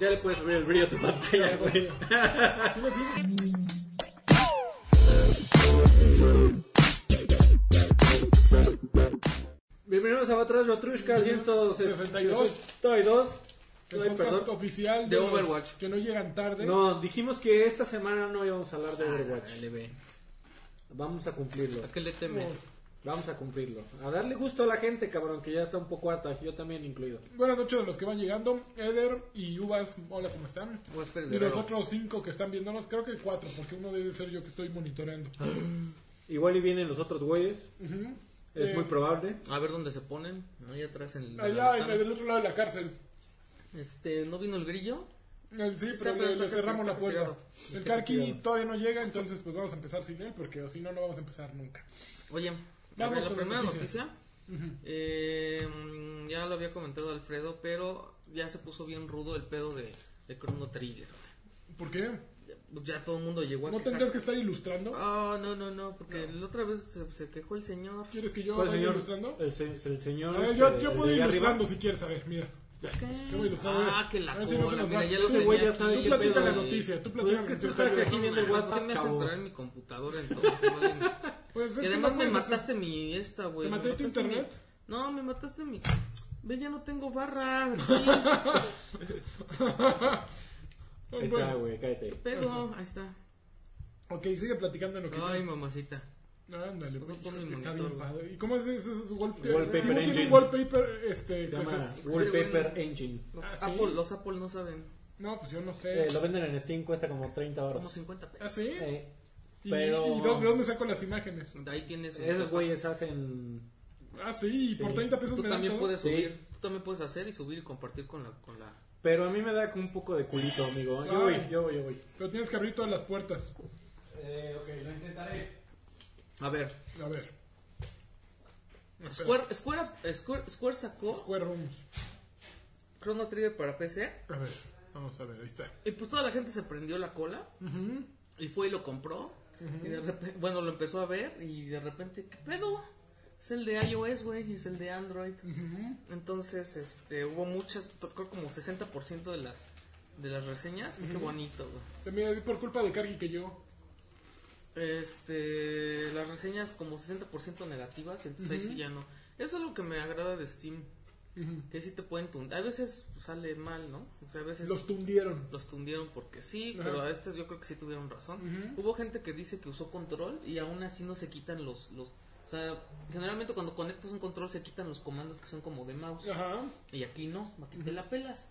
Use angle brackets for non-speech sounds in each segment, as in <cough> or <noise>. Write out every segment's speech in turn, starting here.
Ya le puedes subir el brillo a tu pantalla, güey. Bienvenidos a Batrash Batrushka 162. 162. El Ay, podcast perdón. oficial De los Overwatch. que no llegan tarde. No, dijimos que esta semana no íbamos a hablar de Overwatch. Ah, LB. Vamos a cumplirlo. ¿A qué le temes? Como- Vamos a cumplirlo. A darle gusto a la gente, cabrón, que ya está un poco harta. Yo también incluido. Buenas noches a los que van llegando. Eder y Uvas, hola, ¿cómo están? Huéspedes Y de los Raro. otros cinco que están viéndonos, creo que cuatro, porque uno debe ser yo que estoy monitoreando. Igual y vienen los otros güeyes. Ujú. Es Eh, muy probable. A ver dónde se ponen. Ahí atrás en el. Allá en el del otro lado de la cárcel. Este, ¿no vino el grillo? El- sí, Está, pero pero le, está le cerramos castigado, la puerta. está El Está Karki castigado. todavía no llega, entonces pues vamos a empezar sin él, porque si no, no vamos a empezar nunca. Oye, a Vamos ver, la con las primera noticias. noticia. Ujú. eh, mm, ya lo había comentado Alfredo, pero ya se puso bien rudo el pedo de, de Chrono Trigger. ¿Por qué? Ya, ya todo el mundo llegó a ¿No quejarse. tendrías que estar ilustrando? Ah, no, no, no, porque la otra vez se, se quejó el señor. ¿Quieres que yo ¿Cuál vaya señor? ilustrando? El, se- el señor. A ver, este, yo, yo el puedo de ir allá arriba. ilustrando si quieres, a ver, mira. Yo voy ilustrando, a Ah, ver. que la A ver si eh. no se cola, nos mira, va. ya lo Ese tenía güey ya aquí, sabe, yo Tú platica pedo la de- noticia, tú Pues platica es que la tú noticia. estás Javier. aquí viendo el No, es WhatsApp, que me hacen chavo. entrar en mi computadora entonces, <laughs> vale. Pues es Y que además no me puedes mataste mi esta, güey. ¿Te me maté tu mataste internet? mi- No, me mataste mi... Ve, ya no <laughs> tengo barra. hacer- <laughs> Ahí Bueno, está, güey, cállate. Pero, ahí está. Ok, sigue platicando en lo que. Ay, mamacita. Ándale, No pues, pongo mi está monitor, bien güey. padre. ¿Y cómo es eso? Su wallpaper? Wallpaper ¿Cómo tiene engine. un wallpaper? Este, Se pues, llama eh, Wallpaper güey. Engine. Los, Ah, ¿sí? Apple, los Apple no saben. no, pues yo no sé. Eh, lo venden en Steam, cuesta como 30 Como horas. 50 ¿Ah, pesos. sí? Eh, ¿Y, pero- ¿Y dónde, dónde saco las imágenes? De ahí tienes... esos güeyes hacen. Ah, sí, y por Sí. 30 pesos Tú me dan también todo. puedes Sí. subir. Tú también puedes hacer y subir y compartir con la... Con la... Pero a mí me da como un poco de culito, amigo. Yo voy, Ay. yo voy, yo voy. Pero tienes que abrir todas las puertas. Eh, ok, lo intentaré. A ver. A ver, Square, Square, Square, Square sacó Square Rooms. Chrono Trigger para PC. A ver, vamos a ver, ahí está. Y pues toda la gente se prendió la cola. Ujú. Y fue y lo compró. Y de repente, bueno, lo empezó a ver y de repente, ¿qué pedo? Es el de iOS, güey, es el de Android. Ujú. Entonces, este, hubo muchas, to- creo como 60% de las de las reseñas. Qué bonito, güey. Eh, Mira, es por culpa de Cargi que llegó. Este, las reseñas como 60% negativas, entonces ahí sí ya no. Eso es lo que me agrada de Steam, Ujú. que sí te pueden tundir. A veces sale mal, ¿no? O sea, a veces Los tundieron. los tundieron porque sí, Ajá. pero a estos yo creo que sí tuvieron razón. Ujú. Hubo gente que dice que usó control y aún así no se quitan los, los... O sea, generalmente cuando conectas un control se quitan los comandos que son como de mouse. Ajá. Y aquí no, aquí te la pelas.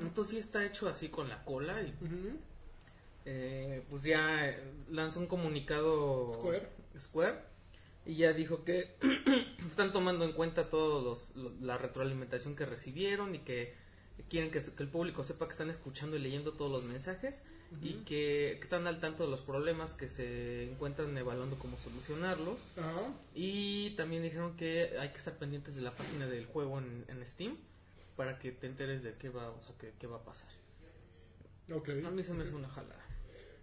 Entonces sí está hecho así con la cola y Ujú. eh, pues ya eh, lanzó un comunicado Square. Square, y ya dijo que <clears throat> están tomando en cuenta todos los- lo- la retroalimentación que recibieron y que quieren que, se- que el público sepa que están escuchando y leyendo todos los mensajes y que, que están al tanto de los problemas que se encuentran evaluando cómo solucionarlos Ajá. y también dijeron que hay que estar pendientes de la página del juego en, en Steam para que te enteres de qué va, o sea, qué, qué va a pasar. Ok. A mí se me hace una jalada.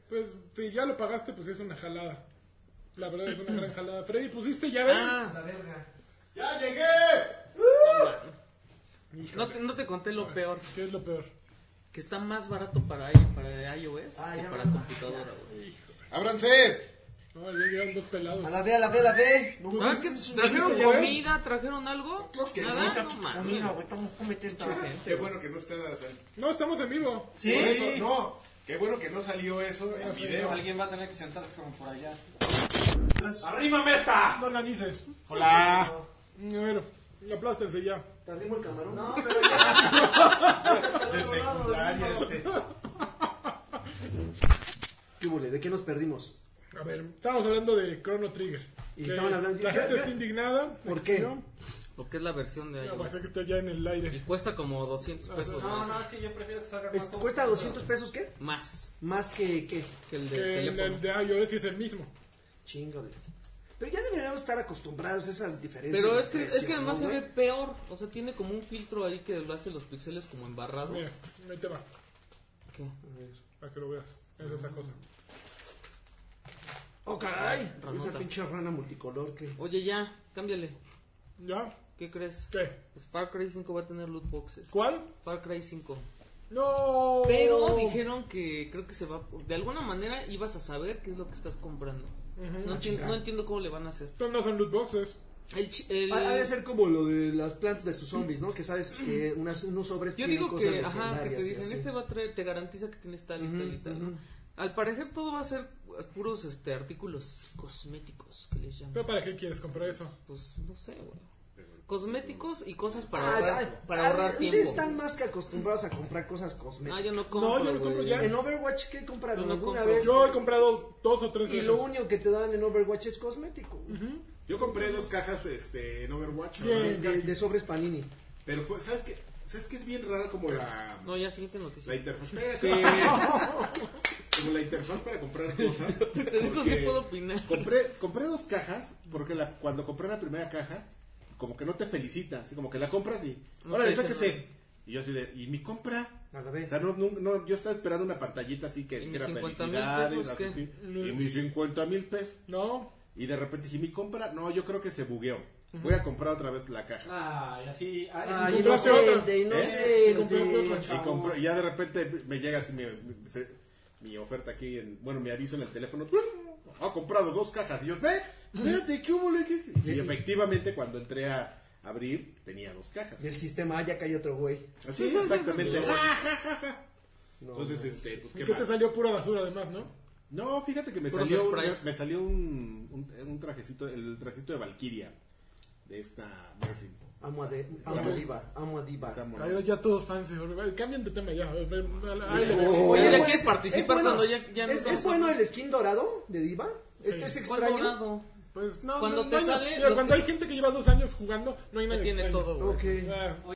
Pues si ya lo pagaste, pues es una jalada. La verdad es una gran jalada. Freddy, pusiste ¿Eh? llave. Ah, ¡Ya llegué! No te, no te conté lo peor, ¿Qué es lo peor? que está más barato para, i- para iOS Ah, que ya para me- computadora, güey. ¡Ábranse! No, ya llegaron dos pelados. A la B, a la B, a la B. No, ¿Sabes que trajeron comida, trajeron algo? Claro que no, Nada, está no tu mames. comida, güey. Estamos cómete esta. gente, Qué bueno que no estás. No, estamos en vivo. Sí. Por eso, no. Qué bueno que no salió eso en video. Alguien va a tener que sentarse como por allá. ¡Arrímame esta! Don Anises. ¡Hola! Mm, A ver, aplástense ya. Arriba el camarón. No, De secundaria este. ¿Qué hubo, le? ¿De qué nos perdimos? A ver, estábamos hablando de Chrono Trigger. Y Que estaban hablando- La yo- gente yo- está indignada. ¿Por qué? ¿no? Porque es la versión de No, pues iOS. pasa que está ya en el Y aire. cuesta como 200 Ah, pesos No, más, no, es que yo prefiero que salga más Este, ¿Cuesta 200 pesos qué? más Más que, que que el de Que el, teléfono. el de iOS sí es el mismo. Chingole. Pero ya deberíamos estar acostumbrados a esas diferencias. Pero de es que, precio, es que además ¿no, se ve güey? peor. O sea, tiene como un filtro ahí que lo hace los píxeles como embarrados. Mira, ahí te va. ¿Qué? Para que lo veas. Es esa cosa. ¡Oh, caray! Ranota. Esa pinche rana multicolor que... Oye, ya, cámbiale. ¿Ya? ¿Qué crees? Pues ¿Qué? Far Cry 5 va a tener loot boxes. ¿Cuál? Far Cry 5. No. Pero dijeron que creo que se va. De alguna manera ibas a saber qué es lo que estás comprando. Ah, No, enti- no entiendo cómo le van a hacer. Estos no son loot boxes. El, chi- el- Ha, ha de ser como lo de las Plants vs Zombies, ¿no? Que sabes <clears throat> que unas, unos sobres Yo Pues tienen digo cosas que, ajá, que legendarias te y dicen, así. este va a traer, te garantiza que tienes tal y Ujú, tal y tal, ¿no? ujú. Al parecer todo va a ser puros este, artículos cosméticos, que les llaman. ¿Pero para qué quieres comprar eso? Pues no sé, güey. Cosméticos y cosas para Ay, ahorrar, ay, para ay, ahorrar tiempo. Ustedes están más que acostumbrados a comprar cosas Ah, cosméticas. yo no compro, yo no compro güey. ya. En Overwatch, ¿qué compraron Yo no alguna compro. vez? Yo he comprado dos o tres Y veces. lo único que te dan en Overwatch es cosmético. Yo compré dos cajas este, en Overwatch. De, Bien. de- de sobres panini. Pero fue, ¿sabes qué? ¿Sabes qué es bien rara como la, No, ya siguiente la noticia. interfaz? Espérate. como la interfaz para comprar cosas. De <laughs> esto sí porque puedo opinar. Compré, compré dos cajas porque la, cuando compré la primera caja, como que no te felicita, así como que la compras y. No Órale, te dice sáquese. nada. Y yo así de, ¿y mi compra? A la O vez. sea, no, no, no, yo estaba esperando una pantallita así que ¿Y mis dijera 50,000 felicidades, pesos qué? así, y mis 50 mil pesos. No. Y de repente dije, mi compra, no, yo creo que se bugueó. Voy a comprar otra vez la caja. Ay, así. ay, Ah, sí, compraste inocente, otra. ¿Eh? inocente. Sí, compraste otra, y, compré- y ya de repente me llega así mi, mi- se- mi oferta aquí, en, bueno, mi aviso en el teléfono. Ha comprado dos cajas. Y yo, ve, espérate, ¿qué hubo? le? ¿Qué-?" Y efectivamente, cuando entré a abrir, tenía dos cajas. Del sistema, ah, ya cayó otro güey. Así, exactamente. Ja, ja. No, Entonces, no. este, pues, ¿Qué, ¿qué que más? te salió pura basura además, no? No, fíjate que me Puros salió, una- sprays. me salió un, un, un trajecito, el trajecito de Valkyria de esta Mercy. Amo a, de, amo a Está- Diva, amo a Diva. Está Ahí muy- ya todos fans. se- ay, Cambian de tema ya. ay, ay, Sí. ay, Oye, es ya bueno- quieres es participar bueno- cuando ya, ya ¿Es, no es bueno el skin dorado de Diva? ¿Es, Sí. es ¿Cuál extraño? dorado? Pues no. Cuando no, te no hay- sale, mira, los cuando que- hay gente que lleva dos años jugando, no hay Ya nada. tiene extraño. todo, güey. Ok. Ah,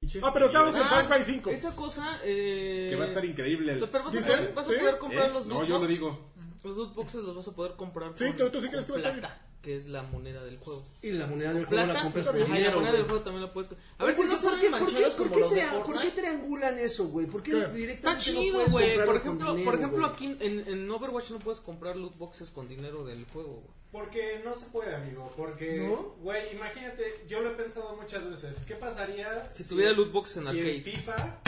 Pinches Ah, pero estábamos videos. en Far Cry 5. Esa cosa, eh... Que va a estar increíble. el- O sea, Pero vas a ¿Sí? poder, vas a ¿Sí? poder comprar ¿Eh? los No, loot yo lo box. digo. Los loot boxes los vas a poder comprar Sí, con, tú- tú sí crees con que va a estar plata, que es la moneda del juego. Y la moneda del juego Plata, la compras ajá, con y la dinero. moneda güey. del juego también la puedes... A ver si ¿Por no qué- por salen qué- por qué- manchadas por como qué los de trea- ¿Por qué Fortnite. triangulan eso, güey? ¿Por qué ¿Qué? directamente Está no chido, puedes güey. Por comprarlo con ejemplo, dinero, por ejemplo güey? aquí en, en Overwatch no puedes comprar loot boxes con dinero del juego. güey. Porque no se puede, amigo. Porque, ¿No? güey, imagínate, yo lo he pensado muchas veces. ¿Qué pasaría Si tuviera loot box en si arcade? en FIFA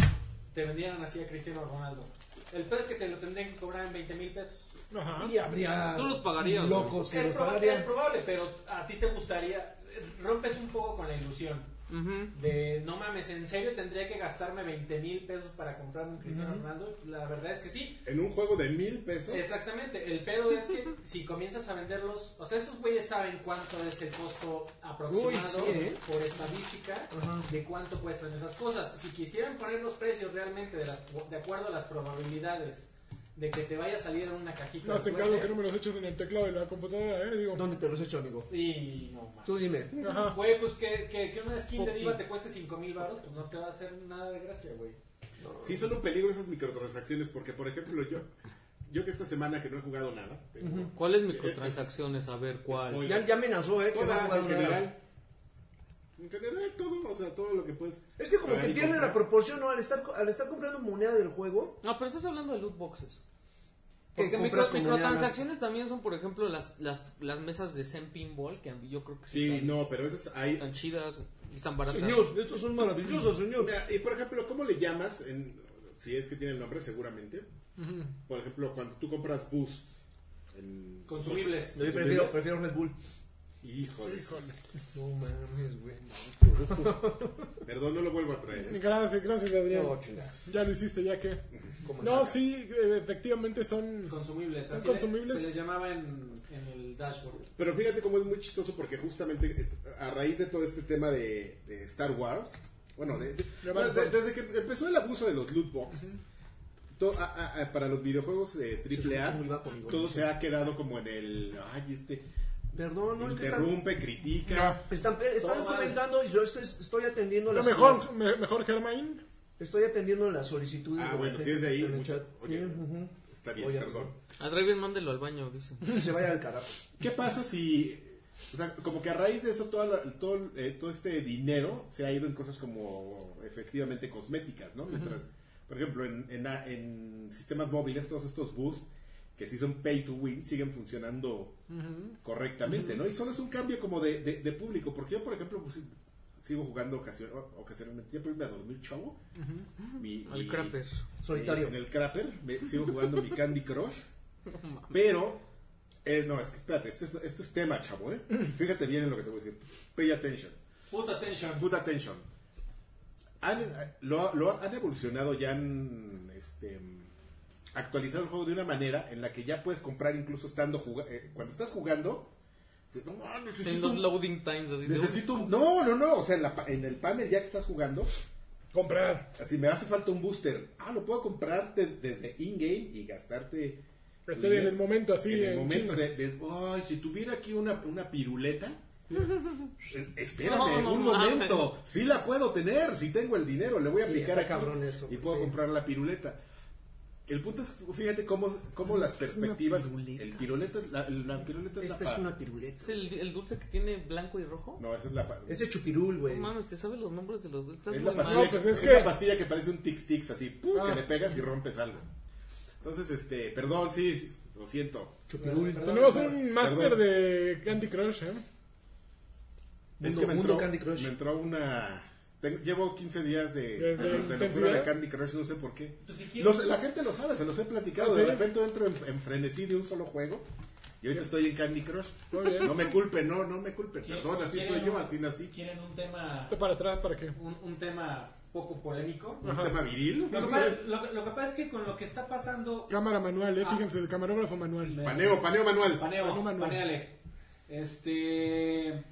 te vendieran así a Cristiano Ronaldo? El peor es que te lo tendrían que cobrar en 20 mil pesos. Ajá. Y habría Tú los pagarías, güey. locos que Es, los proba- es pagarían. probable, pero a ti te gustaría. Rompes un poco con la ilusión Ujú. de no mames, en serio tendría que gastarme 20 mil pesos para comprarme un Cristiano Ronaldo. La verdad es que sí. En un juego de mil pesos. Exactamente, el pedo es que si comienzas a venderlos, o sea, esos güeyes saben cuánto es el costo aproximado Uy, sí, ¿eh? por estadística Ajá. de cuánto cuestan esas cosas. Si quisieran poner los precios realmente de, la- de acuerdo a las probabilidades de que te vaya a salir en una cajita No, de te encargo suerte, que no me los eches en el teclado de la computadora, eh. Digo. ¿Dónde te los he hecho, amigo? y no mames. Tú dime. Ajá. Güey, pues que, que, que una skin de Pochi. diva te cueste 5 mil baros, pues no te va a hacer nada de gracia, güey. Sí, son un peligro esas microtransacciones. Porque, por ejemplo, yo, yo que esta semana que no he jugado nada. pero- ¿Cuáles Eh, microtransacciones? A ver, ¿cuál? Spoiler. Ya, ya amenazó, ¿eh? que no ha Todas en jugado nada. general. En general, todo. O sea, todo lo que puedes. Es que como Pagar que y pierde la comprar. proporción, ¿no? Al estar, al estar comprando moneda del juego, No, pero estás hablando de loot boxes. Que Porque compras micro- con moneda microtransacciones también son, por ejemplo, las, las, las mesas de Zen Pinball, que yo creo que Sí, están, no, pero esas hay, están chidas y están baratas. estos son maravillosos, señor. Mira, y por ejemplo, ¿cómo le llamas? en- si es que tiene el nombre, seguramente. Por ejemplo, cuando tú compras Boost. en- Consumibles. Yo prefiero, prefiero Red Bull. Híjole. No mames, güey. Perdón, no lo vuelvo a traer. ¿eh? Gracias, gracias, Adrián. No, chingada. Ya lo hiciste, ya que. Como No, nada. sí, eh, efectivamente son. Consumibles, ¿Son así le- consumibles? se les llamaba en, en el dashboard. Pero fíjate cómo es muy chistoso porque justamente eh, a raíz de todo este tema de, de Star Wars, bueno, de- de- Ya va, desde, Juan. desde que empezó el abuso de los loot box, to- a- a- a- para los videojuegos eh, triple escucha A, muy bajo, amigo. todo se ha quedado como en el, ay, este, Perdón, no, es que están, interrumpe, critica. están, eh, están Todo mal. comentando y yo estoy, estoy atendiendo Lo las, mejor, las- me- mejor Germain. estoy atendiendo las solicitudes. Ah, de la bueno, gente si es de que ahí, está en el mucho- chat. oye. Bien, Está bien, Oye, perdón. A Draven Ah, mándelo al baño, dice. ujú. Que se vaya al carajo. ¿Qué pasa si, o sea, como que a raíz de eso toda la- todo, eh, todo este dinero se ha ido en cosas como efectivamente cosméticas, ¿no? Mientras, por ejemplo, en, en a- en sistemas móviles todos estos bus que sí son pay to win siguen funcionando correctamente, ¿no? Y solo es un cambio como de, de- de público, porque yo, por ejemplo, pues, sigo jugando ocasio- ocasionalmente. Ya por irme a dormir, chavo. Mi- El mi- crapper. Solitario. eh, En el crapper. me- sigo jugando mi Candy Crush. Pero. eh, no, es que espérate, esto es, esto es tema, chavo, ¿eh? Fíjate bien en lo que te voy a decir. Pay attention. Puta tension. Good attention. Han, lo, lo han evolucionado y han este, actualizado el juego de una manera en la que ya puedes comprar incluso estando juga- eh, cuando estás jugando. dices, "No, ah, necesito En los un- loading times, así de- necesito un- No, no, no. O sea, en, la pa- en el panel ya que estás jugando, Comprar. así me hace falta un booster. Ah, lo puedo comprar de- desde in-game y gastarte. tu Estoy en dinero. el momento así. en el en momento chinga. de, de, "Ay, si tuviera aquí una, una <laughs> piruleta, eh, espérame No, un no mames. momento, sí la puedo tener, si tengo el dinero, le voy a Sí, aplicar está aquí cabrón eso, y güey, puedo sí. comprar la piruleta. El punto es, fíjate cómo, cómo las que es una perspectivas, piruleta. el piruleta es la, la piruleta es Esta la es pa- una piruleta. ¿Es el, el dulce que tiene blanco y rojo? no, esa es la pa- Ese chupirul, güey. No mames, te sabes los nombres de los dulces. Estás es la muy mal. pastilla, No, pues que, es es que- la pastilla que parece un tic tic así, ¡pum! Ah. que le pegas y rompes algo. Entonces, este, perdón, sí, lo siento. Chupirul. Perdón, Tenemos perdón. un máster Perdón. de Candy Crush, ¿eh? Es Mundo- que me Mundo entró, Candy Crush. me entró una... tengo- llevo 15 días de, ¿De- de, de de locura intensidad? de Candy Crush, no sé por qué. Pues, si quieres- Los- la gente lo sabe, se los he platicado. ¿Ah, de sí? repente entro en, en frenesí de un solo juego y ahorita estoy en Candy Crush. Muy bien. No me culpen, no, no me culpen. ¿Quieren- Perdón, así quieren soy yo, un- así nací. ¿Quieren un tema, Esto para atrás, ¿para qué? un, un tema poco polémico? Un tema viril. Lo que, pasa, lo que- lo que pasa es que con lo que está pasando... Cámara manual, ¿eh? Ah. Fíjense, el camarógrafo manual. Paneo, paneo manual. Paneo, Paneo manual. paneale. Este...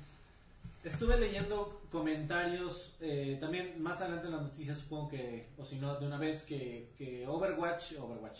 Estuve leyendo comentarios, eh, también más adelante en las noticias, supongo que, o si no, de una vez, que, que Overwatch, Overwatch,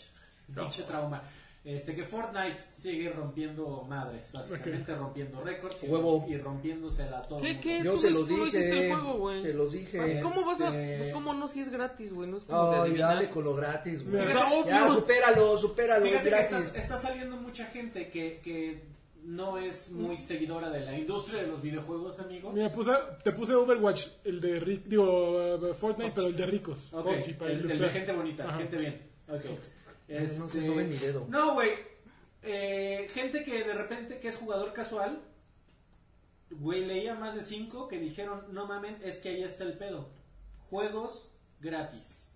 pinche trauma, este, que Fortnite sigue rompiendo madres, básicamente rompiendo récords y, Huevo. y rompiéndose la todo. ¿Qué, el mundo. qué? Yo Tú se ves- los tú no hiciste dije. el juego, güey. Se los dije. Bueno, ¿Cómo vas a.? Este- Pues, ¿cómo no si es gratis, güey? No es como de Ay, adivinar. dale con lo gratis, güey. Mira, Está Ya, obvio. supéralo, supéralo, es Fíjate que está, gratis. está saliendo mucha gente que, que no es Mm. muy seguidora de la industria de los videojuegos, amigo. Mira, puse, te puse Overwatch, el de Rick, digo, eh, Fortnite, pero el de ricos. Ok, Porky, para el, el de ilustrar. gente bonita, Ajá. gente bien. Ok. Este, no sé, no ve mi dedo. No, güey. Eh, gente que de repente que es jugador casual, güey, leía más de cinco que dijeron, no mamen, es que ahí está el pedo. Juegos gratis.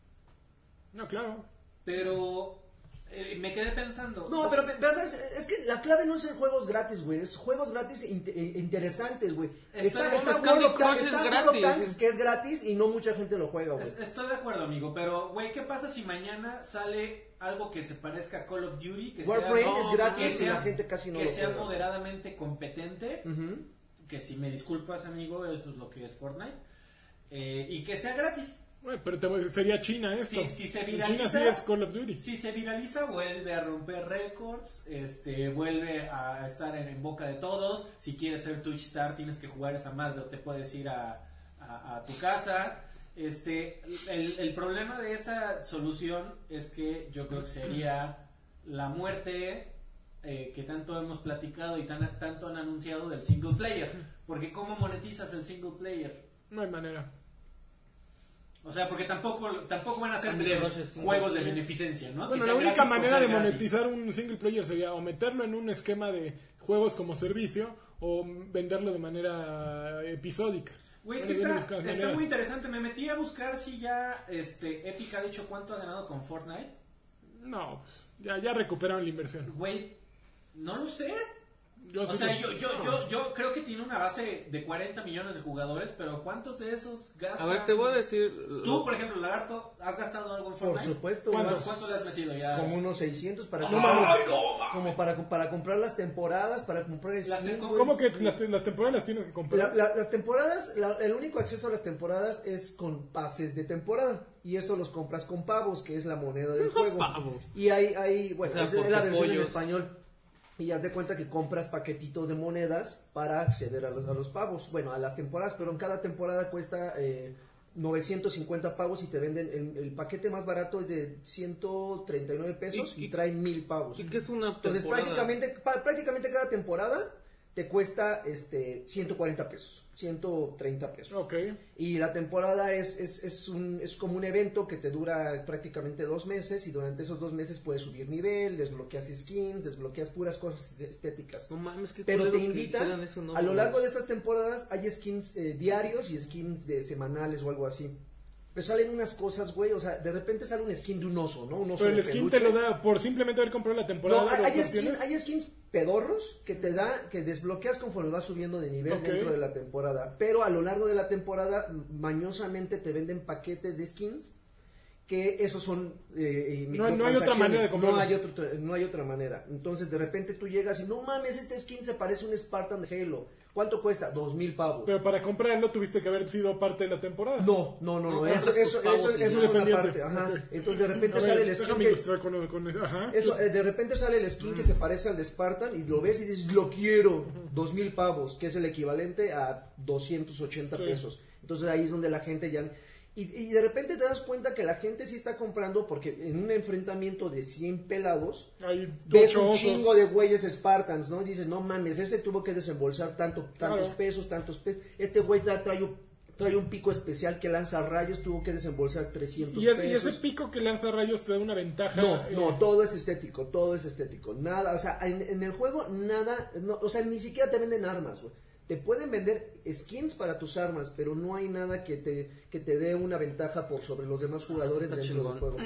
No, claro. Pero eh, me quedé pensando. No, pero, pero, ¿sabes? es que la clave no es en juegos gratis, güey. Es juegos gratis inte- eh, interesantes, güey. Está- está World Candy of Tanks- Crush es está gratis. World of Tanks, que es gratis y no mucha gente lo juega, güey. Es- Estoy de acuerdo, amigo, pero, güey, ¿qué pasa si mañana sale algo que se parezca a Call of Duty? Que Warframe sea, es gratis y la gente casi no Que lo sea juega. Mm. moderadamente competente, Ujú. que si me disculpas, amigo, eso es lo que es Fortnite, eh, y que sea gratis. Bueno, pero te voy a decir, sería China esto. Si- si se En China viraliza- sí es Call of Duty. Si se viraliza, vuelve a romper récords, este, vuelve a estar en, en boca de todos. Si quieres ser Twitch Star, tienes que jugar esa madre o te puedes ir a, a- a tu casa. Este, el, el problema de esa solución es que yo creo que sería la muerte eh, que tanto hemos platicado y tan- tanto han anunciado del single player. Porque ¿cómo monetizas el single player? No hay manera. O sea, porque tampoco, tampoco van a ser Candy de- Crush es un juegos de juego. beneficencia, ¿no? Que Bueno, la sea única gratis por manera ser de gratis. monetizar un single player sería o meterlo en un esquema de juegos como servicio o venderlo de manera episódica. Güey, es Bueno, que es una de las está, maneras. está muy interesante. Me metí a buscar si ya este, Epic ha dicho cuánto ha ganado con Fortnite. No, pues, ya, ya recuperaron la inversión. Güey, no lo sé. Yo O sé sea, que- yo, yo, yo, yo creo que tiene una base de 40 millones de jugadores, pero ¿cuántos de esos A gastan? ver, te voy a decir. Tú, por ejemplo, Lagarto, ¿has gastado algo en Por Fortnite? supuesto, ¿Cuándo? güey. ¿Cuánto le has metido ya? Como unos 600 para Ah. ¡Ay, comprar los- no, mames! como para, para comprar las temporadas, para comprar Las skins, tem- güey. ¿Cómo que las, te- las temporadas las tienes que comprar? La- la- las temporadas, la- el único acceso a las temporadas es con pases de temporada. Y eso los compras con pavos, que es la <laughs> moneda del juego. Pavos. Y ahí, ahí bueno, O sea, esa es la versión en portapollos. español. Y haz de cuenta que compras paquetitos de monedas para acceder a los, a los pavos. Bueno, a las temporadas, pero en cada temporada cuesta eh, 950 pavos y te venden. El, el paquete más barato es de 139 pesos y, Y- y- traen 1000 pavos. ¿Y qué es una Entonces temporada? prácticamente, pa- prácticamente cada temporada te cuesta este 140 pesos, 130 pesos. Ok. Y la temporada es, es, es, un, es como un evento que te dura prácticamente dos meses y durante esos dos meses puedes subir nivel, desbloqueas skins, desbloqueas puras cosas de- estéticas. No mames, qué Pero culero te que invitan, hicieran eso, no a lo mames. largo de estas temporadas hay skins eh, diarios y skins de semanales o algo así. Pero salen unas cosas, güey, o sea, de repente sale un skin de un oso, ¿no? Un oso Pero de el skin peluche. te lo da por simplemente haber comprado la temporada. No, hay, ¿lo hay skin- obtienes? hay skins pedorros que te da, que desbloqueas conforme vas subiendo de nivel Ok. dentro de la temporada. Pero a lo largo de la temporada, mañosamente te venden paquetes de skins que esos son eh, eh, No- no hay otra manera de microtransacciones. comprarlo. No hay, otro- no hay otra manera. Entonces, de repente tú llegas y no mames, este skin se parece a un Spartan de Halo. ¿Cuánto cuesta? Dos mil pavos. Pero para comprarlo tuviste que haber sido parte de la temporada. No, no, no, No, Ah, no, compras eso, tus eso, pavos eso, y eso ya. es una Independiente. parte. Ajá. Ok. Entonces, de A repente ver, sale el skin déjame que- ilustrar con, con eso. Ajá. eso, eh, de repente sale el skin que se parece al de Spartan y lo ves y dices, lo quiero, dos mil pavos, que es el equivalente a 280 Sí. pesos. Entonces ahí es donde la gente ya... Y, y de repente te das cuenta que la gente sí está comprando porque en un enfrentamiento de 100 pelados, Hay ves ocho un osos. chingo de güeyes Spartans, ¿no? Y dices, no mames, ese tuvo que desembolsar tanto, tantos Claro. pesos, tantos pesos. Este güey tra- trae un, trae un pico especial que lanza rayos, tuvo que desembolsar 300 Y, es- y pesos. ese pico que lanza rayos te da una ventaja. No, eh, no, todo es estético, todo es estético. Nada, o sea, en, en el juego nada, no, o sea, ni siquiera te venden armas, güey. Te pueden vender skins para tus armas, pero no hay nada que te, que te dé una ventaja por sobre los demás jugadores Ah, está dentro chingón. del juego.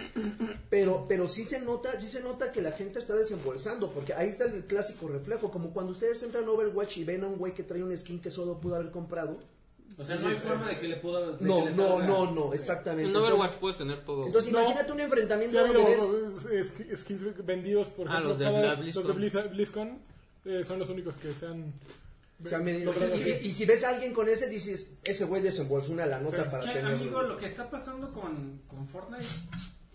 Pero, pero sí se nota, sí se nota que la gente está desembolsando, porque ahí está el clásico reflejo, como cuando ustedes entran a Overwatch y ven a un güey que trae un skin que solo pudo haber comprado. O sea, no hay forma de que le pueda. de que No, le no, salga. no, no, exactamente. En Overwatch puedes tener todo. Entonces, No. imagínate un enfrentamiento Sí, ha habido donde ves- eh, sk- skins vendidos por Ah, los de la BlizzCon. los de Blizz- BlizzCon, eh, son los únicos que se han O sea, me- Lo y- verdadero. Pues y, y si ves a alguien con ese, dices, ese güey desembolsó una la nota Sí, es para Es que, tenerlo". amigo, lo que está pasando con, con Fortnite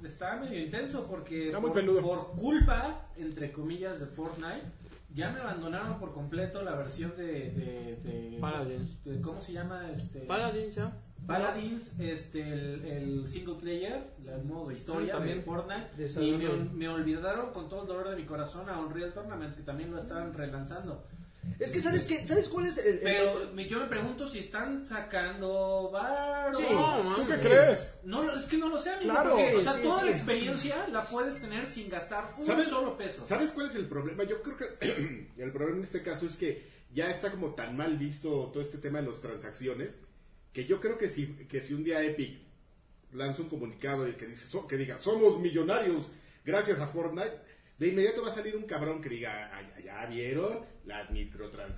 está medio intenso porque Está muy por, peludo. por culpa, entre comillas, de Fortnite, ya me abandonaron por completo la versión de... de, de- Paladins. de- ¿Cómo se llama? Este, Paladin, ya. Paladins, este, el, el single player, la- el modo historia Mm, también. de Fortnite. De esa y me, onda. me olvidaron con todo el dolor de mi corazón a Unreal Tournament, que también lo estaban relanzando. Es que, ¿sabes qué? ¿Sabes cuál es el...? el- Pero me- yo me pregunto si están sacando varo. Sí. No, ¿Tú qué mames. crees? No, lo- es que no lo sé, amigo. Claro. porque, o Sí, sea, sí, toda sí. la experiencia la puedes tener sin gastar un ¿Sabes? solo peso. ¿Sabes cuál es el problema? Yo creo que <clears throat> el problema en este caso es que ya está como tan mal visto todo este tema de las transacciones que yo creo que si, que si un día Epic lanza un comunicado y que, dice, so- que diga, somos millonarios gracias a Fortnite, de inmediato va a salir un cabrón que diga, "Ay, ya vieron las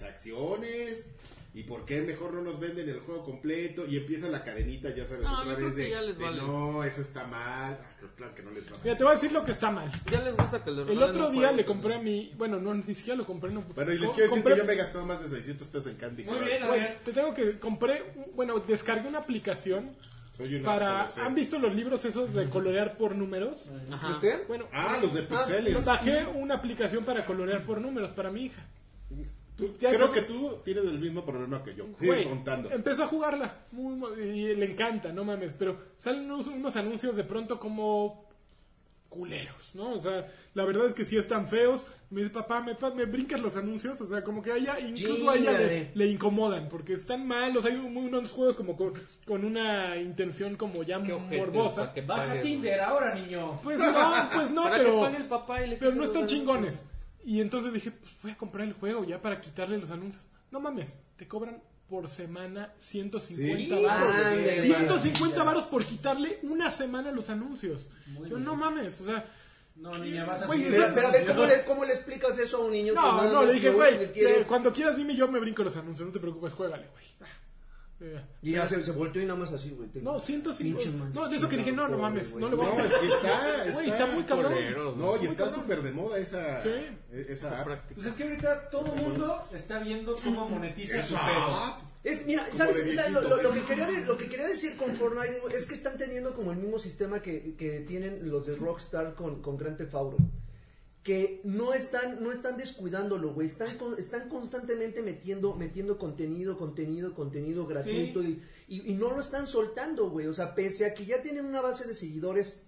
microtransacciones y por qué mejor no nos venden el juego completo y empieza la cadenita, ya sabes, No, otra yo creo vez que de, ya les de, vale. no, eso está mal, Ah, claro que no les va Mira, te voy a decir lo que está mal. Ya les gusta que les El regalen otro un día juego, le entonces. compré a mi... Bueno, no, ni siquiera lo compré. No, Bueno, y les Co- quiero decir compré- que yo me he gastado más de 600 pesos en Candy Crush. Muy bien, a Güey, ver. te tengo que... Compré... un- Bueno, descargué una aplicación Soy un para... asco, lo sé. ¿Han visto los libros esos de colorear por números? Ajá. ¿Qué? Bueno, Ah, los de pixeles. bajé una aplicación para colorear por números para mi hija. Tú- ya creo no- que tú tienes el mismo problema que yo. Sigue Güey, em, contando. empezó a jugarla muy mo- y le encanta, no mames, pero salen unos, unos anuncios de pronto como culeros, ¿no? O sea, la verdad es que sí están feos. Me dice, papá, me, pa- me brincas los anuncios, o sea, como que a ella, incluso a ella le, Chíngale. le incomodan, porque están malos. Hay un- unos juegos como con, con una intención como ya Qué ojete, morbosa. para que Baja pague, Tinder ahora, niño. Pues no, pues no, Para que pero... pague el papá y le Pero quite no los están anuncios. chingones. Y entonces dije, pues voy a comprar el juego ya para quitarle los anuncios. No mames, te cobran por semana 150 Sí, varos. ándale, 150 maravilla. varos por quitarle una semana los anuncios. Muy Yo bien. no mames, o sea, No, niña, vas a Güey, seguir esa- dando Pero, pero a ver, ¿cómo, opciones. le, ¿cómo le explicas eso a un niño? que no, nada no, más le dije, lo güey, que eh, quieres- cuando quieras dime yo me brinco los anuncios, no te preocupes, juégale, güey. Ah, eh, Y ya se, se volteó y nada más así, güey. te- No, Pinche 150. man- No, de eso que dije, no, no pobre, mames, güey. no le voy a No, es que está. <laughs> Güey, está muy cabrón. Culeros, No, y Muy está cabrón. súper de moda esa. Sí. e- Esa app. práctica. Pues es que ahorita todo el mundo está viendo cómo monetiza su pedo. Esa app. Es, mira, Como ¿sabes? de O sea, lo, lo- lo que viejitos. quería, de- lo que quería decir con Fortnite güey, es que están teniendo como el mismo sistema que, que tienen los de Rockstar con, con Grand Theft Auto. Que no están, no están descuidándolo, güey. Están, con- están constantemente metiendo, metiendo contenido, contenido, contenido gratuito. Y, y- y no lo están soltando, güey. O sea, pese a que ya tienen una base de seguidores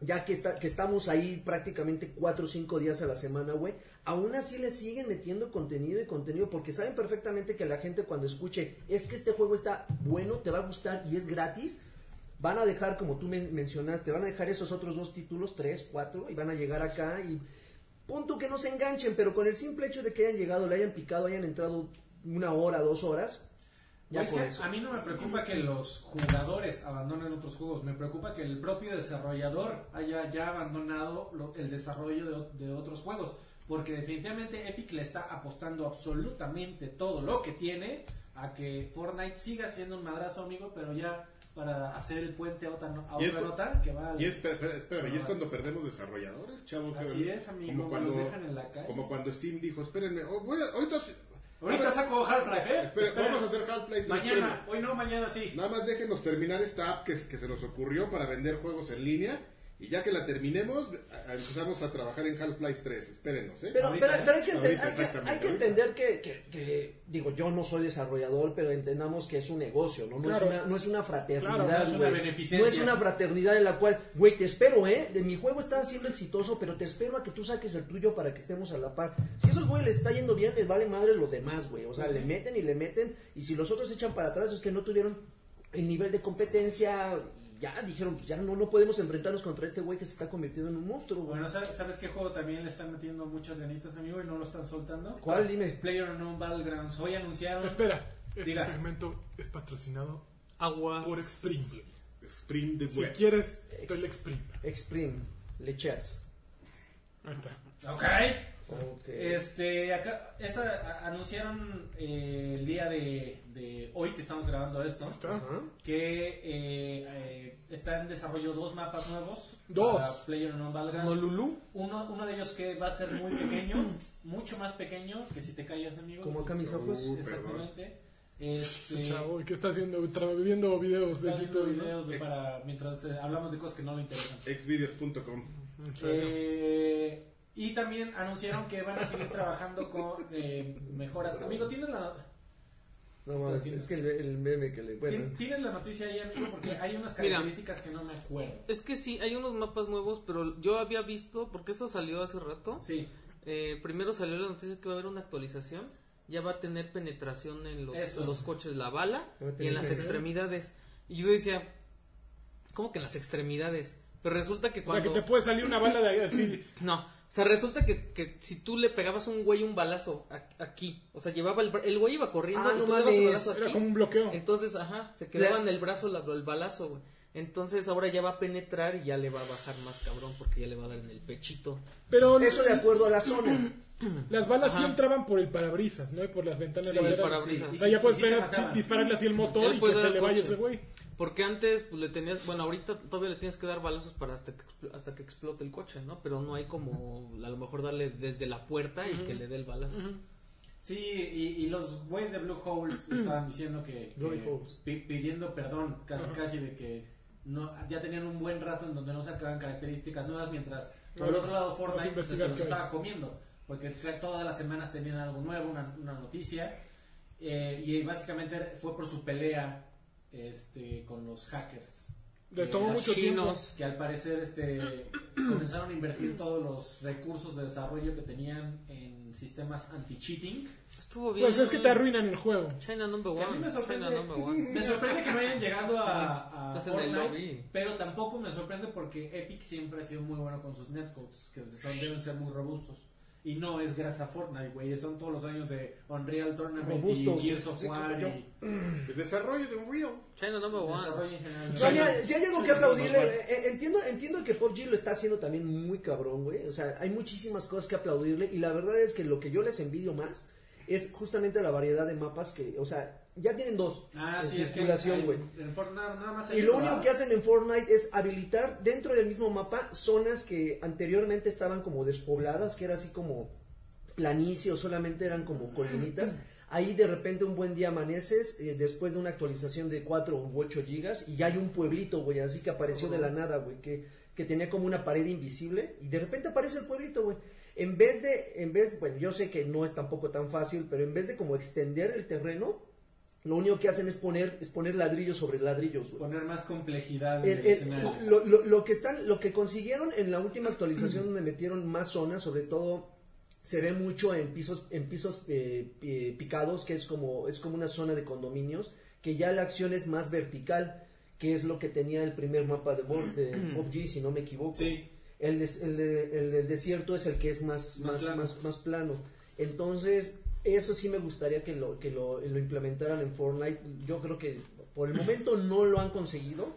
ya que, está, que estamos ahí prácticamente cuatro o cinco días a la semana, güey, aún así le siguen metiendo contenido y contenido porque saben perfectamente que la gente cuando escuche es que este juego está bueno, te va a gustar y es gratis, van a dejar, como tú men- mencionaste, van a dejar esos otros dos títulos, tres, cuatro, y van a llegar acá y punto que no se enganchen, pero con el simple hecho de que hayan llegado, le hayan picado, hayan entrado una hora, dos horas, ya Es con que eso. a mí no me preocupa que los jugadores abandonen otros juegos, me preocupa que el propio desarrollador haya ya abandonado lo- el desarrollo de, o- de otros juegos, porque definitivamente Epic le está apostando absolutamente todo lo que tiene a que Fortnite siga siendo un madrazo, amigo, pero ya para hacer el puente a otra, no- a Y es otra cu- nota que va al- Y es, espera, espera, No, espérame, y es así- cuando perdemos desarrolladores, chavo. Así es, amigo, Como cuando, los dejan en la calle. como cuando Steam dijo, espérenme, oh, voy a- ahorita... se- a Ahorita ver, saco Half-Life, ¿eh? espera, Espera. Vamos a hacer este Half-Life 3 Mañana, Premium. hoy no, mañana sí. Nada más déjenos terminar esta app que, que se nos ocurrió para vender juegos en línea. Y ya que la terminemos, a- a- empezamos a trabajar en Half-Life 3. Espérenos, ¿eh? Pero, Ahorita, pero- pero hay que, enten- ahorita, hay que- exactamente, hay que ahorita. entender que, que- que, digo, yo no soy desarrollador, pero entendamos que es un negocio, ¿no? No, Claro. es, una, no es una fraternidad, Claro, no es una güey. beneficencia. No es una fraternidad en la cual, güey, te espero, ¿eh? De mi juego está siendo exitoso, pero te espero a que tú saques el tuyo para que estemos a la par. Si a esos güeyes les está yendo bien, les vale madre los demás, güey. O sea, le meten y le meten, y si los otros se echan para atrás es que no tuvieron el nivel de competencia... y Ya dijeron, pues ya no, no podemos enfrentarnos contra este güey que se está convirtiendo en un monstruo, güey. Bueno, ¿sabes, sabes qué juego también le están metiendo muchas ganitas, amigo, y no lo están soltando? ¿Cuál? Dime. Player No Battlegrounds. Hoy anunciaron. Espera, este Diga. segmento es patrocinado Agua. por Spring. Spring the Si West. quieres, te le Spring. Exprim, Lechers. Ahí está. Ok. Ok. Este, acá, esta, a- anunciaron eh, el día de, de hoy que estamos grabando esto. está. Que eh, eh, está en desarrollo dos mapas nuevos. Dos. Para Player No No, Lulu. Uno, uno de ellos que va a ser muy pequeño, mucho más pequeño que si te callas, amigo. Como acá mis ojos. Uh, Exactamente. Este, Chavo, ¿y ¿qué está haciendo? Tra- viendo videos de Está viendo YouTube. ¿no? videos de para mientras eh, hablamos de cosas que no le interesan. Xvideos.com. En serio. Eh, y también anunciaron que van a seguir trabajando con eh, mejoras. Amigo, ¿tienes la, No mames, es que el, el meme que le. Bueno, tien- ¿tienes la noticia ahí, amigo? Porque hay unas Mira. características que no me acuerdo. Es que sí, hay unos mapas nuevos, pero yo había visto, porque eso salió hace rato. Sí, Eh, primero salió la noticia que va a haber una actualización. Ya va a tener penetración en los, Eso. los coches, la bala Va a y tener en las penetración. extremidades. Y yo decía, ¿cómo que en las extremidades? Pero resulta que O sea, cuando. que te puede salir una bala de ahí así. No, o sea, resulta que, que si tú le pegabas a un güey un balazo a- aquí, o sea, llevaba el, bra- el güey iba corriendo Ah, y no tú le dabas el mames, balazo Era aquí. como un bloqueo. Entonces, ajá, se quedaba en el brazo la- el balazo, güey. Entonces ahora ya va a penetrar y ya le va a bajar más cabrón porque ya le va a dar en el pechito. Pero eso de acuerdo a la zona. las balas sí Ajá. entraban por el parabrisas, ¿no? Y por las ventanas Sí, por el laterales. parabrisas. O sea, Ah, ya Y puedes sí te ver- mataban. dispararle así el motor Él y que puede se dar le vaya coche. ese güey. Porque antes, pues le tenías, bueno, ahorita todavía le tienes que dar balazos para hasta que, expl- hasta que explote el coche, ¿no? Pero no hay como, a lo mejor darle desde la puerta y que le dé el balazo. sí, y, y los güeyes de Blue Holes estaban diciendo que, que Blue Holes. pi- pidiendo perdón, casi casi de que no ya tenían un buen rato en donde no sacaban características nuevas, mientras por el Claro, otro lado vamos a Fortnite pues, se investigar los qué hay. estaba comiendo, porque tra- todas las semanas tenían algo nuevo, una, una noticia. Eh, y básicamente fue por su pelea este, con los hackers. Les Que- tomó Los mucho chinos. que al parecer <clears throat> este, comenzaron a invertir todos los recursos de desarrollo que tenían en sistemas anti-cheating. Estuvo tiempo. bien. Pues es que te arruinan el juego. China number Que a mí one. me sorprende. China number one. <laughs> Me sorprende que no hayan llegado <laughs> a, a Estás en el Fortnite, lobby. pero tampoco me sorprende porque Epic siempre ha sido muy bueno con sus netcodes, que son- deben ser muy robustos. Y no es gracias a Fortnite, güey, son todos los años de Unreal Tournament Robustos, y Gears of así como War yo. y El desarrollo de Unreal. China number one. desarrollo en general. Si hay- si hay algo que aplaudirle, Normal. eh, eh, entiendo, entiendo que G lo está haciendo también muy cabrón, güey. O sea, hay muchísimas cosas que aplaudirle. Y la verdad es que lo que yo les envidio más es justamente la variedad de mapas que, o sea, ya tienen dos Ah, en sí, es que circulación, hay- güey. en Fortnite nada más hay Y lo eso, único ¿verdad? que hacen en Fortnite es habilitar dentro del mismo mapa zonas que anteriormente estaban como despobladas, que era así como planicie o solamente eran como colinitas. Ahí de repente un buen día amaneces eh, después de una actualización de 4 u 8 gigas y ya hay un pueblito, güey, así que apareció de la nada, güey, que, que tenía como una pared invisible y de repente aparece el pueblito, güey. En vez de, en vez, bueno, yo sé que no es tampoco tan fácil, pero en vez de como extender el terreno, lo único que hacen es poner, es poner ladrillos sobre ladrillos, güey. poner más complejidad en el El- el- escenario. Eh, lo, lo- lo que están, lo que consiguieron en la última actualización donde metieron más zonas, sobre todo se ve mucho en pisos, en pisos eh, eh, picados, que es como, es como una zona de condominios, que ya la acción es más vertical, que es lo que tenía el primer mapa de, Bob- de PUBG, si no me equivoco. Sí. El, des- el de- el del desierto es el que es más, Más más, plano. más, más plano. Entonces, eso sí me gustaría que, lo, que lo, lo implementaran en Fortnite. Yo creo que por el momento no lo han conseguido.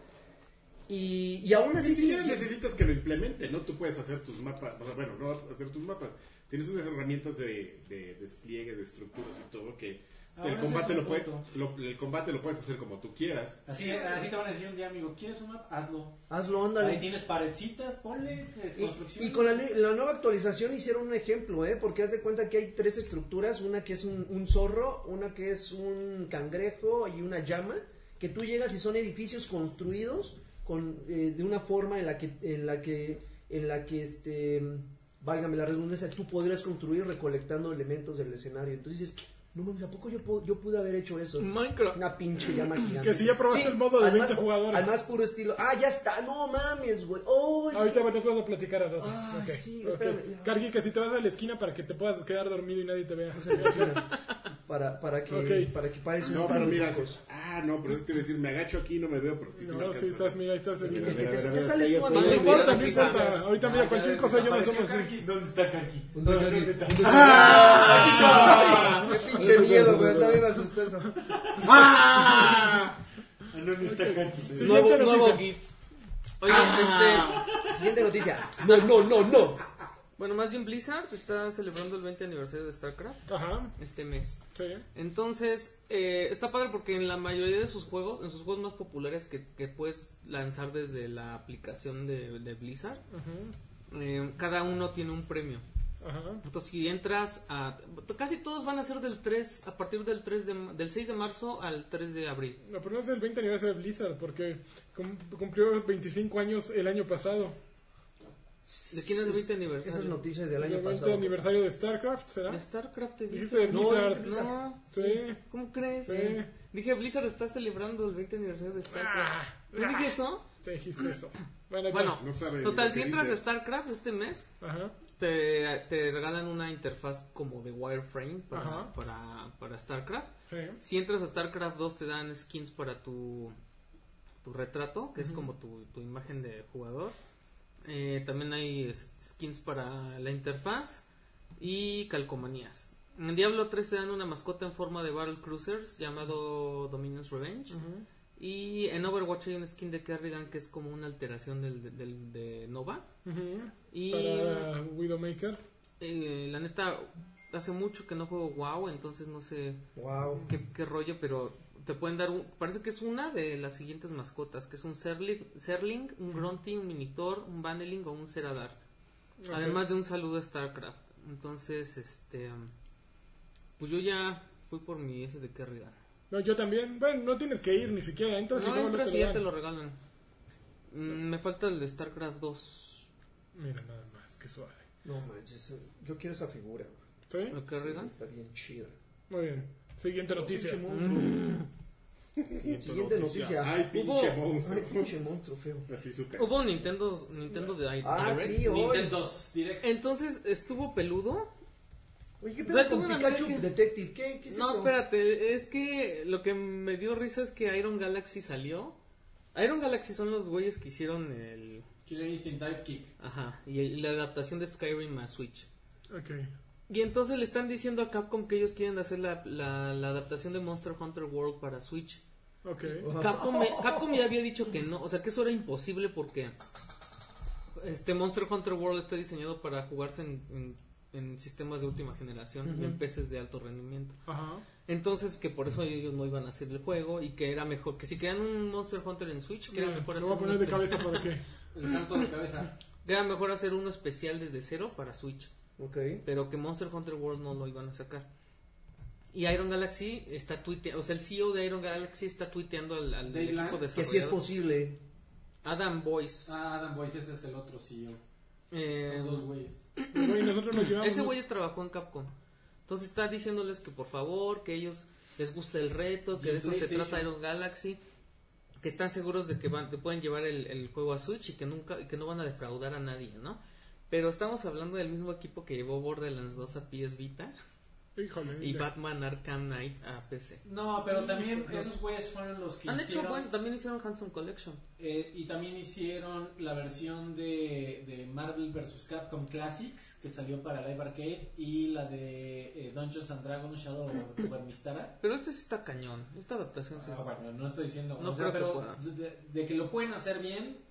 Y, y aún así, Ni sí, siquiera sí- necesitas que lo implemente, ¿no? Tú puedes hacer tus mapas, o sea, bueno, no hacer tus mapas. Tienes unas herramientas de, de despliegue, de estructuras y todo que Ahora el ese combate es lo, un puede, punto. lo- el combate lo puedes hacer como tú quieras. Así, así te van a decir un día, amigo, ¿quieres un mapa? Hazlo. hazlo, ándale. Ahí tienes paredcitas, ponle eh, Y, construcción. y con la, ne- la nueva actualización hicieron un ejemplo, ¿eh? Porque haz de cuenta que hay tres estructuras, una que es un, un zorro, una que es un cangrejo y una llama, que tú llegas y son edificios construidos con, eh, de una forma en la que, en la que, en la que este, válgame la redundancia, tú podrías construir recolectando elementos del escenario. Entonces dices, no mames, ¿a poco yo, pu- yo pude haber hecho eso? Minecraft. Una pinche llama gigante. Que si ya probaste el modo de al más 20 pu- jugadores. Al más puro estilo. Ah, ya está. No mames, güey. ¡Oh, Ahorita nos vas a platicar a rato. Ay, Ok, sí, ok. espérame. Cargui, que si te vas a la esquina para que te puedas quedar dormido y nadie te <laughs> vea. Vamos a la esquina. para, para que Ok. para que pares un No, par pero de mira, huecos. ah, no, pero yo te iba a decir, me agacho aquí y no me veo, pero sí, sí me No, sí, alcanzo. estás, mira, ahí estás. Mira, el- mira, te- mira, te mira, sales ellas tú a van- No mira, importa, no mira, importa. mira. Ahorita, mira, cualquier cosa yo me asomo. así. ¿Dónde está Karki? ¿Dónde está Karki? Ah, Qué pinche miedo, güey. Está bien asustoso. ¿Dónde está Karki? Siguiente Nuevo, nuevo noticia. GIF. Oigan, este. Siguiente noticia. No, no, no, no. Bueno, más bien Blizzard está celebrando el 20 aniversario de StarCraft Ajá, este mes. sí. Entonces, eh, está padre porque en la mayoría de sus juegos, en sus juegos más populares que, que puedes lanzar desde la aplicación de, de Blizzard, eh, cada uno tiene un premio. Ajá. Entonces, si entras a... Casi todos van a ser del 3, a partir del 3 de, ma- del 6 de marzo al 3 de abril. No, pero no es el 20 aniversario de Blizzard porque cum- cumplió 25 años el año pasado. ¿De quién es el 20 aniversario? Esas noticias del El año 20 pasado. aniversario de StarCraft, ¿será? ¿De StarCraft? te Dijiste de dije? Blizzard. No, dijiste no. Sí. ¿Cómo crees? Sí. Dije, Blizzard está celebrando el 20 aniversario de StarCraft. Ah, ¿No dije eso? Te dijiste eso. Bueno, ahí va. Bueno, no sabe total, lo si que entras a dice. StarCraft este mes, Ajá. te, te regalan una interfaz como de wireframe para, Ajá. para, para StarCraft. Sí. Si entras a StarCraft 2 te dan skins para tu, tu retrato, que es como tu, tu imagen de jugador. Eh, también hay es- skins para la interfaz y calcomanías. En Diablo 3 te dan una mascota en forma de Battle Cruisers llamado Dominion's Revenge. Y en Overwatch hay un skin de Kerrigan que es como una alteración del, del- de Nova. Ujú. Y Para Widowmaker. eh, la neta, hace mucho que no juego WoW, entonces no sé Wow. qué, qué rollo, pero te pueden dar un... Parece que es una de las siguientes mascotas, que es un Serling, Serling un Grunty, un Minitor, un Baneling o un Ceradar. Ok. Además de un saludo a StarCraft. Entonces, este... Pues yo ya fui por mi ese de Kerrigan. No, yo también. Bueno, no tienes que ir ni siquiera. Entras y No, luego entras no te y lo ya te dan. lo regalan. Mm, me falta el de StarCraft 2. Mira, nada más. Qué suave. No manches. yo quiero esa figura. güey. ¿Sí? ¿El Kerrigan? Está bien chida. Muy bien. Siguiente noticia. Pinche monstruo. <laughs> Siguiente noticia. Ay, pinche Hubo- Ay, monstruo. pinche monstruo feo. <laughs> Así su cara. Hubo un Nintendo, Nintendo de ahí. Ah, sí, hoy. Nintendos directo. Entonces estuvo peludo. Oye, ¿qué O pedo sea, con tuve una Pikachu amiga que- Detective? ¿Qué, qué es no, eso? espérate, es que lo que me dio risa es que Iron Galaxy salió. Iron Galaxy son los güeyes que hicieron el. Killer Instinct Dive Kick. Ajá, y el- la adaptación de Skyrim a Switch. Ok. Y entonces le están diciendo a Capcom que ellos quieren hacer la, la- la adaptación de Monster Hunter World para Switch. Ok. Capcom, Capcom ya había dicho que no, o sea que eso era imposible porque este Monster Hunter World está diseñado para jugarse en, en- en sistemas de última generación, y en PCs de alto rendimiento. Ajá. Entonces que por eso ellos no iban a hacer el juego y que era mejor, que si crean un Monster Hunter en Switch, que era Bien, mejor Lo hacer voy a poner uno de especial- cabeza para que. El santo de cabeza. que era mejor hacer uno especial desde cero para Switch, Ok. pero que Monster Hunter World no lo iban a sacar. Y Iron Galaxy está tuiteando, o sea, el CEO de Iron Galaxy está tuiteando al, al Dave Lang, equipo de Que si es posible. Adam Boyce. Ah, Adam Boyce, ese es el otro CEO. eh, Son dos güeyes. Güey, nosotros nos llevamos. <laughs> Ese güey trabajó en Capcom. Entonces está diciéndoles que por favor, que ellos les gusta el reto, que Y de en eso se PlayStation. trata Iron Galaxy, que están seguros de que van, te pueden llevar el, el juego a Switch y que nunca, y que no van a defraudar a nadie, ¿no? Pero estamos hablando del mismo equipo que llevó Borderlands 2 a PS Vita Híjole. y mira. Batman Arkham Knight a PC. No, pero también esos güeyes fueron los que Han hecho hicieron... buen, también hicieron Handsome Collection. eh, y también hicieron la versión de, de Marvel vs. Capcom Classics, que salió para Live Arcade, y la de eh, Dungeons and Dragons Shadow over Mistara. Pero este sí está cañón. Esta adaptación sí Ah, está. bueno, no estoy diciendo. No o sea, creo que pero de, de que lo pueden hacer bien.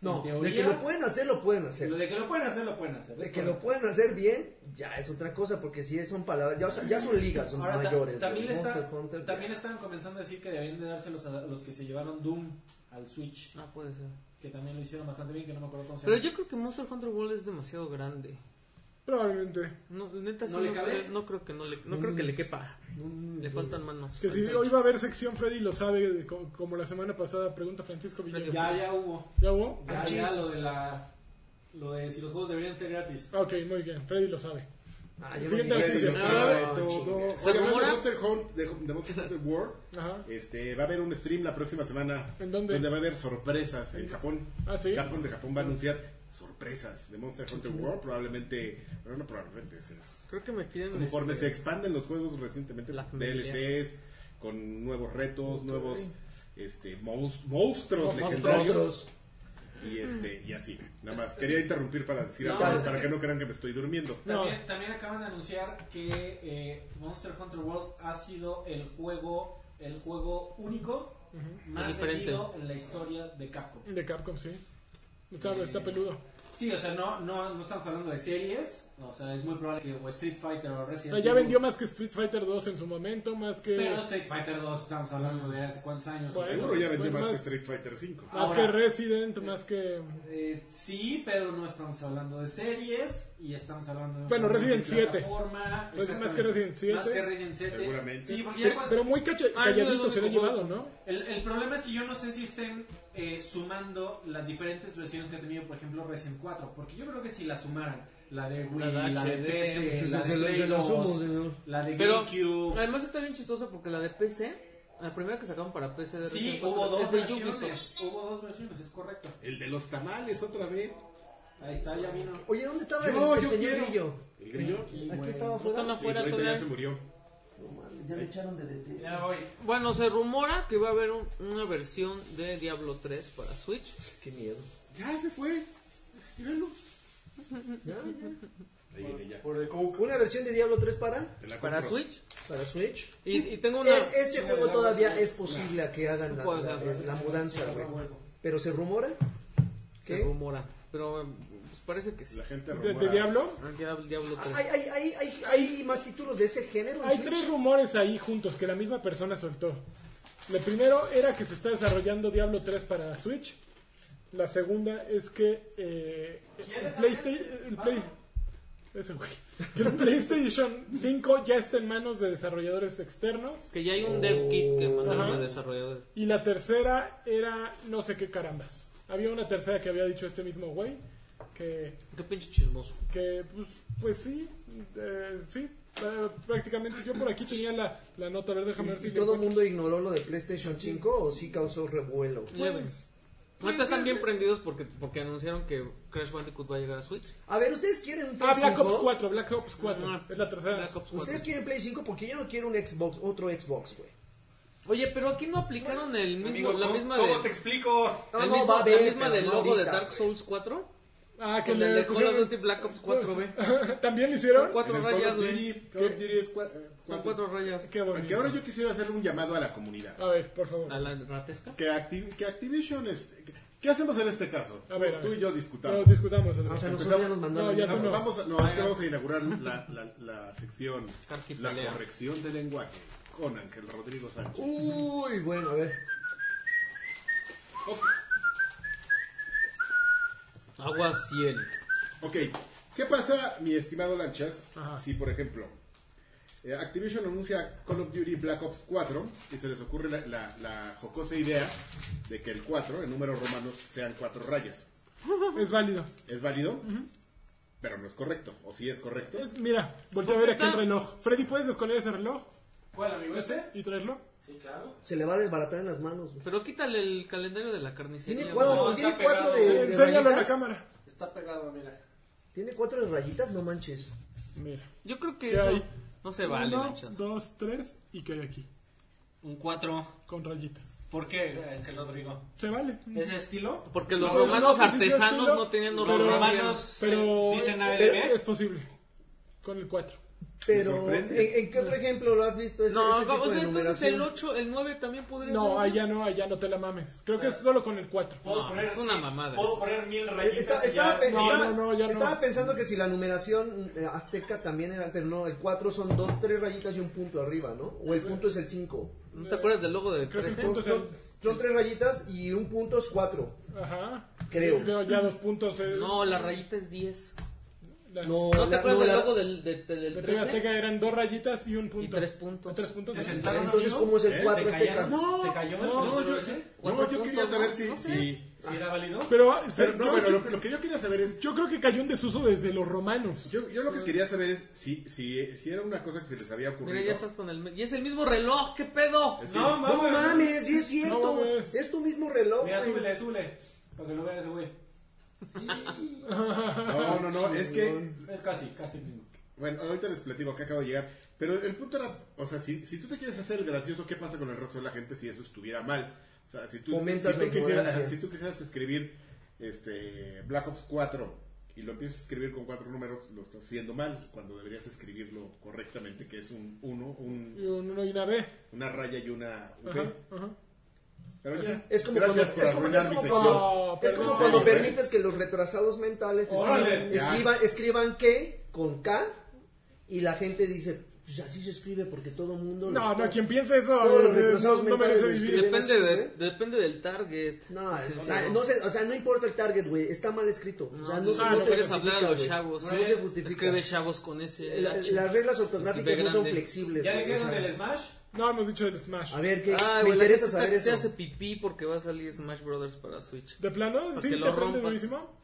No, en teoría, de que lo pueden hacer, lo pueden lo hacer. de que lo pueden hacer, lo pueden hacer. De es que lo correcto. pueden hacer bien, ya es otra cosa, porque si son palabras, ya, o sea, ya son ligas, son Ahora, ta- mayores. también, güey. está- Monster Hunter, también estaban comenzando a decir que debían de dárselos a los que se llevaron Doom al Switch, No puede ser. que también lo hicieron bastante bien, que no me acuerdo cómo se Pero llama. yo creo que Monster Hunter World es demasiado grande. Probablemente. No, neta, sí, ¿No le no, cabe? creo- no creo que no le, no creo que le quepa. Le faltan manos. Es que si Al hoy Switch. va a haber sección, Freddy lo sabe, de co- como la semana pasada, pregunta Francisco Villón. Freddy. Ya, ya hubo. ¿Ya hubo? Ya, Ah, ya chis. lo de la. Lo de si los juegos deberían ser gratis. Ah, Ok, muy bien, Freddy lo sabe. Ah, yo Siguiente no digo noticia. eso. Ah, Ah, todo. chinga. Oye, hablando de ¿Segura? Monster Hunt- de de Monster Hunter World, Ajá. Este, va a haber un stream la próxima semana. ¿En dónde? Donde va a haber sorpresas en Japón. Ah, ¿sí? Capcom de Japón va a anunciar sorpresas de Monster Hunter World. Probablemente, bueno, no probablemente, se- Creo que me quieren. conforme este, se expanden los juegos recientemente, La familia. DLCs, con nuevos retos, nuevos este, mous- monstruos legendarios. Monstruos. Y, este, y así. Nada más, quería interrumpir para decir No, algo, es para que- que no crean que me estoy durmiendo. No. También, también acaban de anunciar que eh, Monster Hunter World ha sido el juego el juego único más Diferente. vendido en la historia de Capcom. De Capcom, sí. Está, está peludo. Sí, o sea, no, no, no estamos hablando de series. O sea, es muy probable que o Street Fighter o O Resident sea, ya Evil- vendió más que Street Fighter 2 en su momento, más que... Pero Street Fighter 2 estamos hablando de hace cuántos años. Bueno. Seguro ya vendió Bueno, más Pues más- que Ah. Street Fighter 5. Más Ahora- que Resident, más que... Eh, sí, pero no estamos hablando de series y estamos hablando de Bueno, una Resident siete. plataforma, Pues es más exactamente. que Resident siete. Más que Resident 7. Seguramente. Sí, porque ya Pero, cuando- pero muy cacha- Ah, yo calladito lo se lo ha único llevado, juego- ¿no? El, el problema es que yo no sé si estén eh, sumando las diferentes versiones que ha tenido, por ejemplo, Resident 4, porque yo creo que si la sumaran, la de Wii, la, La de de HD, PC, pues, la se de lo- Play se lo 2, sumo, señor. la de Pero GameCube, además está bien chistoso porque la de PC, la primera que sacaron para PC de sí, Resident hubo Evil dos es de Ubisoft. versiones, hubo dos versiones, es correcto. El de los tamales otra vez. Ahí está, ya vino. Oye, ¿dónde estaba el- Yo, el, yo señor quiero. Grillo? El grillo. Aquí, Aquí güey. estaba No están afuera. Sí, pero afuera ahorita todavía. ya se murió. No mames, Ya le echaron de DT. Ya voy. Bueno, se rumora que va a haber un- una versión de Diablo 3 para Switch. Qué miedo. Ya se fue. Estíralo. Ahí viene ya. Por el- Una versión de Diablo 3 para, Te la Para compro. Switch. para Switch. Y, y tengo una. Es- ese juego todavía es posible que hagan la, Pues, la- ajá. la mudanza, güey. Pero se rumora Se que- rumora. Pero eh, pues, parece que sí. La gente De, rumora. de Diablo. Ah, Diablo, Diablo 3. Hay, hay, hay, hay, hay más títulos de ese género. en Hay Switch? tres rumores ahí juntos que la misma persona soltó. El primero era que se está desarrollando Diablo 3 para Switch. La segunda es que eh, el, PlayStation, el, Play- ese güey. Que el PlayStation 5 ya está en manos de desarrolladores externos. Que ya hay un dev kit que mandaron Ajá. a desarrolladores. Y la tercera era no sé qué carambas. Había una tercera que había dicho este mismo güey. Que, Qué pinche chismoso. que pues, pues sí, eh, sí. eh, prácticamente yo por aquí tenía la, la nota. A ver, déjame ver si ¿Y la todo el encuentro. mundo ignoró lo de PlayStation 5 o sí causó revuelo? Leve. Pues, Ahorita están bien prendidos porque, porque anunciaron que Crash Bandicoot va a llegar a Switch. A ver, ¿ustedes quieren un Play Ah, Black 5? Ops 4, Black Ops 4. Ah, es la tercera. Black Ops 4. ¿Ustedes quieren Play 5? Porque yo no quiero un Xbox, otro Xbox, güey. Oye, pero aquí no aplicaron el mismo, Amigo, la ¿cómo, misma cómo de- te explico? No, el no, mismo- va a haber, la misma pero del no logo de ahorita, Dark güey. Souls 4. Ah, que Con el le de Call of pusieron. Duty Black Ops 4, güey. <laughs> ¿También lo Son hicieron? En cuatro el Call of rayas, Duty, güey. Call of Duty es cua- eh, Son cuatro. cuatro rayas. Ah, Qué bonito. Aunque ahora yo quisiera hacer un llamado a la comunidad. A ver, por favor. ¿A la ratesca? Que, Activ- que Activision es... ¿Qué hacemos en este caso? A ver, a tú ver. y yo No, discutamos. discutamos. O sea, Andrés. nosotros ya nos mandaron. No, ya un- tú No, no. Vamos a, no, es que vamos a inaugurar la, la- la sección, la Carquipelea. corrección de lenguaje con Ángel Rodrigo Sánchez. Uy, bueno, a ver. Agua ciel. Ok, ¿qué pasa, mi estimado Lanchas, Ajá. si por ejemplo eh, Activision anuncia Call of Duty Black Ops 4 y se les ocurre la, la- la jocosa idea de que el 4, en números romanos, sean cuatro rayas? Es válido. ¿Es válido? Pero no es correcto, o si es correcto. Es- mira, voltea a ver aquí el reloj. Freddy, ¿puedes descolgar ese reloj ¿Cuál, amigo? ¿Ese? y traerlo? Sí, claro. Se le va a desbaratar en las manos, güey. Pero quítale el calendario de la carnicería. Tiene, güey. bueno, No, pues está tiene cuatro pegado. de, de Enséñalo a la rayitas. cámara. Está pegado, mira. Tiene cuatro rayitas, no manches. Mira. Yo creo que ¿Qué eso hay? no se vale, Uno, Nacho. dos, tres. ¿Y qué hay aquí? Un 4. Con rayitas. ¿Por qué, eh, Ángel Rodrigo? Se vale. ¿Ese estilo? Porque los No, no, romanos no, sí, sí, artesanos estilo, no tenían Los horror pero- romanos Pero eh, dicen ALB. es posible. Con el 4. Me Pero, ¿en, sorprende. en qué otro ejemplo lo has visto? ese- No, ese tipo o sea, entonces de el numeración? 8, el 9 también podría ser. No, así. allá no, allá no te la mames. Ah. Creo que es solo con el 4. Puedo No, poner es una cien- mamada. Puedo poner mil Eh, rayitas. Eh, Está- y estaba, ya- pe- No, estaba- no, no, ya no. estaba pensando que si la numeración eh, azteca también era, pero no, el 4 son dos, tres rayitas y un punto arriba, ¿no? O el punto es el 5. ¿No te acuerdas del logo de Creo que el 13? punto es Son, el- son tres rayitas y un punto es 4. Ajá. Creo. Creo ya dos puntos. eh, No, la rayita es 10. la- No, ¿No te la- acuerdas no, del la- logo del, de- de- del De TV 13? Azteca eran dos rayitas y un punto. tres puntos. Tres puntos. ¿Te ¿no? sentaron Entonces, amigo? ¿cómo es ¿Eh? el 4 ¿Te azteca? cayeron? No, ¿Te cayó el no, consuelo yo- ese? No, yo quería saber si... No sé. si- ¿Sí era válido? Pero, pero, se- no, yo- bueno, yo, lo, que- lo que yo quería saber es... yo creo que cayó en desuso desde los romanos. Yo, yo lo que quería saber es si, si, si era una cosa que se les había ocurrido. Mira, ya estás con el. Y es el mismo reloj, ¿qué pedo? Es que- No, No mames. mames, sí es No cierto. mames. es tu mismo reloj. Mira, güey. súbele, súbele. Para que lo vea ese güey. no, no, no, es que... Es casi, casi el mismo. Bueno, ahorita les platico que acabo de llegar. Pero el punto era, o sea, si, si tú te quieres hacer el gracioso, ¿qué pasa con el resto de la gente si eso estuviera mal? O sea, si tú, si Fomenta la tú, quisieras, ignorancia. si tú quisieras escribir este, Black Ops 4 y lo empiezas a escribir con cuatro números, lo estás haciendo mal, cuando deberías escribirlo correctamente, que es un 1, Y un uno y una B. una raya y una V. Ajá, ajá. Pero ya, Es como gracias cuando- por es como- arruinar es mi como sección. cuando- Es Perdón, como cuando sí, permites que los retrasados mentales escriban, Órale, ya. escriban, escriban qué con K y la gente dice, pues así se escribe porque todo mundo... lo- No, no, quien piense eso Todos los eh, retrasados no, no merece mentales vivir. escriben. Depende, eso, de- ¿eh? depende del target. No, eh, Sí, o sí, sea, no. no, se, o sea, no importa el target, güey, está mal escrito. O sea, No, no, se- no, no no se quieres justifica, hablar a los güey. chavos. ¿eh? No se justifica. Eh, Escribe chavos con ese. La- H. las reglas Ve ortográficas no son grande. flexibles. ¿Ya güey, dijeron o sea, del Smash? No, hemos dicho del Smash. A ver, ¿qué? Ay, me Ah, güey, la interesa gente saber está- se eso. hace pipí porque va a salir Smash Brothers para Switch. ¿De plano? Para ¿Sí? que ¿Te lo prende rompan. durísimo?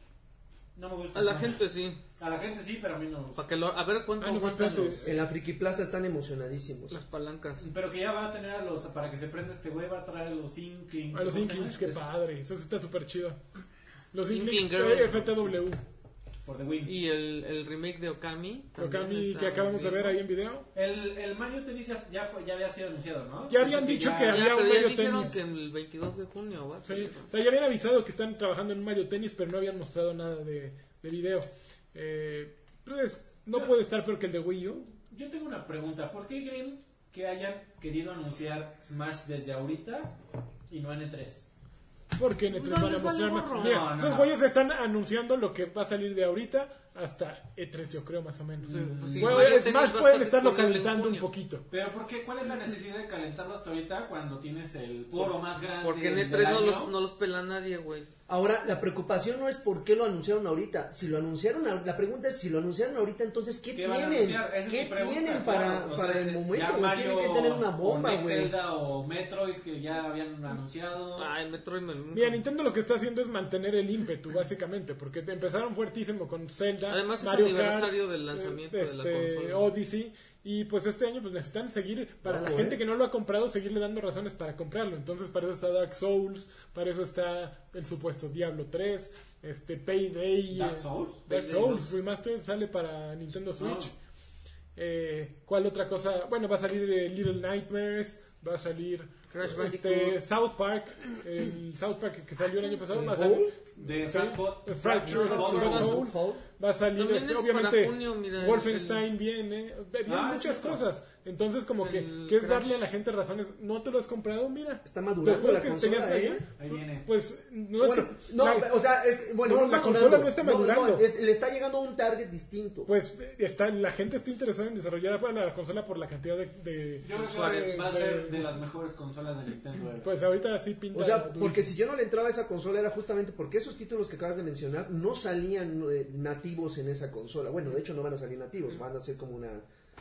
No me gusta. A la No. gente sí. A la gente sí, pero a mí no me gusta. Para que lo, a ver cuánto Ah, no, pues, aguantan espérate. los- En la Friki Plaza están emocionadísimos. las palancas. Pero que ya va a tener a los. Para que se prenda este güey, va a traer a los Inklings. A los ¿no? Inklings, qué padre. Eso sí está súper chido. Los Inking Inklings Girl. eh, FTW. For the win. Y el, el remake de Okami. Lo que a también mí- está que acabamos de muy ver bien. ahí en video. El, el Mario Tennis ya, ya, fue- ya había sido anunciado, ¿no? Ya habían dicho que Ya, había un pero ya Mario dijeron Tennis. que el 22 de junio, va a Sí, salir. o sea, ya habían avisado que están trabajando en Mario Tennis, pero no habían mostrado nada de, de video. Eh, pues, no puede estar peor que el de Wii U. Yo tengo una pregunta. ¿Por qué creen que hayan querido anunciar Smash desde ahorita y no en E E3? Porque en E3 No, van a les vale mostrar gorro. más. Mira, No, no, esos no. güeyes están anunciando lo que va a salir de ahorita hasta E3, yo creo, más o menos. Sí, pues, sí, Bueno, Mario es Tennis más, va a pueden estar estarlo disponible en calentando un junio. poquito. Pero por qué, ¿cuál es la necesidad de calentarlo hasta ahorita cuando tienes el foro más grande? Porque en del E3 no año? los, no los pela nadie, güey. Ahora, la preocupación no es por qué lo anunciaron ahorita. Si lo anunciaron, a- la pregunta es si lo anunciaron ahorita, entonces, ¿qué, ¿Qué van a tienen? anunciar? Esa es ¿Qué mi pregunta, tienen para, claro. O sea, para el ya momento? güey? Mario tienen que tener una bomba, o Next güey. Zelda o Metroid que ya habían anunciado. Ah, el Metroid me... Mira, Nintendo lo que está haciendo es mantener el ímpetu, básicamente, porque empezaron fuertísimo con Zelda, Además, es Mario aniversario Kart, del lanzamiento eh, de la este, consola. Odyssey, y pues este año pues necesitan seguir, Ah, para Ojo, la gente eh. que no lo ha comprado, seguirle dando razones para comprarlo. Entonces, para eso está Dark Souls, para eso está el supuesto Diablo 3, este Payday... Dark eh, Souls. Dark Payday Souls 2. Remastered sale para Nintendo Switch. Ah. Eh, ¿Cuál otra cosa? Bueno, va a salir eh, Little Nightmares, va a salir Crash este, Bandicoot. South Park, el South Park que salió el año pasado, va a ¿Hole? salir, De Sí. Fat Hot- Fracture, Fracture Hot Fracture Hot Hot Hole. Hole. va a salir También este, es para obviamente junio, mira, el- Wolfenstein viene, vienen Ah, muchas cierto. cosas, entonces como que, El que es Crash. darle a la gente razones, no te lo has comprado, mira, Está madurando la que consola, tenías ahí, ¿eh? Ahí viene. pues no es Bueno, que- no, la- o sea, es, bueno, No, la madurando. consola no está madurando. es- le está llegando a un target distinto. pues está, la gente está interesada en desarrollar la, la consola por la cantidad de, de- Yo creo que Suárez. va a ser de las mejores consolas de Nintendo. eh. pues ahorita sí pinta O sea, durísimo. porque si yo no le entraba a esa consola era justamente porque esos títulos que acabas de mencionar no salían eh, nativos en esa consola. Bueno, de hecho no van a salir nativos, van a ser como una,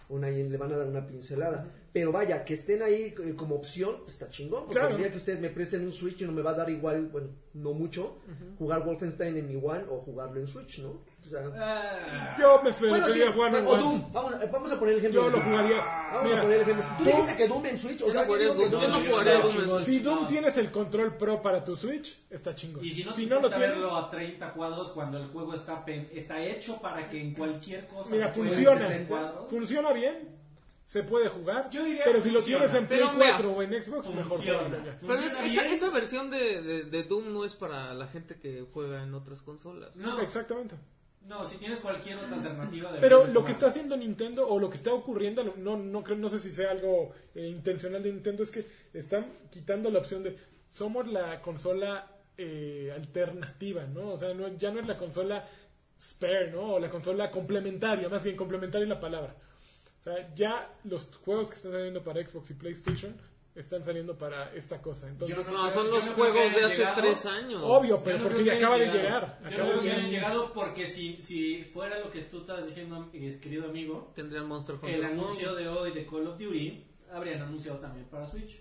una le van a dar una pincelada. Pero vaya, que estén ahí eh, como opción, pues, está chingón. Porque Claro. el día que ustedes me presten un Switch, no me va a dar igual, bueno, no mucho, jugar Wolfenstein en mi One o jugarlo en Switch, ¿no? O sea, Ah, Yo me preferiría sí, jugar en o One. Doom. Vamos, eh, vamos a poner el ejemplo. Yo de lo Doom. jugaría. Vamos Mira, a poner el ejemplo. ¿Tú me dices que Doom en Switch? Yo O no sea, jugaría digo que Doom, yo en no Switch jugaría está Doom en chingón. Si Doom No. tienes el control pro para tu Switch, está chingón. Y si no, te lo importa tienes, verlo a 30 cuadros cuando el juego está, pen- está hecho para que en cualquier cosa mira, se juegue en funciona. 60 cuadros. Funciona bien. Se puede jugar. Yo diría pero que si lo funciona. tienes en Play Pero mira, 4 o en Xbox, mejor. Funciona. juega. Pero es- Funciona esa, bien. esa versión de, de- de Doom no es para la gente que juega en otras consolas. No, Exactamente. no, si tienes cualquier otra alternativa. Pero deberías lo que está tomar. haciendo Nintendo o lo que está ocurriendo, lo- no, no, creo, no sé si sea algo eh, intencional de Nintendo, es que están quitando la opción de somos la consola eh, alternativa, ¿no? O sea, no- ya no es la consola spare, ¿no? O la consola complementaria, más bien complementaria es la palabra. O sea, ya los juegos que están saliendo para Xbox y PlayStation están saliendo para esta cosa. Entonces, Yo No, son Yo los no creo que juegos hayan de hace llegado. tres años. obvio, Yo pero no porque creo ya que acaba de hayan llegado. llegar. Yo no acaba creo que de hayan llegar. llegado porque si, si fuera lo que tú estás diciendo, eh, querido amigo, Tendrían Monster Hunter. el World. anuncio de hoy de Call of Duty habrían anunciado también para Switch.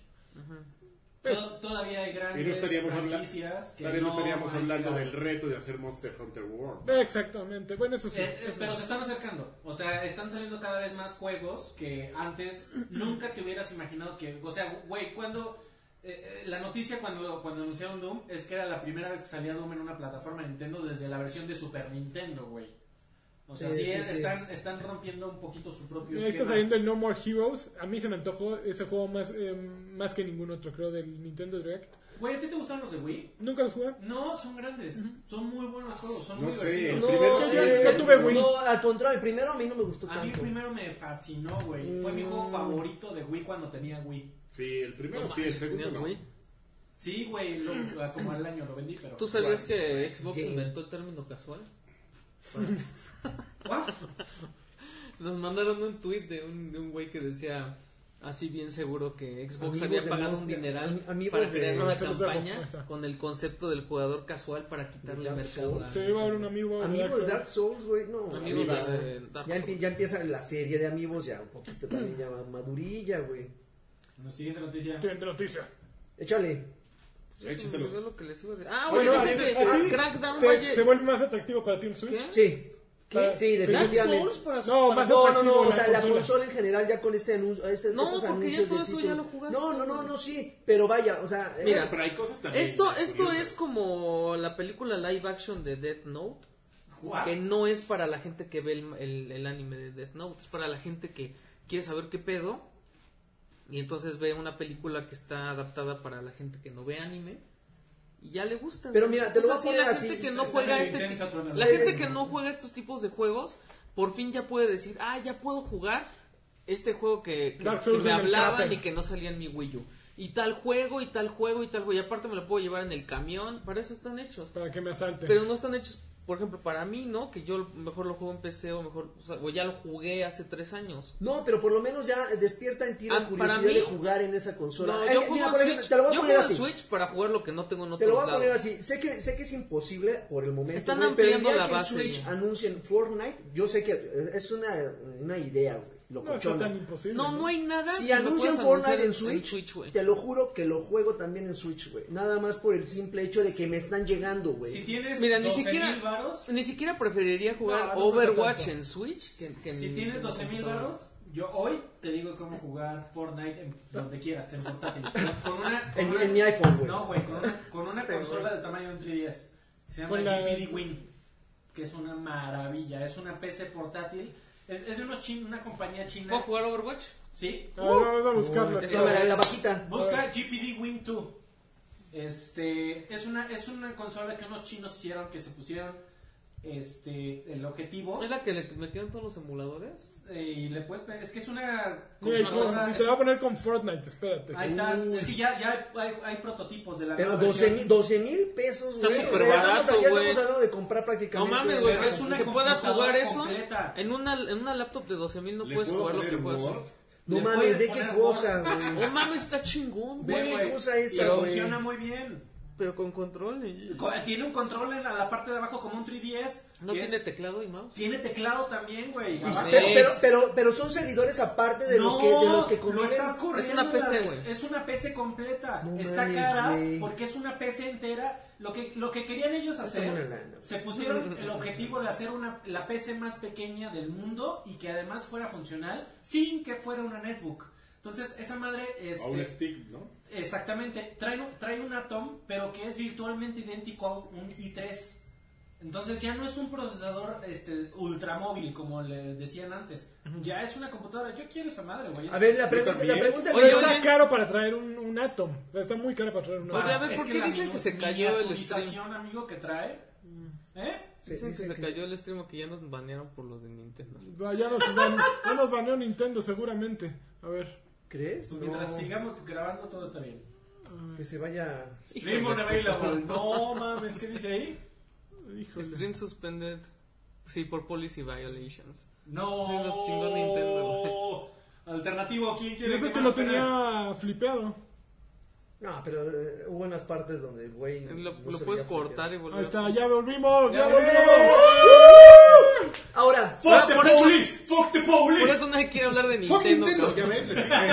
Pues, To- todavía hay Y no grandes estaríamos, habla- franquicias que todavía no estaríamos han hablando llegado. del reto de hacer Monster Hunter World. Exactamente, bueno, eso sí. Eh, eh, eso pero sí. se están acercando, o sea, están saliendo cada vez más juegos que <clears throat> antes nunca te hubieras imaginado que, o sea, güey, cuando eh, eh, la noticia cuando cuando anunciaron Doom es que era la primera vez que salía Doom en una plataforma de Nintendo desde la versión de Super Nintendo, güey. O sea, Sí, sí, sí, es- sí. están están rompiendo un poquito su propio Mira, ahí está esquema. saliendo el No More Heroes. A mí se me antojó ese juego más, eh, más que ningún otro, creo, del Nintendo Direct. Güey, ¿a ti te gustaron los de Wii? Nunca los jugué. No, son grandes, son muy buenos juegos, son No muy sé, el divertidos. No, primero yo sí ya- es- yo tuve Wii. No, al contrario, el primero a mí no me gustó A mí tanto. primero me fascinó, güey. Fue mi juego Mm. favorito de Wii cuando tenía Wii. Sí, el No primero sí, el manches, segundo tenías no. Wii. Sí, güey, lo- ah, como al año lo vendí, pero. ¿Tú sabías Guay, que Xbox game. inventó el término casual? <laughs> ¿What? Nos mandaron un tweet de un, de un güey que decía así bien seguro que Xbox Amigos había de pagado un Monster- dineral am- amigos para de- crear Ah, una se los dejo, ahí campaña está. con el concepto del jugador casual para quitarle Dark mercado. a- Souls. Se iba a ver un amigo. Amigos de Souls. Dark Souls, güey, no. Amigos Amigos. de Dark Ya, Souls. empie- ya empieza la serie de amigos, ya un poquito también ya madurilla, güey. La siguiente noticia. Siguiente noticia. ¿Eh? Échale. Yo se me Échaselos. olvidó lo que les iba a decir. Ah, Bueno, bueno, a dicen ti- que a ti Crackdown te- va a lle- ¿Se vuelve más atractivo para ti un Switch? ¿Qué? Sí. ¿Qué? Sí, ¿Dark definitivamente. para su- No, para- más No, no, atractivo no, o sea, la consola. consola en general ya con este anuncio, este- No, estos porque ya anuncios todo de eso ya títulos. lo jugaste, No, no, no, güey. no, sí, pero vaya, o sea, eh, Mira, Pero hay cosas también. Esto, esto curiosas. es como la película live action de Death Note, ¿What? que no es para la gente que ve el, el- el anime de Death Note, es para la gente que quiere saber qué pedo y entonces ve una película que está adaptada para la gente que no ve anime y ya le gusta. Pero mira, te lo Es voy a poner la así, gente que está- no está juega medio este intensa ti- tu analogía. la gente que no juega estos tipos de juegos, por fin ya puede decir, "Ah, ya puedo jugar este juego que, que- Dark que Souls me en el hablaban cráter. y que no salía en mi Wii U." Y tal juego, y tal juego, y tal juego. Y aparte me lo puedo llevar en el camión. Para eso están hechos. Para que me asalte. Pero no están hechos, por ejemplo, para mí, ¿no? Que yo mejor lo juego en PC o mejor... O, sea, o ya lo jugué hace tres años. No, pero por lo menos ya despierta en ti la Ah, para curiosidad mí- de jugar en esa consola. No, Eh, yo mira, juego por en ejemplo, Switch, te lo voy a yo poner juego en así. Switch para jugar lo que no tengo en Te lo voy otros a poner lados. así. Sé que, sé que es imposible por el momento. Están güey, pero el ampliando día la que en base, Switch ya. anuncien Fortnite, yo sé que eh, es una, una idea, güey. Lo No está cochona. tan imposible. No, no hay nada. Si que lo anuncian puedas Fortnite anunciar en Switch, güey. te lo juro que lo juego también en Switch, güey. Nada más por el simple hecho de que me están llegando, güey. Si tienes Mira, ni 12 siquiera, mil varos, ni siquiera preferiría No, jugar no cuesta Overwatch tanto. en Switch que, que en- si en tienes 12 mil computadora. varos, yo hoy te digo cómo jugar Fortnite en donde quieras, en portátil. Con una, con En- una- en mi iPhone, güey. No, güey, con una, con una consola del tamaño de un 3DS. que Se llama Con la- GPD Win, que es una maravilla. Es una PC portátil. Es, es de unos chin- una compañía china. ¿Puedo jugar Overwatch? Sí, A ver, vamos a buscarla. Está la, la vaquita. Busca GPD Win 2. Este, es una, es una consola que unos chinos hicieron que se pusieron este, el objetivo. ¿Es la que le metieron todos los emuladores? eh, y le puedes pe- es que es una Mira, y con- computadora, y es- te voy a poner con Fortnite, espérate. ahí estás. Es que ya, ya hay, hay prototipos de la Pero nueva 12 versión. mil 12 mil pesos, Está güey. súper ya estamos- barato, ya güey. estamos hablando de comprar No prácticamente. mames, güey, güey. pero es una Que puedas jugar computadora eso completa. en una, en una laptop de 12 mil no ¿Le puedes puedo jugar lo poner que puedas Word? jugar. No Le mames, puedes ¿de qué poner cosa, güey? No mames, está chingón, Ve, güey. Güey, güey, usa esa, pero güey. funciona muy bien. Pero con control. y- Co- Tiene un control en la, la parte de abajo como un 3DS. ¿No que es- tiene teclado y mouse? tiene teclado también, güey. Y- abajo. sí. pero, pero, pero, pero son servidores aparte de los que, de los que lo conviven. estás corriendo. Es una PC, la- güey. Es una PC completa. No Está mames, cara güey. porque es una PC entera. Lo que, lo que querían ellos buena hacer, lana. se pusieron el objetivo de hacer una, la PC más pequeña del mundo y que además fuera funcional sin que fuera una netbook. Entonces, esa madre... Este, A un stick, ¿no? Exactamente, trae, un- trae un Atom, pero que es virtualmente idéntico a un i3. Entonces ya no es un procesador este, ultramóvil, como le decían antes. Ya es una computadora. Yo quiero esa madre, güey. A ver, la pregunta, también. la pregunta Oye, no está oye. caro para traer un, un Atom. Está muy caro para traer un Podría Atom. haber- es ¿por qué la dicen que se cayó el stream? Mm. miniaturización, amigo, que trae. ¿Eh? Sí, Dicen que dicen se que- cayó el stream o que ya nos banearon por los de Nintendo. Ya nos, ban- ya nos baneó Nintendo seguramente. A ver. pues ¿Crees? No, Pues Mientras sigamos grabando, todo está bien. que se vaya. Stream unavailable. No mames, ¿qué dice ahí? Híjole. Stream suspended. Sí, por policy violations. No. Nos chingó Nintendo, Alternativo, ¿quién Y quiere eso que que más lo tenía flipeado. No, pero eh, hubo unas partes donde el güey. Lo, Eh, no se lo veía puedes porque- cortar y volver. Ahí Ah, está, ya volvimos, ya Ya volvimos. Ahora, ¡Fuck the Ah, por eso- police! ¡Fuck the police! Por eso nadie quiere hablar de ¡Fuck Nintendo. Nintendo! cabrón. Ya ven, les dije.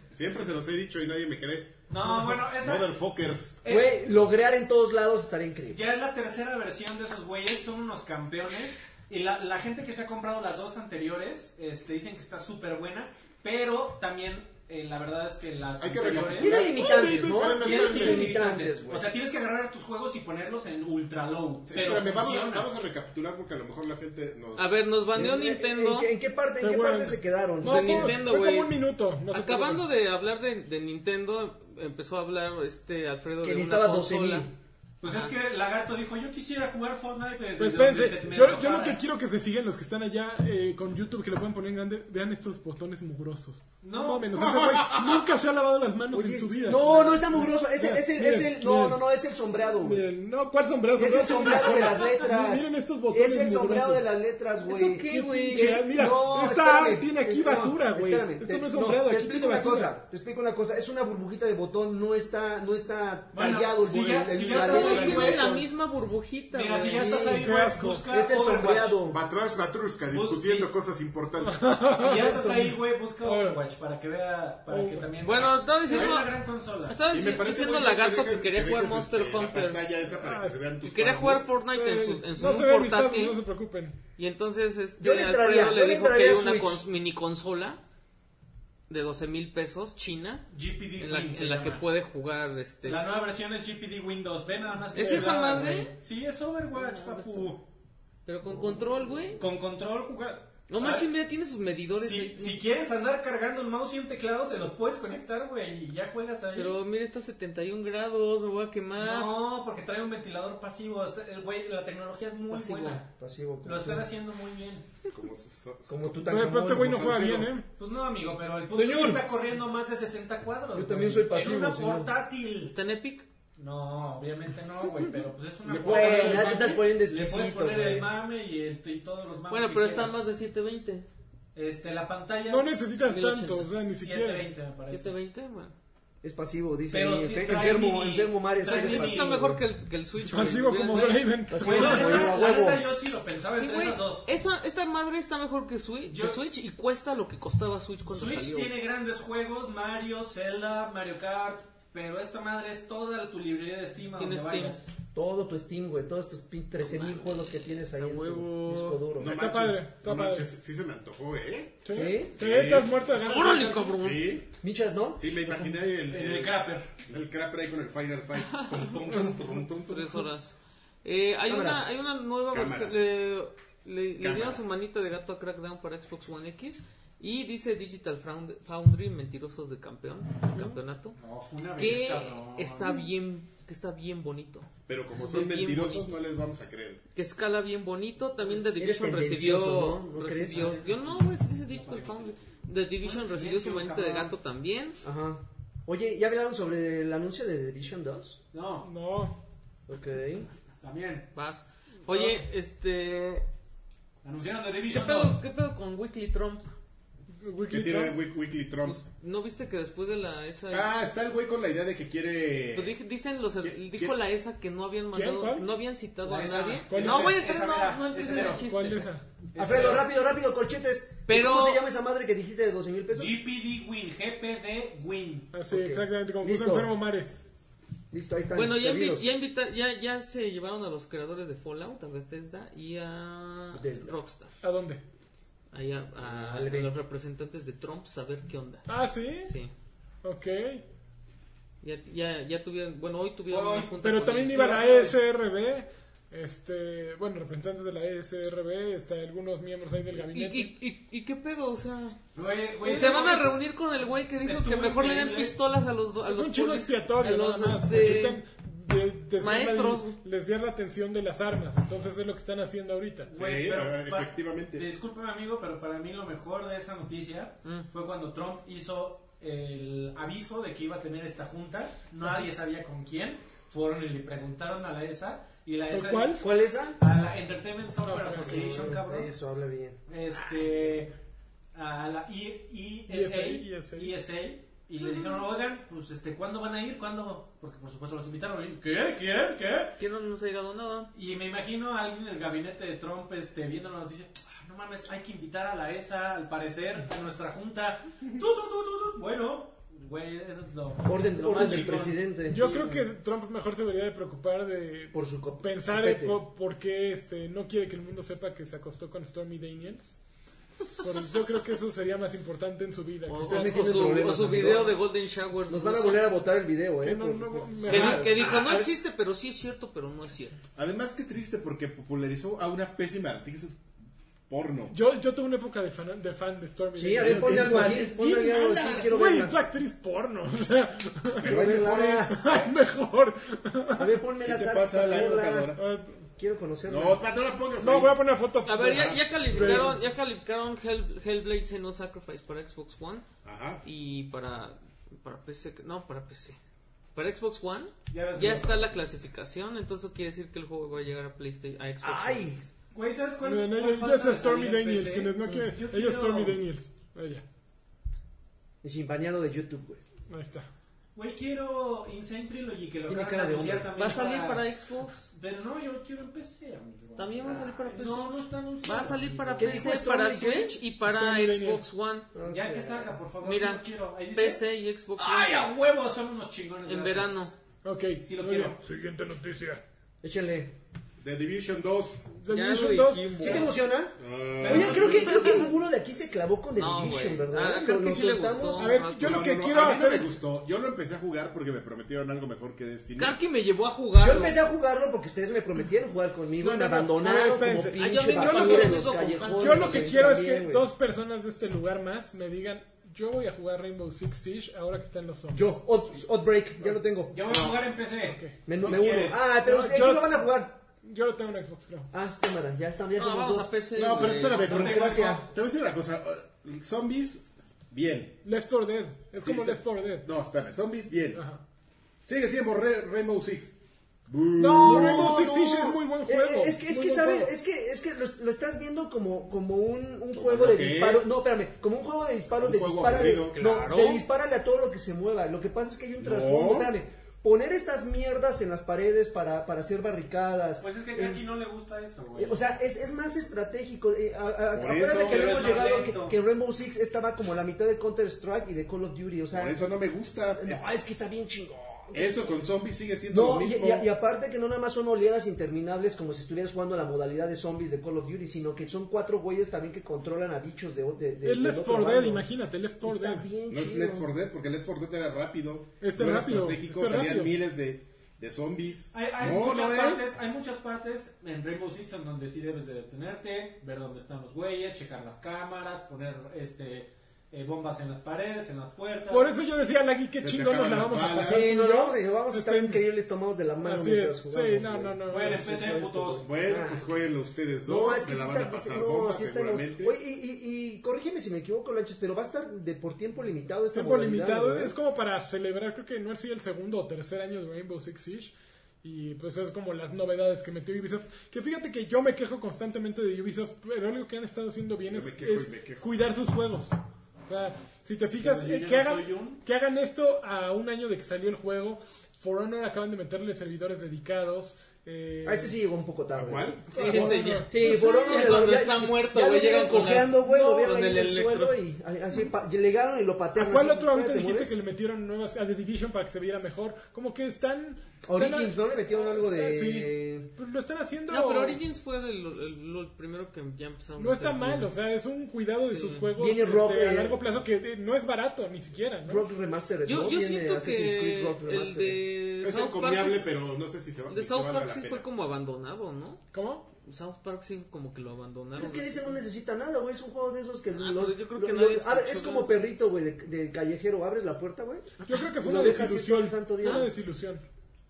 <laughs> Siempre se los he dicho y nadie me cree. <laughs> No, bueno, esa, Motherfuckers. eh, güey, lograr en todos lados estaría increíble. Ya es la tercera versión de esos güeyes, son unos campeones. Y la, la gente que se ha comprado las dos anteriores, este, dicen que está súper buena, pero también eh, la verdad es que las Hay que anteriores Tiene limitantes, Uy, ¿no? espérame, Tiene espérame. limitantes, O güey. sea, tienes que agarrar tus juegos y ponerlos en ultra low, Sí, pero espérame, vamos, a, funciona. vamos a recapitular porque a lo mejor la gente nos... A ver, nos baneó ¿En- ¿En Nintendo. qué, en qué parte, en qué Seguro. parte se quedaron? No, de todo- Nintendo, fue güey. como un minuto. no se Acabando preocupen. de hablar de, de Nintendo, empezó a hablar este Alfredo Que de una necesitaba consola. 12,000. Pues es que Lagarto dijo, yo quisiera jugar Fortnite desde Pero donde se Pues, espérense, me yo, yo antojara". lo que quiero que se fijen los que están allá eh, con YouTube, que le pueden poner en grande, vean estos botones mugrosos. No. No, menos ese güey <laughs> nunca se ha lavado las manos Oye, en su vida. no, no está mugroso. Es, el- es, el, Miren, es el- no, miren. no, no, es el sombreado, güey. Miren, no, ¿cuál sombrero? Es el sombreado de las letras. Miren estos botones Es el sombreado mugrosos. de las letras, güey. ¿Eso qué, güey? Che, mira, No, esta espérame, tiene aquí eh, no, basura, güey. espérame, Esto te- no es sombreado, te aquí explico tiene una basura. cosa, te explico una cosa, es una burbujita de botón, no está, no está Bueno, tallado el si botón, ya- el- si el- ya la estás letra, Todos ahí, güey. güey. tienen la misma burbujita. Mira, si güey. ya estás ahí, qué güey, asco. busca Es el Overwatch. sombreado. Batrash, Batrushka, Pues, discutiendo sí. cosas <laughs> importantes. Si ya estás ahí, güey, busca Ahora. Overwatch para que vea, para que también... Bueno, estaba es diciendo, una gran consola. estaba Y me dic- parece diciendo muy bien Lagarto que dejes- quería jugar dejes, Monster este, La Hunter. Ah, pantalla esa para que se vean Que tus quería jugar cuadros. Fortnite en su, en su no se muy vean mis portátil. tabs, no se preocupen. Y entonces Yo este, le entraría, Alfredo yo le le dijo que entraría era a una Switch. cons- mini consola de 12 mil pesos china GPD en la, Win se en la que llama. puede jugar este La nueva versión es GPD Windows. Ve nada más que ¿Es esa chulada, madre? güey. Sí, es Overwatch, papu. pero con control, güey. Con control jugar. No manches, mira, tiene sus medidores. Si, ahí. si quieres andar cargando un mouse y un teclado, se los puedes conectar, güey, y ya juegas ahí. Pero ah. mira, está a 71 grados, me voy a quemar. No, porque trae un ventilador pasivo. Está- el Güey, la tecnología es muy Pasivo, buena. pasivo, como Lo están tú. haciendo muy bien. Como se- so- Como tú Pero también. este güey no como juega bien, Salcedo. ¿eh? Pues no, amigo, pero el punto es que Señor. está corriendo más de 60 cuadros. Yo güey. también soy pasivo, En una señor. portátil. ¿Está en Epic? No, obviamente no, güey, pero pues es una Le Güey, portátil. ya te estás poniendo Le puedes exquisito, poner el güey. mame y, este, y todos los mames. Bueno, que pero está a quieras. más de 720. Este, la pantalla. No es necesitas 1800, tanto, o sea, ni siquiera. 720 me parece. 720, bueno. Es pasivo, dice Pero mi ti- enfer- trae enfermo, mini- enfermo Mares, trae eres mini- Eso está pasivo. mejor que el, que el Switch. güey. Pasivo como Hubiera- Draven. Pasivo Bueno, como la yo, neta- a la huevo. neta yo sí lo pensaba Sí, entre güey, esas dos. esa, esta madre está mejor que Switch, Yo- que Switch y cuesta lo que costaba Switch cuando Switch salió. tiene grandes juegos, Mario, Zelda, Mario Kart, pero esta madre es toda tu librería de Steam a donde Tiene Steam. vayas. Todo tu Steam, güey, todos estos pin- 13 mil juegos que tienes ahí a en tu huevo. disco duro. No Está manches, padre, está no manches, padre. Sí se me antojó, ¿eh? ¿Sí? ¿Sí? Sí, estás muerto de ganas. ¡Órale, cabrón! Sí, Michas, ¿no? sí, me imaginé el... En el crapper. El crapper ahí con el Final <laughs> Fight. Tum, tum, tum, tum, tum, tum. Tres horas. Eh, hay, Cámara. una, hay una nueva Cámara. versión. Le, le- le Cámara. dieron su manita de gato a Crackdown para Xbox One X. Y dice Digital Found- Foundry, mentirosos de campeón, del campeonato. No, fue una Que bestia, no. está bien, que está bien bonito. Pero como Se son ve bien mentirosos, bonito. no les vamos a creer. Que escala bien bonito. También The Pues, Eres Division recibió. tendencioso, ¿no? ¿No crees? recibió yo no, güey, sí dice Digital Foundry. The Division Bueno, recibió su silencio, manita de cabrón. gato también. Ajá. Oye, ¿ya hablaron sobre el anuncio de The Division 2? No, No. Ok. Este- también. Vas. Oye, este. Anunciaron The ¿Qué Division 2. pedo, ¿Qué pedo con Weekly Trump? Que Weekly tiene Trump. Week- Weekly Trump. pues, ¿No viste que después de la ESA... Ah, está el güey con la idea de que Pero quiere. di- dicen los ¿Qui- dijo quién? la ESA que no habían ¿Quién? mandado, ¿Cuál? no habían citado La a ESA. nadie. ¿Cuál no es? voy a entrar, Esa mera, no, no esa entiendes mera. el chiste. ¿Cuál de esa? Alfredo, rápido, rápido, corchetes. Pero- ¿Cómo se llama esa madre que dijiste de 12 mil pesos? GPD Win, GPD Win. Así, Ok. Ah, exactamente, como puso Listo. enfermo Mares. Listo, ahí están. Bueno, ya, invi- servidos. ya, invita- ya, ya se llevaron a los creadores de Fallout, a Bethesda y a Bethesda. Rockstar. ¿A dónde? Ahí a, a- Al a B. los representantes de Trump, saber qué onda. Ah, sí. Sí. Ok. Ya, ya, ya tuvieron, bueno, hoy tuvieron Hoy, una junta Pero con también ellos. iba la E ESRB. Este, bueno, representantes de la E ESRB, está este, algunos miembros ahí del ¿Y, gabinete. y, y, y qué pedo? O sea, Güey, güey, Pues, se no, van a es- reunir con el güey que dijo Estuvo que mejor le den increíble. pistolas a los do- a Es los un chino polis- expiatorio, a los nada más. este, Necesitan de- desviar la- maestros. desviar la atención de las armas. Entonces es lo que están haciendo ahorita. Güey, Sí, pero ah, pa- efectivamente. Discúlpeme, amigo, pero para mí lo mejor de esa noticia Mm. fue cuando Trump hizo el aviso de que iba a tener esta junta. Nadie sabía con quién. Fueron y le preguntaron a la ESA. Y la E ¿Con ESA. cuál? ¿Cuál esa? Eh, A la Entertainment Software No, Association, cabrón. Eso, habla bien. Este. A la I- I- ESA. ESA. ESA, Y le dijeron, oigan, pues, este, ¿cuándo van a ir? ¿Cuándo? Porque, por supuesto, los invitaron. Y, ¿Qué? ¿Quién? ¿Qué? que no nos ha llegado nada. Y me imagino a alguien del gabinete de Trump este, viendo la noticia. "Ah, No mames, hay que invitar a la ESA, al parecer, a nuestra junta. <laughs> Tu, tu, tu, tu, tu. Bueno, güey, eso es lo. Orden, lo orden más del chingón. presidente. Yo creo que Trump mejor se debería de preocupar de Por su cop- pensar copete. en po- por qué este, no quiere que el mundo sepa que se acostó con Stormy Daniels. Por- yo creo que eso sería más importante en su vida. O, que o- sea- me o tiene su, problemas, o su amigo. video de Golden Shower. Nos van a ruso, volver a votar el video, ¿eh? que no- Por- no- por- me- Que, di- ajá. que dijo, no existe, pero sí es cierto, pero no es cierto. Además, qué triste porque popularizó a una pésima artista porno. Yo, yo tuve una época de fan de, fan de Stormy Sí, a Daniels. ver, ponle algo aquí. ¿Quién Ponle algo aquí, quiero Güey, es verla. actriz porno. O sea, <laughs> Pero hay mejores. mejor. A ver, ponme ¿Qué la te tarta pasa, para la verla. educadora? Quiero conocerla. No, pa, no la pongas. No, ahí. voy a poner foto. A ver, ya, Ajá. ya calificaron, ya calificaron Hell- Hellblade Senua Sacrifice para Xbox One Ajá. y para, para PC. No, para PC. Para Xbox One Ya ves, ya güey. está la clasificación, entonces eso quiere decir que el juego va a llegar a PlayStation, a Xbox One. ¡Ay! Güey, ¿sabes cuál No, no, cuál ella- ella falta es de Stormy salida en Daniels. PC? Quienes no quieren. Yo Ella es Stormy quiero- Daniels. Ella. Y sin baneado de YouTube, güey. Ahí está. Güey, quiero Insane Trilogy que lo Tiene acaban cara de anunciar hombre. también ¿Va a salir ah. para Xbox? Pero no, yo quiero en PC, amigo. Ah, También va a salir para PC. No, no está anunciado. Va a salir para ¿Qué dijo PC, Stormy para qué? Switch y para Stormy Xbox One. Ya que salga, por favor. Mira, sí lo quiero. Ahí dice, PC y Xbox ¡Ay, One a huevo! Son unos chingones. en gracias. verano. Ok. Sí, lo muy quiero. bien. Siguiente noticia. Échenle. The Division 2. The Ya Division lo 2. dijimos. ¿Sí te emociona? Ah, Oye, creo que, creo que ninguno de aquí se clavó con The No, Division, güey. ¿verdad? Ah, creo Lo- que lo sí le soltamos. gustó. A ver, un yo no, lo no, que no, quiero a mí no hacer. me gustó. Yo lo empecé a jugar porque me prometieron algo mejor que Destiny. Karki me llevó a jugar. Yo empecé a jugarlo porque ustedes me prometieron jugar conmigo No, y no, me no. abandonaron No, como espérense. Ah, yo pinche me- yo lo basura que- en los callejones. Yo lo que güey, quiero es también, que güey. dos personas de este lugar más me digan: Yo voy a jugar Rainbow Six Siege ahora que están los zombies. Yo, Out- Outbreak, ya lo tengo. Yo voy a jugar en PC. Me, ¿Tú me uno. quieres? Ah, pero No, ustedes yo- no lo van a jugar. Yo lo tengo en Xbox, creo. Ah, cámara, ya están, ya No, somos vamos dos. a PC. No, pero güey. espérame, No porque tengo gracias. te voy a decir una cosa. eh, Zombies, bien. Left 4 Dead. Es Sí, como sí. Left 4 Dead. No, espérame, zombies, bien. Ajá. Sigue siendo Re- Rainbow Six. No, Bú. Rainbow Six no. Siege es muy buen juego. Eh, Es que, es Muy que, buen ¿sabes? juego. Es que, es que lo, lo estás viendo como, como un, un Como juego lo de que disparos. es. No, espérame, como un juego de disparos Un de juego disparale. aburrido, no, claro. de disparale a todo lo que se mueva. Lo que pasa es que hay un No. trasfondo, espérame. Poner estas mierdas en las paredes para, para hacer barricadas. Pues es que a eh, Kaki no le gusta eso, güey. Eh, O sea, es, es más estratégico. eh, a- a- Por acuérdate eso, que pero habíamos es más llegado que, lento. que Rainbow Six estaba como la mitad de Counter Strike y de Call of Duty. O sea, Por eso no me gusta. no, es que está bien chingón. Eso con zombies sigue siendo No, lo y, mismo. y- y aparte que no nada más son oleadas interminables como si estuvieras jugando a la modalidad de zombies de Call of Duty, sino que son cuatro güeyes también que controlan a bichos de... de, de Es del Left otro 4 Dead, bando. imagínate, Left 4 Está Dead. bien No es chido. Left 4 Dead, porque Left 4 Dead era rápido. Está no era rápido, estratégico, está salían rápido. miles de, de zombies. Hay, hay no, muchas no es. partes, hay muchas partes en Rainbow Six en donde sí debes de detenerte, ver dónde están los güeyes, checar las cámaras, poner este eh, bombas en las paredes, en las puertas. Por eso yo decía, Lagui, qué Se te chingón nos la acaban las vamos a balas. pasar. Sí, no, no, vamos a, vamos a estar Este- increíbles tomados de la mano Así mientras es, jugamos, sí, no, güey. no, no. Bueno, no. sí, empecé, esto, putos. güey. Bueno, Ah. pues jueguenlo ustedes dos. No, es que se sí la van está, a pasar no, bomba, sí está seguramente. Oye, y, y, y corrígeme si me equivoco, Lanchas, pero va a estar de por tiempo limitado esta Tiempo modalidad, limitado, ¿no? es como para celebrar, creo que no es si el segundo o tercer año de Rainbow Six Siege. Y pues es como las novedades que metió Ubisoft. Que fíjate que yo me quejo constantemente de Ubisoft, pero algo que han estado haciendo bien Yo es, me quejo y es me quejo. cuidar sus juegos. O sea, si te fijas, Pero yo eh, ya que, no hagan, soy un- que hagan esto a un año de que salió el juego. For Honor acaban de meterle servidores dedicados. eh, Ah, ese sí llegó un poco tarde. ¿Cuál? Sí, ese ya. Sí, por ya uno de los- cuando ya- está muerto, ya güey, lo llegan llegan con cojeando, las- güey, lo no, vieron con ahí en el electro. suelo y a- así pa- llegaron y lo ¿A patearon. cuál así, otro ahorita ¿te dijiste mueres? que le metieron nuevas a The Division para que se viera mejor? Como que están... Origins, están- ¿no? Le metieron algo de... Sí. Pues lo están haciendo... No, pero Origins fue del- el, lo primero que ya empezamos No a está hacer. mal, o sea, es un cuidado de Sí. sus juegos Viene Rock, este, a eh, largo plazo que eh, no es barato ni siquiera, ¿no? Rock Remastered, Yo, ¿no? yo Viene siento Assassin's que Creed Rock el Remastered. de Es South encomiable, Park, pero no sé si se va de si South valga Park la sí pena. fue como abandonado, ¿no? ¿Cómo? South Park sí como que lo abandonaron. Es que ese no necesita nada, güey. Es un juego de esos que. pero yo creo que lo- nadie lo- a ver, es escuchó como nada. perrito, güey, de, de callejero. Abres la puerta, güey. Yo creo que fue Lo una dejas así todo desilusión. el santo Fue día. una desilusión.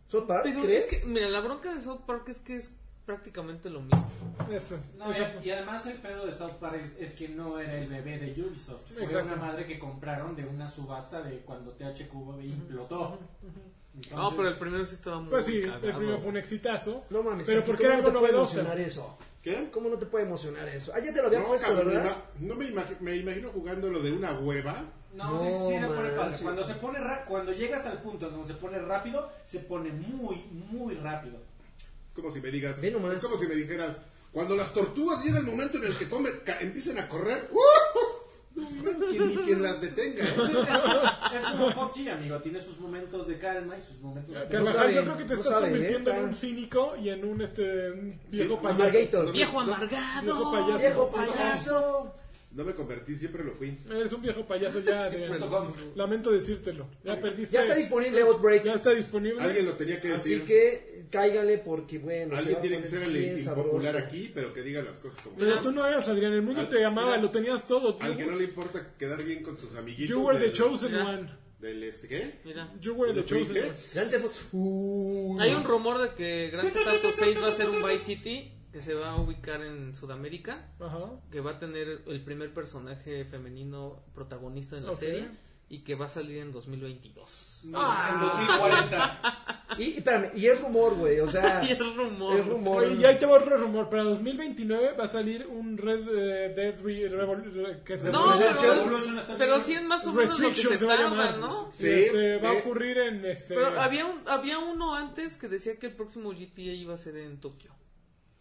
South Park, Pero ¿crees? es que, mira, la bronca de South Park es que es prácticamente lo mismo. Eso. No, exacto. y, y además el pedo de South Park es, es que no era el bebé de Ubisoft, fue Exacto. una madre que compraron de una subasta de cuando THQ implotó. No, Entonces, pero el primero sí estaba muy Ah, Pues sí, el cagado. primero fue un exitazo. No mames. Pero Kaki, porque ¿cómo era no algo te puede novedoso. emocionar eso? ¿Qué? ¿Cómo no te puede emocionar eso? Ah, ya te lo había No, puesto, cabrón, ¿verdad? no me, imagi- me imagino jugando lo de una hueva. No, No, sí, sí, sí se pone manches. padre. Cuando se pone ra- cuando llegas al punto donde se pone rápido, se pone muy, muy rápido. Es como si me digas. Ve nomás. Es como si me dijeras. Cuando las tortugas llega el momento en el que come- ca- empiezan a correr. <laughs> ¡uh! No, man, que ni quien las detenga. ¿eh? Sí, es, es como PUBG, amigo, tiene sus momentos de calma y sus momentos de Carvajal, saben, yo creo que te no estás saben, convirtiendo ¿eh? en Está- un cínico y en un este un Sí, viejo payaso. Amargator. ¡Viejo amargado! Viejo payaso. Viejo payaso. No me convertí, siempre lo fui. Eres un viejo payaso ya. de- punto com. lamento decírtelo. Ya perdiste. Ya está disponible Outbreak. Ya está disponible. Alguien lo tenía que decir. Así que cáigale porque, bueno. se va Alguien a tiene que poner ser el bien impopular sabroso. aquí, pero que diga las cosas como Pero tú no eras Adrián, el mundo Al- te amaba, mira, lo tenías todo. Tú, Al que no le importa quedar bien con sus amiguitos. you were the del- chosen Mira. one. Del este, ¿qué? Mira, You were the ¿Del chosen Quique? one. Grande Theft Auto. Uy. hay un rumor de que Grand Theft Auto 6 va a ser un Vice City que se va a ubicar en Sudamérica, Ajá. que va a tener el primer personaje femenino protagonista en la Ok. serie y que va a salir en 2022. No, en Ah, 2040. Y, espérame, y es rumor, güey. O sea, <laughs> Y es rumor. Es rumor. Oye, y ahí te va otro rumor. Para 2029 va a salir un Red eh, Dead Re- Revol- Re- que se- No, Revolution, pero, Revolution está pero bien. sí es más o menos lo que se Restriction va a llamar. tarda, ¿no? Sí, este, Sí. va a Eh. ocurrir en este. Pero había, un, había uno antes que decía que el próximo GTA iba a ser en Tokio.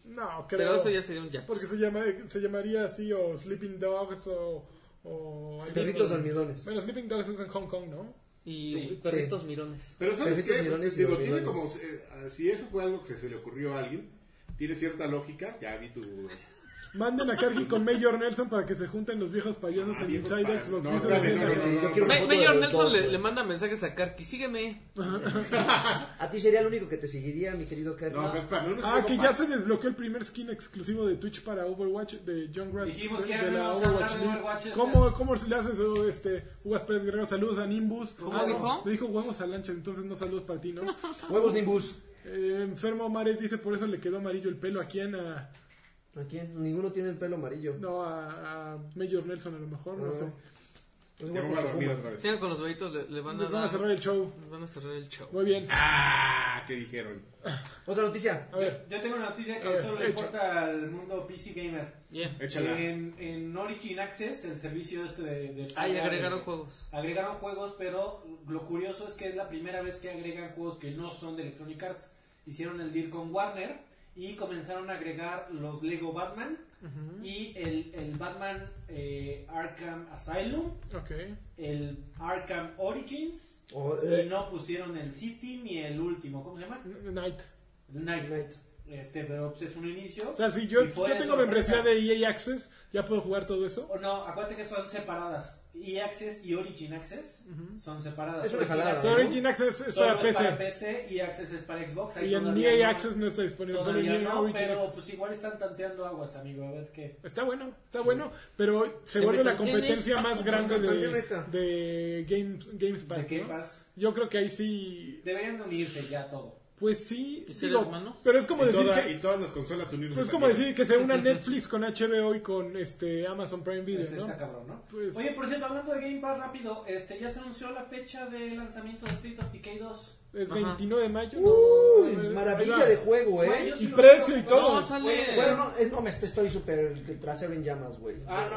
No, creo. Pero eso ya sería un ya. Porque se, llama, se llamaría así, o Sleeping Dogs, o. o Perritos dormidones. Bueno, Sleeping Dogs es en Hong Kong, ¿no? Y Sí. perritos mirones. Pero ¿sabes Pejitos, qué? mirones y Digo, los tiene como... mirones. eh, si eso fue algo que se le ocurrió a alguien, tiene cierta lógica. Ya <laughs> vi tu... Manden a Cargi con Mayor Nelson para que se junten los viejos payasos Ah, en viejos Inside pa- Xbox. no, Sí, se espérame, lo no, dicen. no, no, no, eh, Yo quiero no. una Me- foto Mayor de los Nelson dos, le, güey. le manda mensajes a Karki, sígueme. A ti sería el único que te seguiría, mi querido Carlos. No, pues para no Ah, es que como ya pa- se desbloqueó el primer skin exclusivo de Twitch para Overwatch de John Grant. Dijimos que de ya no íbamos a hablar de League. Overwatch, este. ¿Cómo, ¿Cómo se le hace eso, este, Uvas Pérez Guerrero? Saludos a Nimbus. ¿Cómo Ah, no, dijo? Me dijo huevos a lancha, entonces no saludos para <laughs> ti, ¿no? Ah, Huevos Nimbus. Eh, enfermo Mares dice, por eso le quedó amarillo el pelo. ¿A quién? A, ¿A quién? Ninguno tiene el pelo amarillo. no, a, a Major Nelson a lo mejor, Ah. no, No. sé. Es Ya guapo me voy a que dormir Pues, fuma. otra vez. Sigan con los bebitos, le, le van a Nos van a dar. cerrar el show. nos van a cerrar el show. Muy bien. Ah, ¿qué dijeron? Otra noticia. A ver. Yo tengo una noticia A que ver, solo le echa. importa al mundo PC Gamer. Yeah. Échala. En, en Origin Access, el servicio este de... de Ah, y paga agregaron de- juegos. Agregaron juegos, pero lo curioso es que es la primera vez que agregan juegos que no son de Electronic Arts. Hicieron el deal con Warner y comenzaron a agregar los Lego Batman y el, el Batman eh, Arkham Asylum, Ok. el Arkham Origins Oh, O, y eh, no pusieron el City ni el último, ¿cómo se llama? N- Night. El Night. Night. Este, pero pues, es un inicio. O sea, si yo, Y fue yo tengo sorpresa. membresía de EA Access, ¿ya puedo jugar todo eso? Oh, No, acuérdate que son separadas. E-Access y Origin Access son separadas. Es una Origin jalada, Access ¿no? Origin Access es Solo para PC. para PC y Access es para Xbox. Ahí Y en todavía EA no- Access no está disponible, solo en Todavía EA no, Origin pero Access. pues igual están tanteando aguas, amigo, a ver qué. Está bueno, está bueno, pero se Te vuelve la meten competencia en más grande Mantén de, esta. de Game, Games Pass, De Game ¿no? Pass. Yo creo que ahí sí, Deberían de unirse ya todo. pues sí, ¿Y ser digo, hermanos? pero es como Y, decir toda- que y todas las consolas unidas. pues es como también. decir que se una Netflix con HBO y con este Amazon Prime Video, Pues ¿no? está cabrón, ¿no? Pues- Oye, por cierto, hablando de Game Pass rápido, este ya se anunció la fecha de lanzamiento de Street of Decay 2. Es Ajá. 29 de mayo. Uy, no, Eh, no, no, maravilla no. de juego, Güey, ¿eh? yo sí Y lo precio tengo. y todo. No, sale. Bueno, no, es- no, me estoy- estoy súper el trasero en llamas, güey.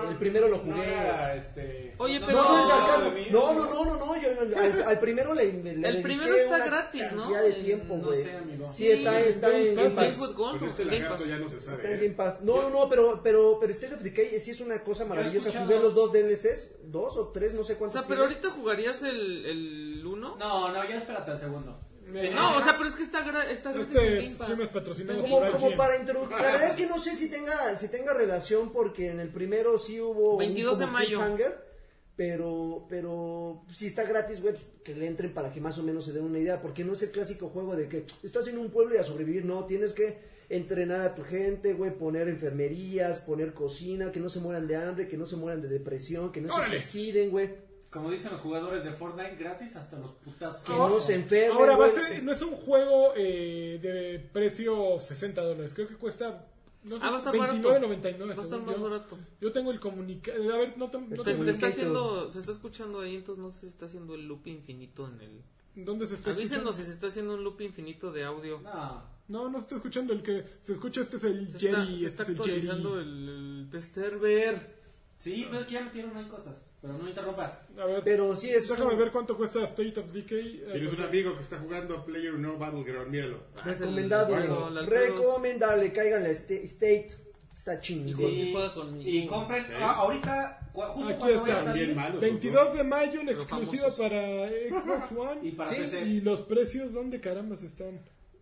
el primero lo jugué. Ah, no era, este, Oye, no, pero- no, no, Acá- lo vi, No, no, no, no, no, yo al, al primero le, le dediqué primero está una gratis, ¿no? cantidad de En- tiempo, no güey. sé, amigo. Sí, está, está en Está Game en Pass. Gamewood Gold Con o este Game lagarto Pass. ya no se sabe. Está en ¿eh? Game Pass. No, no, no, pero, pero, pero State of Decay sí es una cosa maravillosa. escuchado. Jugué los dos DLCs, dos o tres, no sé O cuántos. sea, pero tiene. ahorita jugarías el, el 1. No, no, ya espérate al segundo. No, No, o sea, pero es que está, gra- está gratis eh, Este en Game Pass. stream es patrocinado Está en Como, Ahora Game Pass. como sí. para introducir. La verdad es que no sé si tenga, si tenga relación porque en el primero sí hubo. un 22 de como mayo. cliffhanger, Pero, pero si está gratis, güey, pues, que le entren para que más o menos se den una idea. Porque no es el clásico juego de que estás en un pueblo y a sobrevivir. No, tienes que entrenar a tu gente, güey, poner enfermerías, poner cocina, que no se mueran de hambre, que no se mueran de depresión, que no ¡Órale! se suiciden, güey, Como dicen los jugadores de Fortnite, gratis hasta los putazos. que no se enfermen. Ah, Ahora va a güey. ser, no es un juego eh, de precio 60 dólares. Creo que cuesta. No sé, Ah, va a estar barato. 29.99. Va a estar según más yo. barato. Yo tengo el comunicado. A ver, no, te- no Te- tengo te el- está Comunicator. haciendo, se está escuchando ahí, entonces no se está haciendo el loop infinito en el... ¿Dónde se está escuchando? Avísenos si se está haciendo un loop infinito de audio. No. No, no se está escuchando. El que se escucha, este es el Se está, Jerry. este se está es el Jerry. actualizando el, el tester. Sí, pero es que ya metieron hay cosas. Pero no interrumpas. A ver, Pero sí es. déjame ver cuánto cuesta State of Decay. Eh, Tienes un amigo que está jugando a Player No Battleground, míralo. Recomendable. Ah, Recomendable, caigan la State. Está chingón. Sí. juega conmigo. Y compren. ah, ahorita, cua- justo Aquí cuando vaya a está. salir. Bien malo. 22 de mayo en Pero exclusiva famosos. para <laughs> Xbox One. Y para Sí, PC. Y los precios, ¿dónde carambas están?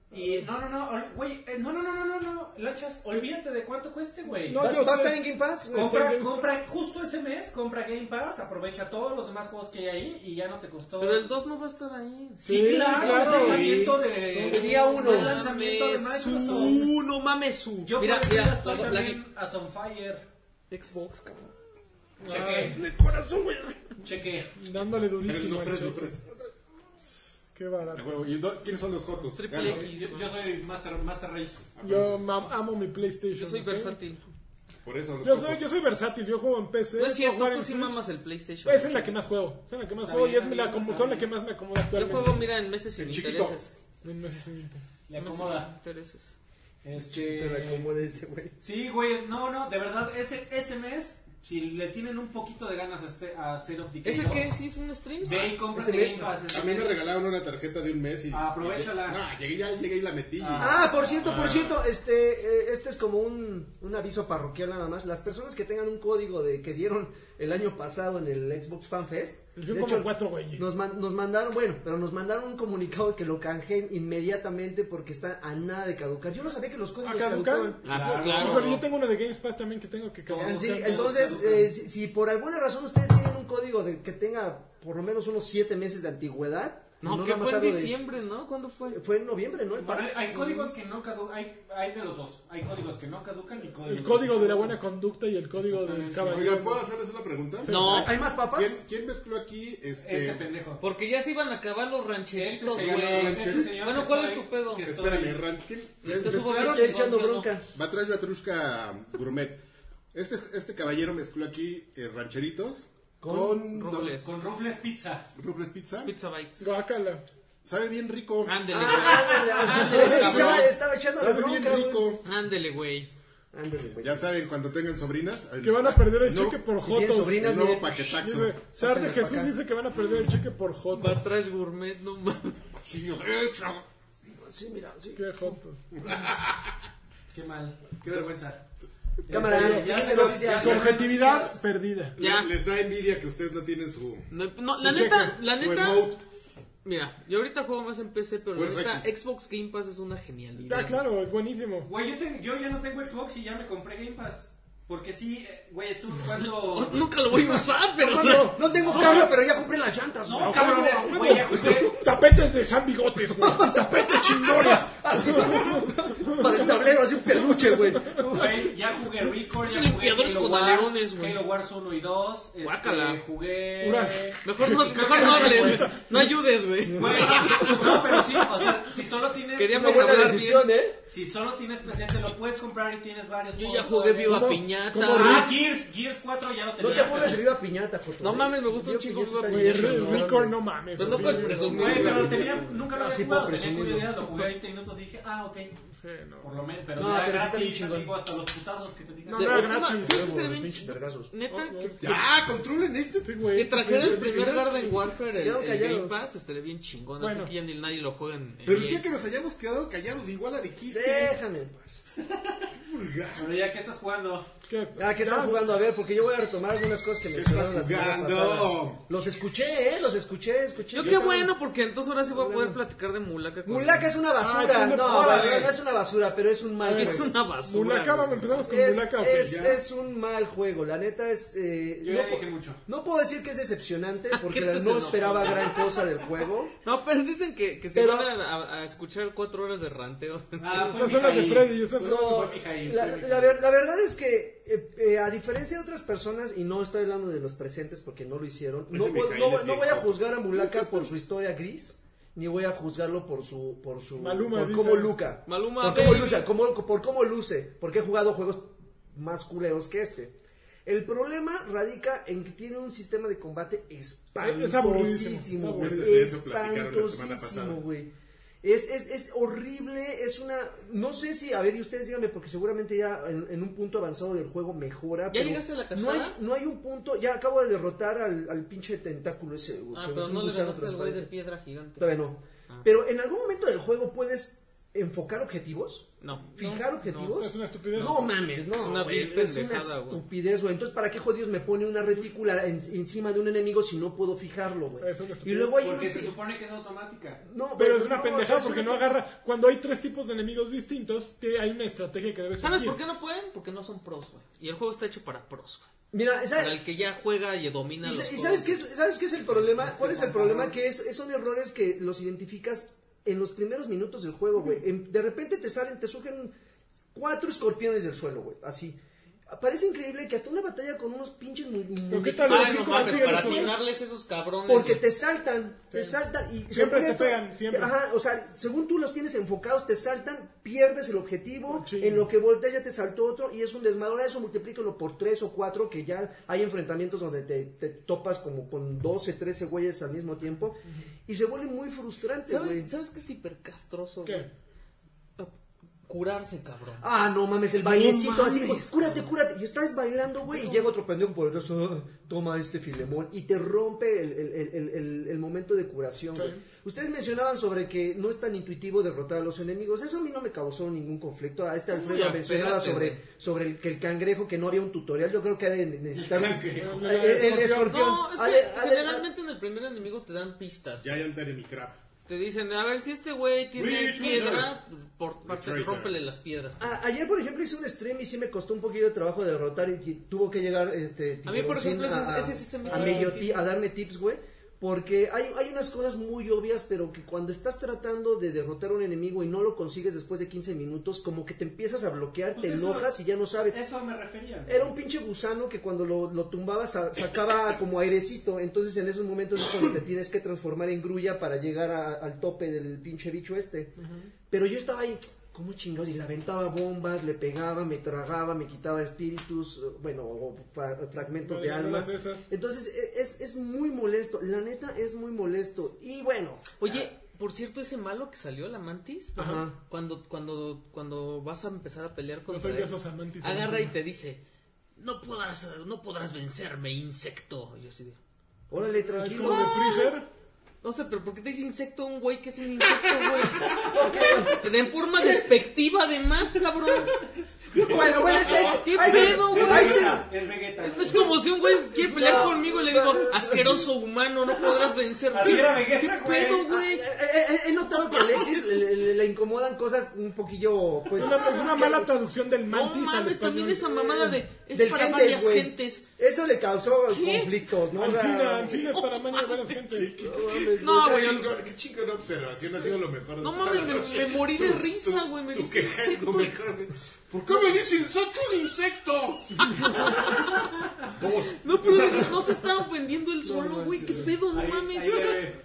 Y no, no, no, ol- güey. eh, No, no, no, no, no, no. Lanchas, olvídate de cuánto cueste, güey. No, ¿Vas, yo vas a sé. estar en Game Pass? güey? está Compra, bien. compra, justo ese mes, compra Game Pass, aprovecha todos los demás juegos que hay ahí y ya no te costó. Pero el 2 no va a estar ahí. Sí, Sí, claro, claro. el lanzamiento de. El día uno. El lanzamiento de Microsoft. Su, no mames su. Yo mira, por eso mira, ya estoy la- la- también a on fire. Xbox, cabrón. Chequé, De corazón, güey. chequé. Dándole durísimo. Los al tres, los cheque. tres. Ah, Qué barato. ¿Y do- ¿Quiénes son los Jotos? Ah, Triple Ganos. X. Yo, yo soy Master, Master Race. Yo mam- amo mi PlayStation. Yo soy ¿ok? versátil. pues, Por eso los Yo Jotos. soy, yo soy versátil, yo juego en PC. No es puedo cierto, jugar tú en sí Switch. mamas el PlayStation. Es en la que más juego. Es en la que más Está juego bien, y es la, amigo, como, está son la bien. que más me acomoda Yo actualmente. juego, mira, en meses sin El chiquito. intereses. En meses y- Le Meses acomoda. sin intereses. Te la Este. acomoda ese, güey. Sí, güey, no, no, de verdad, ese, ese mes, si le tienen un poquito de ganas a, este, a State of Decay ¿Ese 2, qué? ¿Sí es un stream? Ve y compra Ese Game mes. Pass. ese A mí me mes. regalaron una tarjeta de un mes y... Aprovechala. No, llegué, ya, llegué y la metí. Ah, por cierto, por cierto, este, eh, este es como un, un aviso parroquial nada más. Las personas que tengan un código de que dieron el año pasado en el Xbox Fan Fest, y- de Son como hecho, cuatro güeyes. nos, man- nos mandaron, bueno, pero nos mandaron un comunicado de que lo canjeen inmediatamente porque está a nada de caducar. Yo no sabía que los ¿A códigos caducar? caducaban. Ah, pues Híjole, claro. Ah, yo tengo uno de Games Pass también que tengo que caducar. Sí, entonces, eh, si, si por alguna razón ustedes tienen un código de que tenga por lo menos unos 7 meses de antigüedad, No, que nada fue más en hablo de- diciembre, ¿no? ¿Cuándo fue? Fue en noviembre, ¿no? El Bueno, hay, pass. hay códigos que no caducan, hay, hay de los dos. Hay códigos que no caducan y códigos El código que de la buena conducta y el código del Oiga, ¿puedo caballero. hacerles una pregunta? No. ¿Hay- ¿Hay más papas? ¿Quién, quién mezcló aquí este... Este pendejo. Porque ya se iban a acabar los Este rancheritos, señor, güey. este güey. señor Bueno, que ¿cuál es estoy- tu pedo? que estoy- Espérame, Ran, ¿quién- Entonces, mezclaron- ¿verdad? Estoy echando bronca. Batrash Batrushka um, Gourmet. Este, este caballero mezcló aquí eh, rancheritos Con con, do- Rufles. Con Rufles Pizza. Rufles Pizza. Pizza Bites. Guácala. Sabe bien rico. Ándele, Ándale, ándale, Ándale, estaba- cabrón. Estaba echando la Sabe bien bronca. güey. rico. güey. Ándele, güey. Ándale, güey. Ya saben, cuando tengan sobrinas. eh, Que van a perder el no, cheque por Si tienen Jotos. sobrinas, El nuevo miren, paquetaxo. Dice, Sar de Pásenle pa' Jesús acá. dice que van a perder el cheque por Jotos. Batrash Gourmet, no mames. Sí, no. Sí, mira, sí. Qué Jotos. Qué mal, qué vergüenza. Cámara, Ya, siguiente ya, noticia. ya, Su ya, objetividad perdida. Ya. Les da envidia que ustedes no tienen su. No, no, la su neta, cheque, la su neta. emote. Mira, yo ahorita juego más en PC, pero la Fuerza neta, X. Xbox Game Pass es una genialidad. Ah, claro, es buenísimo. Güey, yo, te- yo ya no tengo Xbox y ya me compré Game Pass. Porque sí, eh, güey, estuve O- <laughs> jugando. Oh, nunca lo voy a usar, pero. No, no tengo carro, pero ya compré las llantas. No, güey. <laughs> cabrón, güey, ya jugué. <laughs> Tapetes de San Bigotes, güey. Tapetes chingones. Así, para el tablero, así un peluche, güey. Güey, ya jugué Record, ya jugué Pinche limpiadores Halo con alerones, Wars, güey. Halo Wars 1 y 2. este, Guácala. jugué. Ura. <laughs> Mejor no, mejor no hables, güey. no ayudes, güey. Güey, no, pero sí, o sea, si solo tienes. Una Queríamos buena hablar decisión, ¿eh? Si solo tienes presente, lo puedes comprar y tienes varios. Yo ya juegos jugué todavía. Viva ¿Cómo- cómo Piñata. Ah, Gears, Gears 4 ya lo No tenía. te <laughs> pones de viva piñata, Joto. No mames, me gusta un Viva chingo Piñata Viva Oye, está Piñata, bien Re- chingona, Record, güey. no mames. Pues no así, puedes güey. presumir. Güey, pero lo tenía, nunca lo había Así jugado, por tenía presumido. curiosidad, lo jugué 20 minutos y dije, ah, ok, Sí, no. por lo menos, pero No, ya pero sí está bien gratis, chingón. amigo, hasta los putazos que te digan. No, De- no era una- gratis. ¿sabes qué estaría Huevos, bien pinches vergazos. Neta, Ok. que- Ya, controlen este. Sí, que güey. trajera el primer Garden Se Warfare, el, quedaron el Game callados. Pass, este, estaría bien chingón. Bueno. Porque ya ni nadie lo juega en. en Pero el EA. día que nos hayamos quedado callados, igual la dijiste. Déjame en paz. Vulgar. Pero ya, ¿qué estás jugando? ¿Qué? Ah, que están Ya, jugando, a ver, porque yo voy a retomar algunas cosas que mencionaron la semana jugando? pasada. Los escuché, ¿eh? Los escuché, escuché. Yo Ya qué estaban- bueno, porque entonces ahora sí voy a poder platicar de Mulaka. con- Mulaka es una basura. Ay, no, órale. güey, no es una basura, pero es un mal juego. <laughs> Es una basura. Mulaka, güey. vamos, pues, empezamos con Es, Mulaka. ok, es- ya. es un mal juego, la neta es... eh, Yo ya no dije po- mucho. Ah, No puedo decir que <laughs> es decepcionante, porque ¿Qué te no enojó? esperaba gran cosa del juego. No, pero dicen que, que se Pero- van a, a- a escuchar cuatro horas de ranteo. <laughs> Ah, Esas fue son las de Mijail. Freddy. Esas son No, fue Mijail, la, fue la ver- la verdad es que, eh, eh, a diferencia de otras personas, y no estoy hablando de los presentes porque no lo hicieron, no, Ese voy- Mijail no voy- es no voy a viejo. juzgar a Mulaka por su historia gris, ni voy a juzgarlo por su. Por su Maluma, por dice. cómo luca. Maluma, por cómo baby. lucha, cómo- por cómo luce, porque he jugado juegos más culeros que este. El problema radica en que tiene un sistema de combate Es aburridísimo, espantosísimo, güey. aburridísimo. Eso platicaron la semana pasada. Espantosísimo, güey. Es, es, es horrible, es una... No sé si, a ver, y ustedes díganme, porque seguramente ya en, en un punto avanzado del juego mejora. ¿Ya pero llegaste a la No hay, cascada? no hay un punto, ya acabo de derrotar al, al pinche tentáculo ese, güey. Ah, que pero es un no le gusano ganaste al güey de transparente. piedra gigante. Todavía no. Ah. Pero en algún momento del juego puedes enfocar objetivos, No. fijar No, objetivos. es una estupidez. No mames, no. Es una güey, vil es una pendejada, güey. estupidez, güey. Entonces, ¿para qué jodidos me pone una retícula en- encima de un enemigo si no puedo fijarlo, güey? Es una estupidez. Y luego hay un... Porque se supone que es automática. No, Pero es una no, pendejada es porque una- no agarra. Cuando hay tres tipos de enemigos distintos, te- hay una estrategia que debe ser. ¿Sabes por qué no pueden? Porque no son pros, güey. Y el juego está hecho para pros, güey. Mira, ¿sabes? Para el que ya juega y domina Eh. ¿Y, los Este sa- y juegos. sabes qué es, sabes qué es el problema? ¿Cuál es el por favor. problema? Que es, son errores que los identificas en los primeros minutos del juego, güey. En- De repente te salen, te surgen cuatro escorpiones del suelo, güey. Así. Parece increíble que hasta una batalla con unos pinches mu- ¿Pero qué muñequitos- tal Ah, los no cinco mames, vampiros, para güey? atinarles esos cabrones. Porque güey. te saltan, te saltan y Siempre según te pegan, siempre. Ajá, o sea, según tú los tienes enfocados, te saltan, pierdes el objetivo, Sí. en lo que volteas ya te saltó otro y es un desmadre. Ahora Eso multiplícalo por tres o cuatro que ya hay enfrentamientos donde te, te topas como con 12, 13 güeyes al mismo tiempo y se vuelve muy frustrante, güey. ¿Sabes, ¿Sabes qué es hipercastroso, ¿Qué? güey? Curarse, cabrón. Ah, no mames, el bailecito No así, mames, cúrate, cúrate. Y estás bailando, güey, y llega otro pendejo por detrás, "Ah, toma este filemón, y te rompe el, el- el- el- el- el momento de curación, güey. Sí. Ustedes mencionaban sobre que no es tan intuitivo derrotar a los enemigos. Eso a mí no me causó ningún conflicto. A este Alfredo Uy, mencionaba espérate, sobre, güey. sobre el, que el cangrejo, que no había un tutorial. Yo creo que ha de necesitar un- cangrejo. El, el- el escorpión. No, es que Ha de- ha de- generalmente en el primer enemigo te dan pistas. Ya, ya entraré mi crap. Te dicen, a ver si este güey tiene Witch piedra, por parte, Witch Wizard. rómpele las piedras. A- ayer, por ejemplo, hice un stream y sí me costó un poquillo de trabajo derrotar y que tuvo que llegar este A mí, por Tiburoncín ejemplo, a, ese- ese sí se me a hizo medio difícil. ti- a darme tips, güey. Porque hay, hay unas cosas muy obvias, pero que cuando estás tratando de derrotar a un enemigo y no lo consigues después de 15 minutos, como que te empiezas a bloquear, Pues te eso- enojas y ya no sabes. Eso me refería. Era un pinche gusano que cuando lo, lo tumbabas sa- sacaba como airecito. Entonces en esos momentos es cuando te tienes que transformar en grulla para llegar a- al tope del pinche bicho este. Pero yo estaba ahí, como chingados, y le aventaba bombas, le pegaba, me tragaba, me quitaba espíritus, eh, bueno, o fra- fragmentos de Las almas. esas. Entonces e- es, es muy molesto, la neta es muy molesto. Y bueno, Oye, por cierto, ese malo que salió, la mantis, Ajá. cuando, cuando, cuando vas a empezar a pelear No contra soy de él, esos amantes. agarra ¿no? y te dice, no podrás, eh, no podrás vencerme, insecto. Y yo así de, órale, Ah, Es tranquilo. como de Freezer. no sé, pero ¿por qué te dice insecto un güey que es un insecto, güey? De forma despectiva, además, cabrón. Bueno, bueno, este, ¿Qué ahí está- pedo, güey? Es ahí está- Vegeta, es Vegeta. No es como si un güey quiere pelear No. conmigo y le digo, asqueroso humano, no podrás vencerme. Así era Vegeta, ¿Qué güey. pedo, Ah, güey? eh, eh, eh, He notado que Alexis le, le- le incomodan cosas un poquillo, pues... Una, es una mala traducción del No mantis al mames, español. también esa mamada de. Es del para gentes, varias güey. gentes. Eso le causó ¿Qué? conflictos, ¿no? O sea, Ancina, Ancina es para mañana de varias gentes. no mames, No, o sea, Qué güey, chingón- Qué chingona observación, ha sido lo mejor. de No toda mames, la me- noche. me morí de Tú- risa, tú- güey, me tú dice quejando insecto. mejor, güey. ¿Por qué me dice insecto el <laughs> insecto? Dos. No, pero no se está ofendiendo él solo, güey. ¿Qué pedo? No Ahí- mames. ahí <laughs> debe.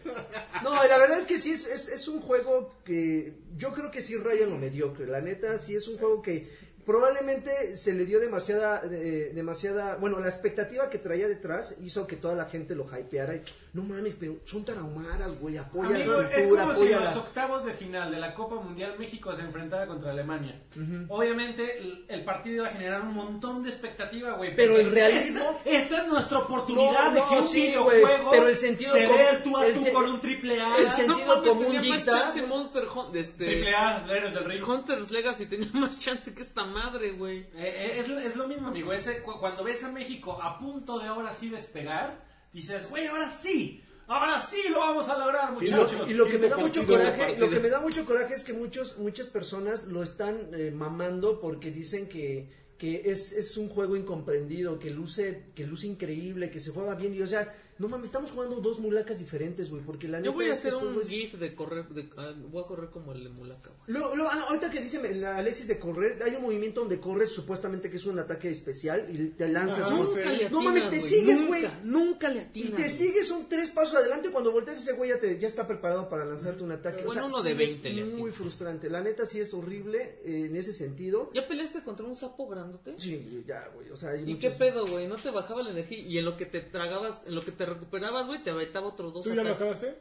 No, la verdad es que sí, es, es, es un juego que yo creo que sí raya en lo mediocre. La neta, sí es un juego que probablemente se le dio demasiada, eh, demasiada, bueno, la expectativa que traía detrás hizo que toda la gente lo hypeara. Y, no mames, pero son tarahumaras, güey, apoya Amigo, la es cultura, como si apoya en los la... octavos de final de la Copa Mundial México se enfrentara contra Alemania. Obviamente el, el partido iba a generar un montón de expectativa, güey. Pero porque el realismo- Esta, esta es nuestra oportunidad No, de no, que un sí, videojuego güey, pero el sentido se com- dé el tú a el tú sen- con un triple A. el sen- sentido común tenía más dicta- chance Monster Hunter. Este, Triple A, Reinos del Ring. Hunter's Legacy tenía más chance que esta madre, güey. Eh, eh, es, lo- es lo mismo, amigo. Ese, cu- cuando ves a México a punto de ahora sí despegar, dices, güey, ahora sí, ahora sí lo vamos a lograr, Y lo, muchachos. y lo que me da Partido, mucho coraje, partido. lo que me da mucho coraje es que muchos, muchas personas lo están eh, mamando porque dicen que, que es, es un juego incomprendido, que luce, que luce increíble, que se juega bien. Y o sea, no mames, estamos jugando dos mulacas diferentes, güey, porque la Yo neta voy a este hacer juego un es- GIF de correr. De, ah, voy a correr como el de Mulaca, güey. Lo- lo- ah, ahorita que dice el Alexis de correr, hay un movimiento donde corres supuestamente que es un ataque especial y te lanzas Ah, un- sí. Nunca le No atinas, mames, te güey, sigues, güey. Nunca, nunca le Y atinas. te güey. sigues un tres pasos adelante y cuando volteas ese güey ya, te- ya está preparado para lanzarte un ataque. Bueno, o sea, uno de sí 20 le es muy atinas. frustrante. La neta sí es horrible eh, en ese sentido. ¿Ya peleaste contra un sapo grandote? Sí, ya, güey. O sea, hay ¿Y qué muchos- pedo, güey? ¿No te bajaba la energía? Y en lo que te tragabas, en lo que te recuperabas, güey, te aventaba otros dos ¿Tú ya lo ataques. acabaste?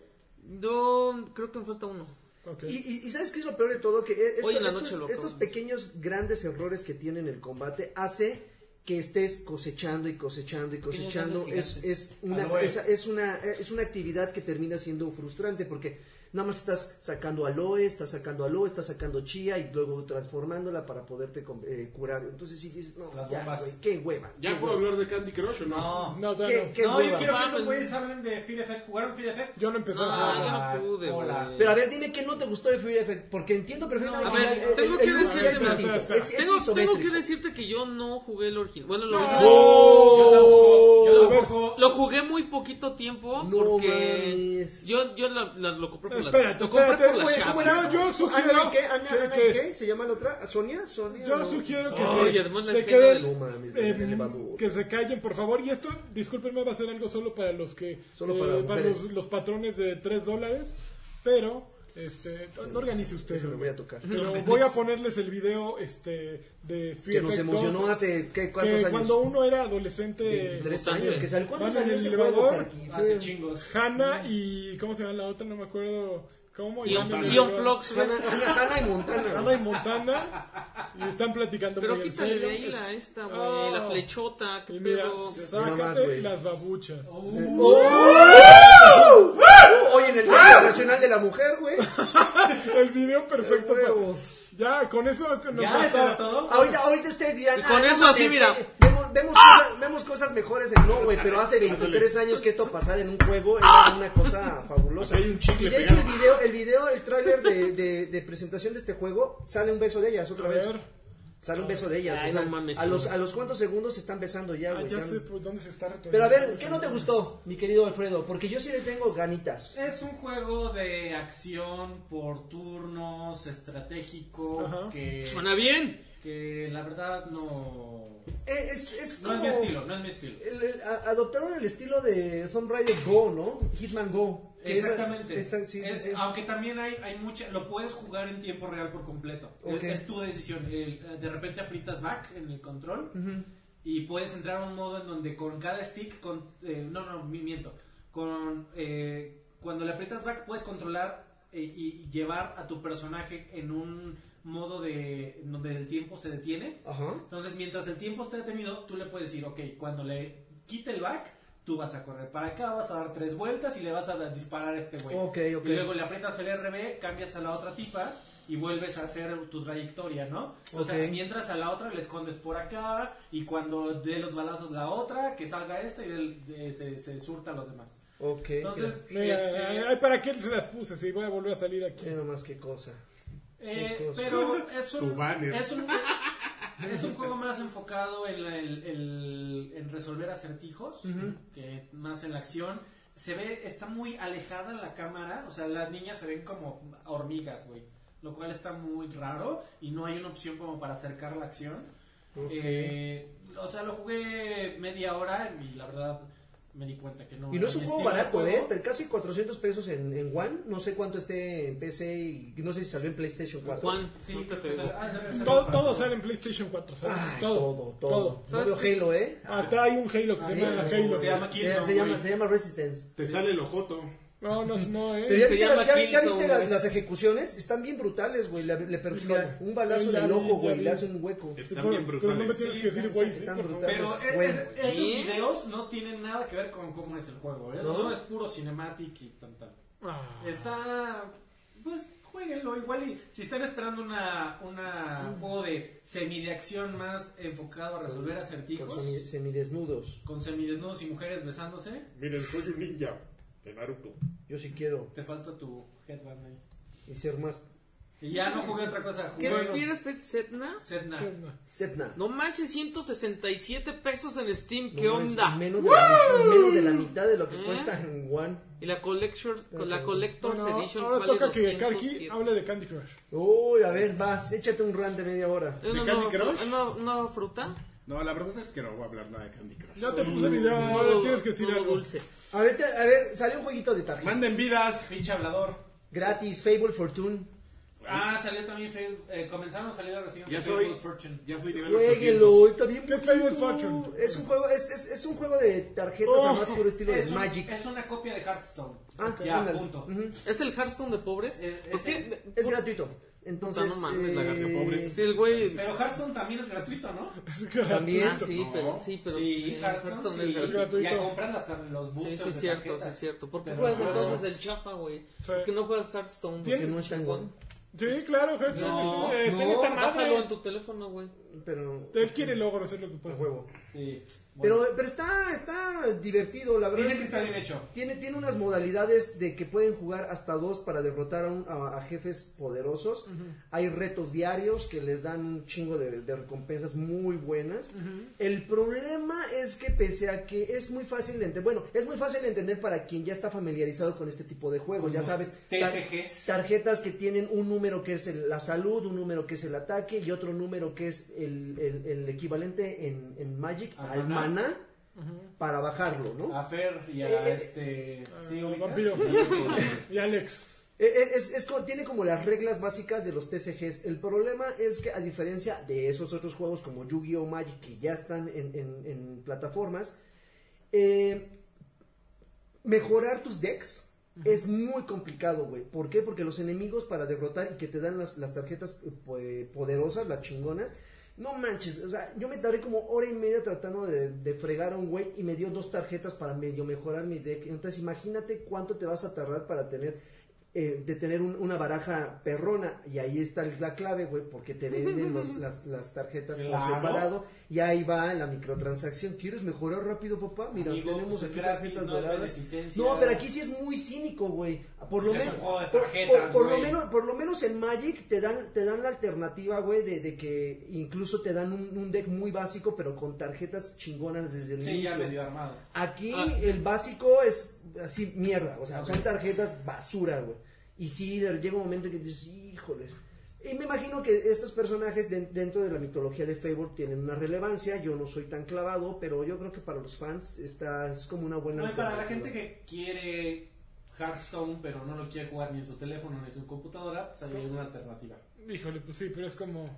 Yo creo que me falta uno. Ok. Y, y- y sabes qué es lo peor de todo? Que eh, esto- Hoy en la estos- noche lo estos, acabo. pequeños grandes errores que tienen el combate hace que estés cosechando y cosechando y Pequeños cosechando grandes es, gigantes. es una, Ah, güey. es, es una es una actividad que termina siendo frustrante porque nada más estás sacando aloe, estás sacando aloe, estás sacando chía y luego transformándola para poderte com- eh, curar. Entonces sí dices, no, Las ya, bombas. güey, qué hueva. ¿Ya puedo hablar de Candy Crush o no? No. No, todavía Qué, no. qué no, yo hueva. quiero que esos Vamos. güeyes hablen de Fear Effect. ¿Jugaron Fear Effect? Yo no empecé a Ah, jugar. Ah, yo no pude, hola. güey. Pero a ver, dime que no te gustó de Fury Effect, porque entiendo No, perfectamente. a que ver, el- el- tengo el que uno ya decirte- es distinto. espera, espera. Es- es Tengo, tengo que isométrico. decirte que yo no jugué el original. Bueno, el No, original. ¡Oh! yo tampoco, yo No. tampoco. Lo jugué muy poquito tiempo No porque mames. yo, yo la- la- lo compré por las Espérate, lo compré espérate, por las güey, chapas. ¿cómo era? Yo Ana, sugiero ¿qué? Ana, que- Ana, que- ¿qué? ¿Se llama la otra? ¿Sonia? ¿Sonia? Yo No. sugiero que, Oye, además se, la se escena queden, del- No mames, eh, del elevador. que se callen, por favor. Y esto, discúlpenme, va a ser algo solo para los que, eh, Solo para mujeres. los, los patrones de 3 dólares, pero este, no organice usted. Eso lo voy a tocar. Pero voy a ponerles el video este, de Fear Que nos Effect 2, emocionó hace, ¿qué? que ¿Cuántos años? cuando uno era adolescente, 23 Puta, años, eh. güey. que sale. ¿Cuántos Van en años el se juega elevador. Karki? Hace chingos. Hannah y, ¿cómo se llama la otra? No me acuerdo. ¿Cómo? Ion, Hannah y- Ion Flux, güey. Hannah Hannah- Hannah y Montana. Hannah y Montana y están platicando Pero muy en quítale de serio. ahí la esta, güey. Ah. La flechota, qué Y mira, pedo. Nada más, sácate güey. las babuchas. ¡Oh! Hoy en el Día Internacional de la Mujer, güey. El video perfecto. Qué huevo. pa- Ya, con eso lo Ah. que nos ¿Ya? ¿Eso basta. era todo? Ahorita, ahorita ustedes dirán. Y con "Ah, eso no así, mames, mira. ¡Ah! que Vemos, vemos cosas, vemos cosas mejores en no, güey, pero hace 23 años que esto pasara en un juego ¡Ah! era una <laughs> cosa fabulosa. O sea, hay un chicle y de hecho, el pegado. video, el video, el tráiler de, de- de presentación de este juego, sale un beso de ellas otra A vez. ver. Sale un beso de ellas. Ay, o sea, no mames, a, sí. los, a los cuantos segundos se están besando Ah, ya, güey. ya ya sé no- pues, dónde se está retornando. Pero a ver, ¿qué no te gustó, mi querido Alfredo? Porque yo sí le tengo ganitas. Es un juego de acción por turnos, estratégico, Ajá. que, Suena bien. que la verdad no... Eh, Es, es No es mi como- estilo, no es mi estilo. el- el- a- adoptaron el estilo de Tomb Raider Go, ¿no? Hitman Go. Que es- Exactamente. esa- sí, sí, Es- sí. Aunque también hay, hay mucha... Lo puedes jugar en tiempo real por completo. Es- Ok. Es, tu decisión. El- eh, de repente aprietas back en el control y puedes entrar a un modo en donde con cada stick... Con, eh, no, no, mi- miento. Con, eh, cuando le aprietas back puedes controlar eh, y, y llevar a tu personaje en un modo de en donde el tiempo se detiene. Ajá. Entonces, mientras el tiempo esté detenido, tú le puedes decir, ok, cuando le quite el back, tú vas a correr para acá, vas a dar tres vueltas y le vas a da- disparar a este güey. Ok, ok. Y luego le aprietas el RB, cambias a la otra tipa y vuelves a hacer tu trayectoria, ¿no? O sea, Ok. mientras a la otra le escondes por acá y cuando dé los balazos la otra, que salga esta y del- de- se, se surta a los demás. Ok. Entonces, Mira, este, ay, ¿Para qué se las puse? Si voy a volver a salir aquí. Mira nomás qué cosa. Eh, Qué cosa. <laughs> pero es Tu un, banner. es un es un juego más enfocado en, la- el- el- en resolver acertijos que más en la acción. Se ve, está muy alejada la cámara, o sea, las niñas se ven como hormigas, güey. Lo cual está muy raro y no hay una opción como para acercar la acción. Ok. Eh, o sea, lo jugué media hora y la verdad me di cuenta que no. Y no es era un mi juego estilo de barato, ¿eh? juego. Casi 400 pesos en, en One. No sé cuánto esté en PC y no sé si salió en PlayStation 4. Juan, Sí, no te creo que pegó. sale- ah, sale- sale Todo, para todo todo. sale en PlayStation 4. ¿sabes? Ay, todo, todo. No veo ¿Sabes Halo, ¿eh? Hasta hay un Halo que Ah, se sí, llama no, Halo. Se llama Se, Killzone, se llama, güey. se llama Resistance. Te sale el ojoto. No, no, no, eh. Pero ya Se viste, llama las, ya- ya Killzone, viste las- güey. las ejecuciones, están bien brutales, güey. Le, le perfila Híjole. un balazo Sí, en ya el vi, ojo, ya güey, vi. le hace un hueco. Están Pero- bien pero no me brutales. tienes Sí, que decir, están- güey, sí, están por favor. brutales. Pero e- Pues, es- bueno, es- güey. esos ¿Eh? videos no tienen nada que ver con cómo es el juego, ¿eh? ¿No? Solo es puro cinematic y tal, tal. Ah. Está. Pues jueguenlo. Igual y si están esperando una, una un juego de semi de acción más enfocado a resolver Con acertijos. semi- semidesnudos. Con semidesnudos y mujeres besándose. Miren, soy un ninja de Naruto. Yo sí quiero. Te falta tu headband ahí. Y ser más Y ya no jugué otra cosa. ¿Qué Jugué es Fear Effect Setna? Sedna. Sí, no. Setna. No manches, 167 pesos en Steam, No ¿qué mames, onda? Menos de, la, menos de la mitad de lo que ¿Eh? cuesta en One. Y la Collector, Pero- la Collector's Bueno, Edition ahora vale toca que Karki 207. hable de Candy Crush. Uy, a ver, vas, échate un run de media hora. ¿Es ¿De una Candy nueva- Crush? una- una nueva fruta? No, la verdad es que no voy a hablar nada de Candy Crush. Ya te puse video, Ah, ahora tienes que decir Nudo algo. <laughs> dulce. A ver, te- a ver, salió un jueguito de tarjeta. Manden vidas. Pinche hablador. Gratis, Fable Fortune. Ah, salió también. Fe- eh, comenzaron a salir recién. Ya Fable soy, Fortune. ya soy nivel 800. Jueguelo, está bien ¿Qué es bonito. Fable Fortune? Es un juego, es, es, es un juego de tarjetas Oh, al más puro estilo de Es, un- Magic. es una copia de Hearthstone. Ah, ya, ándale. punto. Ujú. ¿Es el Hearthstone Eh, de pobres? Es- ¿Por es qué? el- Es gratuito. Entonces, eh, no mames, lagarto, pobres. Sí, el güey... Pero Hearthstone también es gratuito, ¿no? También. Ah, sí, No. pero... Sí, pero... sí, Hearthstone Hearthstone sí. es gratuito. gratuito. Ya compran hasta los Sí, boosters sí, es de cierto, sí, tarjetas. es cierto. ¿Por qué Pero juegas no. entonces el chafa, güey? ¿Por qué no juegas Hearthstone? Tienes- que no está en One. Sí, claro, Hertz. No, eh, está en no, esta Bájalo en madre. tu teléfono, güey. Pero Él quiere logro hacer lo que a puede. huevo. Sí. Pero, Bueno, pero está, está divertido, la verdad. tiene es que estar bien hecho. Tiene, tiene unas modalidades de que pueden jugar hasta dos para derrotar a, un- a- a jefes poderosos. Hay retos diarios que les dan un chingo de, de recompensas muy buenas. El problema es que pese a que es muy fácil de entender, bueno, es muy fácil de entender para quien ya está familiarizado con este tipo de juegos, Con ya los sabes. tar- TCGs. Tarjetas que tienen un número que es el- la salud, un número que es el ataque y otro número que es el, el- el equivalente en, en Magic Al al maná. Ah. mana para bajarlo, ¿no? A Fer y a Eh, eh, este. sí, Ah, ubicas. vampiro. Y Alex. Eh, eh, Es, es como- tiene como las reglas básicas de los TCGs. El problema es que a diferencia de esos otros juegos como Yu-Gi-Oh! Magic que ya están en, en- en plataformas, eh, mejorar tus decks es muy complicado, güey. ¿Por qué? Porque los enemigos para derrotar y que te dan las, las tarjetas eh, po- eh, poderosas, las chingonas, no manches. O sea, yo me tardé como hora y media tratando de, de fregar a un güey y me dio dos tarjetas para medio mejorar mi deck. Entonces, imagínate cuánto te vas a tardar para tener eh, de tener un- una baraja perrona y ahí está la clave, güey, porque te venden los- las, las tarjetas Claro. por separado y ahí va la microtransacción. ¿Quieres mejorar rápido, papá? Mira, Amigo, tenemos pues es aquí gratis, tarjetas no es doradas. beneficencia. No, pero aquí sí es muy cínico, güey. Por lo Pues es menos un juego de por- tarjetas, por- por lo güey. menos por lo menos en Magic te dan te dan la alternativa, güey, de, de que incluso te dan un, un deck muy básico pero con tarjetas chingonas desde el Sí, ya inicio. medio armado. Aquí Ah. el básico es así mierda, o sea, son tarjetas basura, güey. Y sí, de- llega un momento que dices, híjole. Y me imagino que estos personajes de- dentro de la mitología de Fable tienen una relevancia. Yo no soy tan clavado, pero yo creo que para los fans esta es como una buena. No, y para la alternativa. gente que quiere Hearthstone, pero no lo quiere jugar ni en su teléfono ni en su computadora, pues hay una alternativa. Híjole, pues sí, pero es como.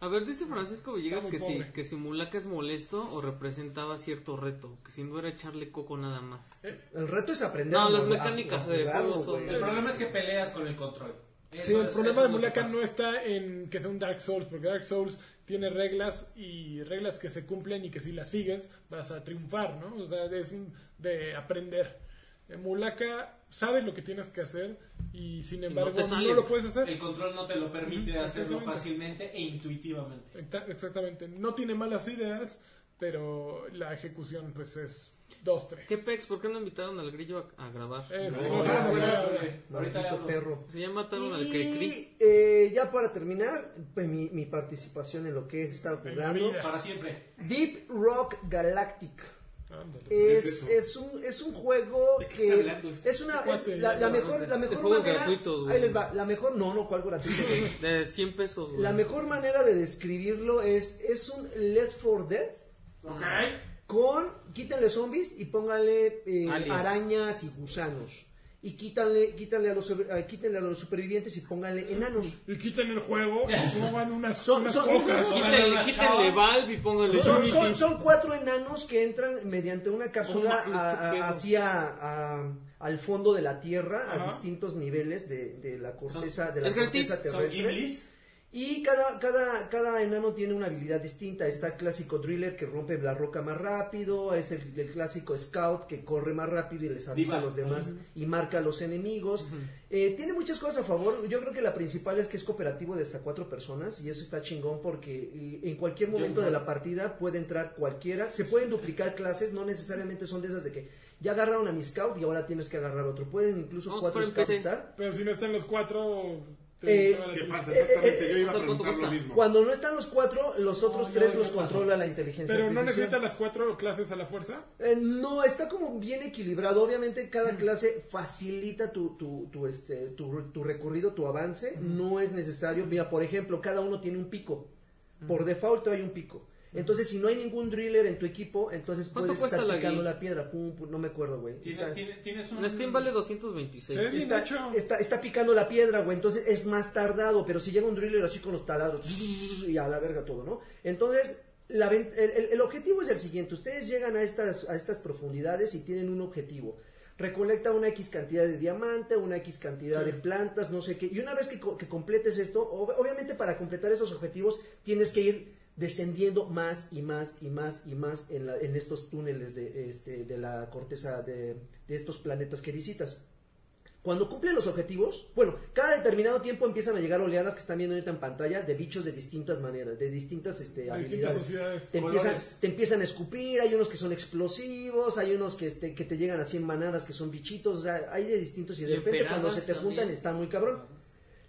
A ver, dice Francisco Villegas Está muy que sí, pobre. que si Mulaka es molesto o representaba cierto reto, que si no era echarle coco nada más. El reto es aprender. No, a las jugar- a- mecánicas a de jugarlo, juego son- güey. El problema es que peleas con el control. Eso Sí, el es- problema eso de es lo que Mulaka pasa. no está en que sea un Dark Souls, porque Dark Souls tiene reglas y reglas que se cumplen y que si las sigues vas a triunfar, ¿no? O sea, es un- de aprender. Eh, Mulaka sabes lo que tienes que hacer y sin embargo te no, sale. lo puedes hacer. El control no te lo permite Ujú, hacerlo exactamente. fácilmente e intuitivamente. Exacta- Exactamente. No tiene malas ideas, pero la ejecución pues es Dos, tres. ¿Qué pex? ¿Por qué no invitaron al grillo a, a grabar? Eh, sí, No, ojalá, ojalá, no, no, ojalá. Ahorita le Maldito hablo. perro. Se llama mataron al Cricri. Y eh, ya para terminar, pues, mi, mi participación en lo que he estado En la jugando. vida. Para siempre. Deep Rock Galactic. Ándale. es eso? Es, es, un, es un juego ¿De qué está que hablando este? es una Este es cuate, la, la ya, mejor la de mejor juegos manera gratuitos, güey. ahí les va la mejor no no cuál <laughs> gratuito güey? De 100 pesos, güey. la mejor manera de describirlo es es un Left 4 Dead Ok. con quítanle zombies y pónganle eh, Aliens. arañas y gusanos y quítanle quítanle a los sobre- eh, quítanle a los supervivientes y pónganle enanos Y quiten el juego y suban unas, Son- unas son- cocas. son- Quítenle, Hola, quítenle chavos. Valve y póngale son, Unity. son- son cuatro enanos que entran mediante una cápsula No mames, a- a- qué pedo. hacia a- al fondo de la tierra a Ajá. distintos niveles de, de la corteza de la es gratis, corteza Son terrestre Iblis. y cada, cada, cada enano tiene una habilidad distinta está clásico driller que rompe la roca más rápido es el, el clásico scout que corre más rápido y les avisa Diva. a los demás y marca a los enemigos Eh, tiene muchas cosas a favor yo creo que la principal es que es cooperativo de hasta cuatro personas y eso está chingón porque eh, en cualquier momento de la partida puede entrar cualquiera se pueden duplicar clases no necesariamente son de esas de que ya agarraron a mi scout y ahora tienes que agarrar otro pueden incluso Vamos cuatro para el scouts PC. estar Pero si no están los cuatro. te- Eh, te va la ¿Qué chingada. pasa? Exactamente, yo iba a ¿cuánto preguntar cuesta? lo mismo. Cuando no están los cuatro, los otros No, tres yo- los yo paso. controla la inteligencia Pero no artificial. necesitan las cuatro clases a la fuerza. Eh, no, está como bien equilibrado. Obviamente cada clase facilita tu, tu, tu, este, tu, tu recorrido, tu avance. No es necesario. Mira, por ejemplo, cada uno tiene un pico. Por default trae un pico. Entonces, si no hay ningún driller en tu equipo, entonces ¿Cuánto puedes estar cuesta la picando guía? la piedra. Pum, pum, no me acuerdo, güey. Tiene- Está- tiene- Tienes un. En Steam vale ¿Qué? 226. Sí, está, Nacho. está- está picando la piedra, güey. Entonces es más tardado, pero si llega un driller así con los taladros <laughs> y a la verga todo, ¿no? Entonces, la ven- el, el- el objetivo es el siguiente: ustedes llegan a estas, a estas profundidades y tienen un objetivo. Recolecta una X cantidad de diamante, una X cantidad de plantas, no sé qué. Y una vez que, co- que completes esto, ob- obviamente para completar esos objetivos tienes que ir descendiendo más y más y más y más en, la- en estos túneles de, este, de la corteza de, de estos planetas que visitas. Cuando cumplen los objetivos, bueno, cada determinado tiempo empiezan a llegar oleadas que están viendo ahorita en pantalla de bichos de distintas maneras, de distintas este, De distintas habilidades. sociedades. Te empiezan, Colores. te empiezan a escupir, hay unos que son explosivos, hay unos que, este, que te llegan así en manadas que son bichitos, o sea, hay de distintos y de Y repente cuando enferadas se te juntan también. está muy cabrón.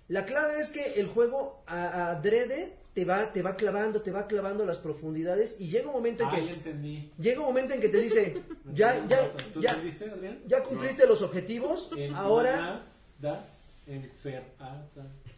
La clave es que el juego a- adrede te va, te va clavando, te va clavando a las profundidades y llega un momento en Ah, que, ya entendí. llega un momento en que te dice, Me ya, perdí ya, un rato. <laughs> ¿Tú ya, entendiste, Adrián? ya cumpliste los objetivos, ahora... Das enferada.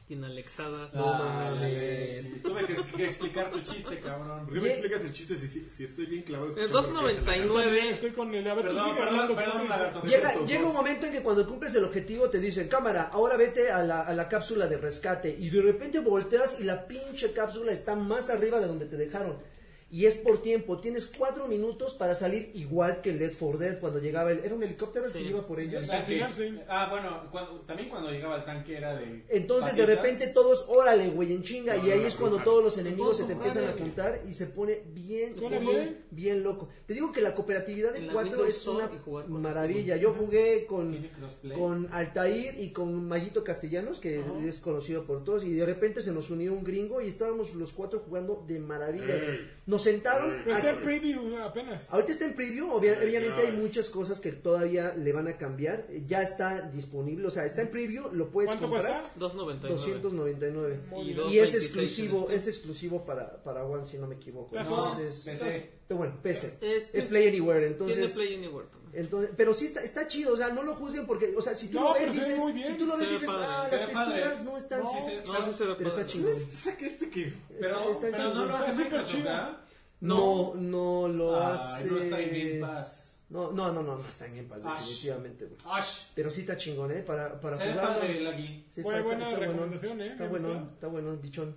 Tiene Alexada. Ah, mames. sí, Tuve que, que explicar tu chiste, cabrón. ¿Por qué me Ye- explicas el chiste si, si, si estoy bien clavado? En escuchando lo que hace la 299. Estoy con el. A ver, tú Perdón, sigue perdón, hablando, perdón, porque- lagarto. Llega, Estos llega dos. un momento en que cuando cumples el objetivo te dicen, cámara, ahora vete a la, a la cápsula de rescate. Y de repente volteas y la pinche cápsula está más arriba de donde te dejaron. Y es por tiempo, tienes cuatro minutos para salir igual que Led for Dead cuando llegaba el... ¿Era un helicóptero el Sí. que iba por ellos? El Al final, tanque. sí. Ah, bueno, cuando- también cuando llegaba el tanque era de. Entonces patitas. de repente todos, órale, güey, en chinga. No, y ahí no, es no, cuando no, todos los enemigos no, se te no, empiezan a madre. juntar y se pone bien, ¿Suena bien, bien? bien loco. Te digo que la cooperatividad de En la cuatro Windows es Store una y jugar con este maravilla. Yo jugué con, Tiene crossplay. con Altair y con Mayito Castellanos, que es conocido por todos, y de repente se nos unió un gringo y estábamos los cuatro jugando de maravilla. Ey. Nos sentaron... Pero está a- en preview apenas. Ahorita está en preview, obvia- obviamente hay claro. muchas cosas que todavía le van a cambiar. Ya está disponible, o sea, está en preview, lo puedes ¿Cuánto comprar. cuesta? 299. 299. Muy Y bien. dos Y es 26 exclusivo, este. en es exclusivo para, para One, si no me equivoco. Está Entonces, solo. PC. pero bueno, PC. Este es Play Anywhere, Tiene entonces. Play Anywhere también. entonces, pero sí está, está chido, o sea, no lo juzguen porque, o sea, si tú No, lo pero ves, se ve dices, muy bien. si tú lo ves, Se ve dices, padre. ah, Se las ve padre. texturas no están. No, sí, sí, No, sí se ve pero está padre. chido. Pues, Saca este que. Está- Pero, está pero no chingón. lo hace Está súper Microsoft, chido. Ah, ¿verdad? No, no lo Ay, hace. Ah, no está en Game Pass. No, no, no, no, no está en Game Pass, Ash. definitivamente, güey. Ash. Pero sí está chingón, ¿eh? Para, para Se ve jugarlo. padre el aquí. Sí, Buena- buena bueno. recomendación, ¿eh? Está Me bueno, gusta. está bueno, bichón.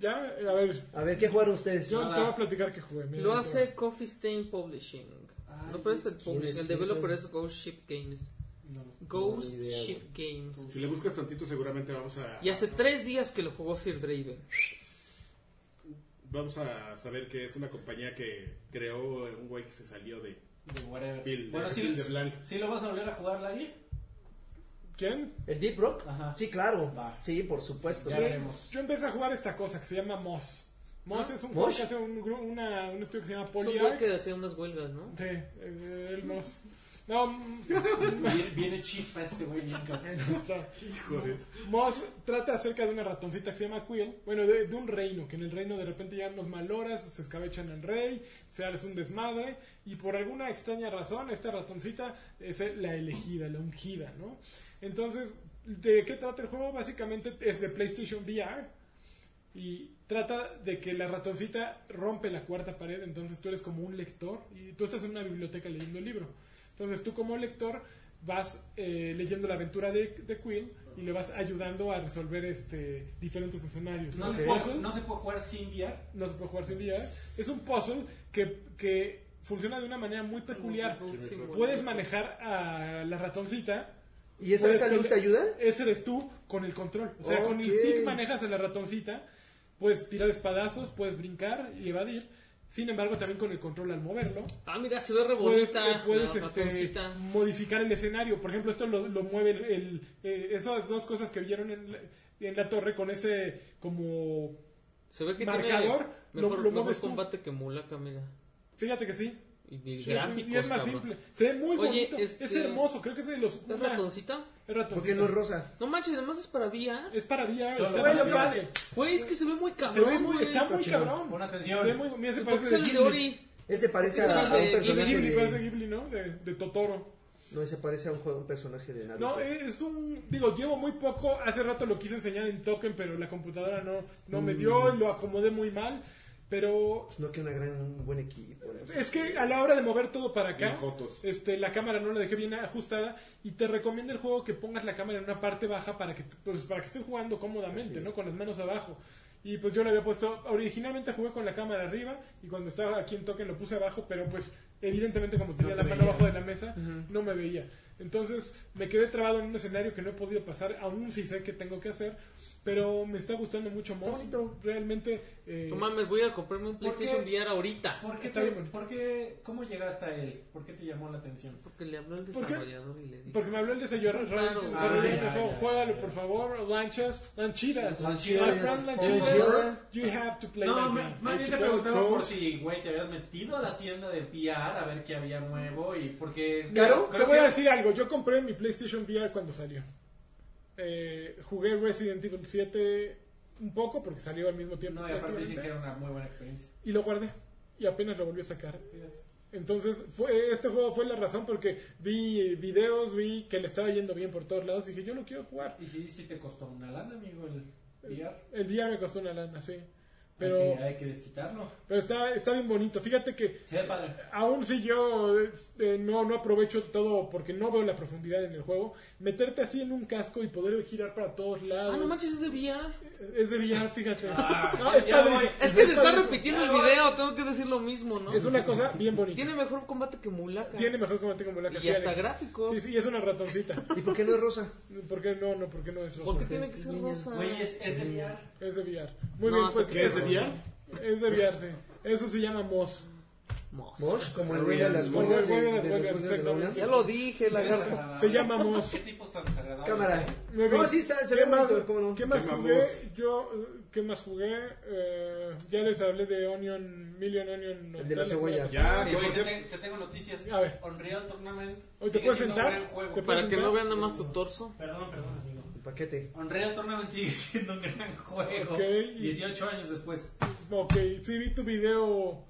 Ya, eh, a ver. A ver, ¿qué jugaron ustedes? Yo Nada. te voy a platicar que jugué. mira, Lo yo- hace Coffee Stain Publishing. Ay, No, pero es el ¿quién es publishing. El ese? developer es Ghost Ship Games. No, no. Ghost No, ni idea, Ship Games. Si le buscas tantito, seguramente vamos a. Y hace tres días que lo jugó Sir Draven. Vamos a saber que es una compañía que creó un güey que se salió de. De whatever. Bill, bueno, de- sí, Bill de Blanc. sí lo vas a volver a jugar, Lagui. ¿Quién? ¿El Deep Rock? Ajá. Sí, claro. Va. Sí, por supuesto. Ya veremos. Yo empecé a jugar esta cosa que se llama Moss. Moss es un ¿Mosh? juego que hace un, gru- una, un estudio que se llama Es un güey Polyarc. que hacía unas huelgas, ¿no? Sí, eh, el Moss. No, mm, <laughs> Viene, viene chispa este güey. bien cabrón. o sea, Moss trata acerca de una ratoncita que se llama Quill, bueno, de, de un reino, que en el reino de repente llegan los maloras, se escabechan al rey, se hace un desmadre, y por alguna extraña razón esta ratoncita es la elegida, la ungida, ¿no? Entonces, ¿de qué trata el juego? Básicamente es de PlayStation VR, y trata de que la ratoncita rompe la cuarta pared, entonces tú eres como un lector y tú estás en una biblioteca leyendo el libro. Entonces tú como lector vas eh, leyendo la aventura de, de Quill y le vas ayudando a resolver este diferentes escenarios. No, Es se un puede, puzzle, no se puede jugar sin VR. no se puede jugar sin día. Es un puzzle que, que funciona de una manera muy peculiar. Sí, güey. Puedes manejar a la ratoncita ¿Y esa, Puedes esa luz te pelear- ayuda? Ese eres tú con el control. O sea, con el Ok. stick manejas a la ratoncita, puedes tirar espadazos, puedes brincar y evadir. Sin embargo, también con el control al moverlo, Ah, mira, se ve re puedes, bonita. eh, puedes, la este, ratoncita. modificar el escenario. Por ejemplo, esto lo, lo mueve el, el, eh, esas dos cosas que vieron en la, en la torre con ese como... Se ve que marcador, lo- tiene mejor, lo mejor mueves tú. combate que Mulaka, mira. Fíjate que sí. Y, de Sí, gráficos, y es más cabrón. simple. Se ve muy Oye, bonito. Es este- hermoso. Creo que es de los... ¿Es una- ratoncita? es Porque ratoncita. no es rosa. No manches, además es para VR. Es para VR. Solo está para muy VR. padre. Güey, es que se ve muy cabrón. Se ve muy, güey. está muy Chingón. cabrón. Pon atención. Se ve muy, mira, se ¿Por qué parece es el de Ori? Ese parece Ese a, es a el un de personaje Ghibli, parece de... Ghibli, ¿no? De, de Totoro. No, ese parece a un, juego, un personaje de Naruto. No, eh. es un... Digo, llevo muy poco. Hace rato lo quise enseñar en token, pero la computadora no, no me dio y lo acomodé muy mal. Pero No que una gran, un buen equipo. no sé. es que a la hora de mover todo para acá, Bien jotos. este, la cámara no la dejé bien ajustada y te recomienda el juego que pongas la cámara en una parte baja para que, pues, para que estés jugando cómodamente, ¿no? Con las manos abajo. Y pues yo lo había puesto, originalmente jugué con la cámara arriba y cuando estaba aquí en token lo puse abajo, pero pues evidentemente como tenía te la mano veía. abajo de la mesa, no me veía. Entonces me quedé trabado en un escenario que no he podido pasar, aún si sé que tengo que hacer, pero me está gustando mucho más. bonito. Realmente... eh, No mames, voy a comprarme un ¿Por PlayStation qué? VR ahorita. ¿Por qué, Está te- bien bonito. por qué- ¿Cómo llegaste a él? ¿Por qué te llamó la atención? Porque le habló el ¿Por qué? desarrollador y le dijo. Porque me habló el desarrollador, Claro. el desarrollador Ah, me ya, dijo, ya, juégalo ya. por favor, lanchas, lanchiras. Lanchiras. My friend, Lanchiras. lanchiras, you have to play No, that me- game. más bien te Well, preguntaba cool. por si, güey, te habías metido a la tienda de VR a ver qué había nuevo y porque... Claro, creo te voy que- a decir algo, yo compré mi PlayStation VR cuando salió. Eh, jugué Resident Evil 7 un poco porque salió al mismo tiempo. No, y aparte dicen que prácticamente, era una muy buena experiencia. Y lo guardé. Y apenas lo volví a sacar. Fíjate. Entonces, fue, este juego fue la razón porque vi eh, videos, vi que le estaba yendo bien por todos lados y dije, yo lo quiero jugar. Y sí, sí te costó una lana, amigo, el VR. El VR me costó una lana, sí. Pero... Hay, que, hay que desquitarlo. Pero está, está bien bonito. Fíjate que Se ve padre. aún si yo eh, no, no aprovecho todo porque no veo la profundidad en el juego, meterte así en un casco y poder girar para todos lados e-, Ah, no manches, es de VR. <laughs> es de VR, fíjate. Ah, No, es ya padre. voy. Es que se está padre. <laughs> repitiendo el video, tengo que decir lo mismo, ¿no? Es una cosa bien bonita. Tiene mejor combate que Mulaka. Tiene mejor combate como la Y hacía hasta Alex. gráfico. Sí, sí, y es una ratoncita. ¿Y por qué no es rosa? ¿Por qué no? No, ¿por qué no es ¿Por qué rosa? tiene que ser rosa? Güey, es, es de VR. Es de VR. Muy No, bien, hasta pues. que- ¿Qué es de VR? Es de VR, sí. Eso se llama Moss. Mos. ¿Mosh? Como el güey de las Como el huelgas güey de de, las de huelgas, las huelgas de la exactamente. UNAM. Ya lo dije, la Es garra. desagradable. Se llama Moss. ¿Qué tipos tan desagradables? Cámara. Muy bien. No, sí está, se ¿Qué ve más, bonito, ¿cómo no? ¿Qué más Qué jugué? mamos. Yo, eh, ¿qué más jugué? Eh, ya les hablé de Onion, Million Onion. El de la Nostalgia. cebolla. Ah, Ya, Sí, que Güey, por te, cierto- te- te tengo noticias. A ver. Unreal Tournament. Oye, ¿te sigue puedes siendo sentar? un gran juego. ¿Te <laughs> Para que no vean nada más tu torso. Perdón, perdón, amigo. El paquete. Unreal Tournament sigue <laughs> siendo un gran juego. Ok, y- 18 años después. Ok, sí vi tu video.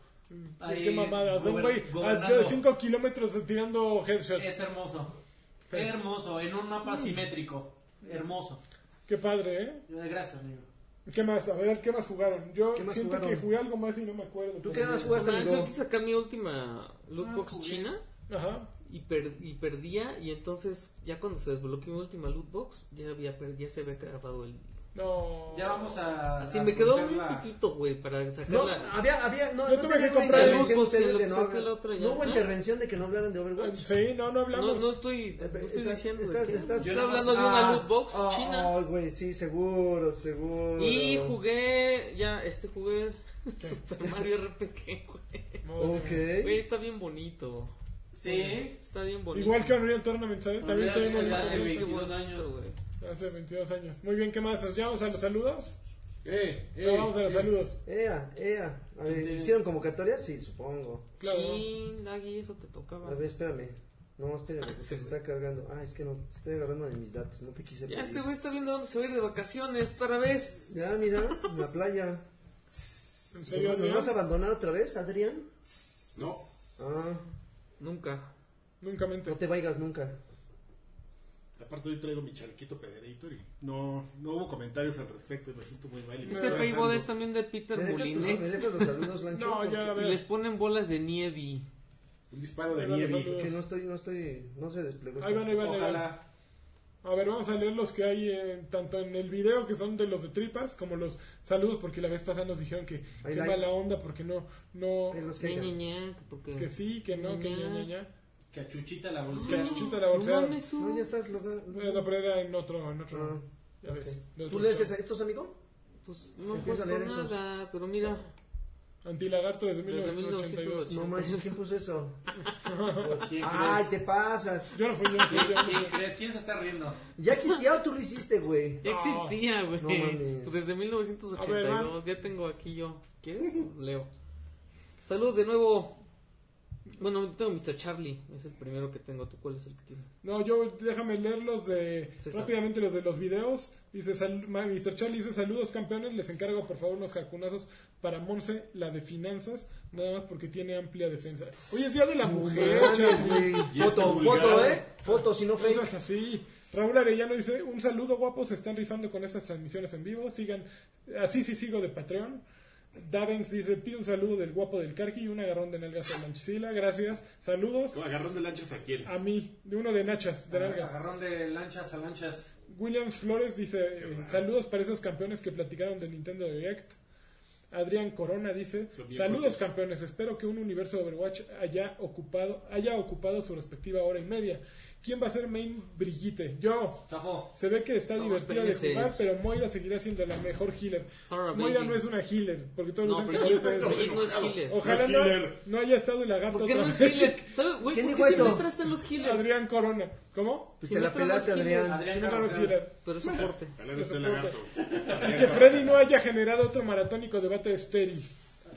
Ahí, qué mamada. O sea, un gober- güey a gobernando. 5 kilómetros tirando headshot. Es hermoso. Pero- Hermoso. En un Mm. mapa simétrico. Hermoso. Qué padre, ¿eh? Gracias, amigo. ¿Qué más? A ver, ¿qué más jugaron? Yo ¿Qué más siento jugaron? que jugué algo más y no me acuerdo. ¿Tú pero- qué más O jugaste, sea, yo amigo? quise sacar mi última No, lootbox jugué. china Ajá. y, per- y perdía. Y entonces, ya cuando se desbloqueó mi última lootbox, ya había perdido, se había acabado el. No. Ya vamos a. Así a me quedó romper un la- poquito, güey, para sacar No, la. había, había, no, Yo no tuve tenía que una comprar pues, el intervención Xbox, ustedes el de que no saca hablar. la otra ya. No hubo ¿Ah? intervención de que no hablaran de Overwatch. Sí, no, no hablamos. No, no estoy, no estoy Eh, Estás- diciendo de estás- qué. estás- Estoy Yo nada hablando más- de una Ah, loot box oh, china. Oh, güey, sí, seguro, seguro. y jugué, ya, este jugué <laughs> Super Mario RPG, güey. Güey, Ok. está bien bonito. Sí. Está bien bonito. Igual que Unreal Tournament, ¿sabes? También Unreal se ve Tournament bonito. hace Está 22 bonito, años. güey. Hace 22 años. Muy bien, ¿qué más? ¿Nos llevamos a los saludos? Eh, eh, Pero vamos a los eh. saludos. Ea, ea. A ver, Te- ¿Hicieron convocatoria? Sí, supongo. Claro. Chin, Nagui, eso te tocaba. A ver, espérame. No, espérame, Ah, porque sí, se güey. está cargando. Ah, es que no, estoy agarrando de mis datos, no te Ya quise pedir. este güey está viendo dónde se va a ir de vacaciones otra vez. Ya, mira, en la <laughs> playa. ¿En serio, ¿Nos, nos Adrián? vas a abandonar otra vez, Adrián? No, Ah, Nunca. Nunca mente. no te vayas nunca. aparte hoy traigo mi charquito Pederator y no, no hubo comentarios al respecto y me siento muy mal. y me Este estoy Facebook es abrazando. también de Peter ¿Me dejas, tus- me Molinex. dejas los <laughs> saludos, Lancho? No, ya, a Porque- Y les ver. ponen bolas de nieve. Un disparo de Ahí van los nieve. saludos. porque no estoy, no estoy, no se desplegó. Ahí van, ahí van, ahí van. Ojalá. A ver, vamos a leer los que hay eh, tanto en el video que son de los de tripas como los saludos porque la vez pasada nos dijeron que qué Ahí la- mala onda porque no no Ahí los que Ña, Ña, hayan. Ña, porque- que sí que no que Ña. ya ya ya Que a Chuchita la que a bolsera. Chuchita la No bolsearon. mames, No, un- ya estás loca. Eh, No, pero era en otro en otro Ah, ya ves de ¿Tú otro lees show. esa- estos, amigo? Pues no Empieza puedo a leer esos. nada, pero mira. Antilagarto desde Desde 1982 No 1982. manches, ¿quién puso eso? Pues, ¿quién Ay, crees? te pasas. yo no fui yo, no fui yo, no <laughs> fui ¿Quién yo. crees? ¿Quién se está riendo? ¿Ya existía o tú lo hiciste, güey? Ya existía, güey. no mames. pues desde 1982. ya tengo aquí yo. ¿Quieres? Leo. Saludos de nuevo. Bueno, tengo Mr. Charlie. Es el primero que tengo. ¿Tú cuál es el que tienes? No, yo déjame leer los de César. rápidamente los de los videos. Dice sal- ma- Mr. Charlie dice saludos campeones, les encargo por favor unos jacunazos para Monse, la de finanzas, nada más porque tiene amplia defensa. Hoy es día de la mujer, Mames, Charlie. güey. Y este Foto, vulgar. foto, ¿eh? Foto, si no Cosas fake. así. Raúl Arellano dice, un saludo guapo, se están rifando con estas transmisiones en vivo, sigan, así sí sigo de Patreon. Davens dice, pide un saludo del guapo del Carqui y un agarrón de nalgas a Manchila, gracias, saludos Agarrando lanchas a quién. a mí, de uno de nachas, de nalgas. Ah, Agarrón de lanchas a lanchas. Williams Flores dice, eh, saludos para esos campeones que platicaron del Nintendo Direct. Adrián Corona dice, Son bien saludos fuertes. campeones, espero que un universo de Overwatch haya ocupado, haya ocupado su respectiva hora y media. ¿ Quién va a ser main brillite? Yo. Zafó. Se ve que está No, divertida de espérense. jugar, pero Moira seguirá siendo la mejor healer. Sarah Moira Bailey. no es una healer, porque todos No, los pero Jake pero Jake no es healer. Oh, Ojalá No no, es healer. no haya estado el lagarto ¿Por qué otra no es vez. healer? ¿Sabes, güey? ¿Quién ¿Por dijo qué eso? siempre están los <laughs> healers? Adrián Corona. ¿Cómo? Pues Si te no la trabajas, pelaste, ¿quién Adrián. Adrián Sí, no, no es Carvajal. healer. Pero es soporte. Ojalá no esté el lagarto. Y que Freddy no haya generado otro maratónico debate estéril.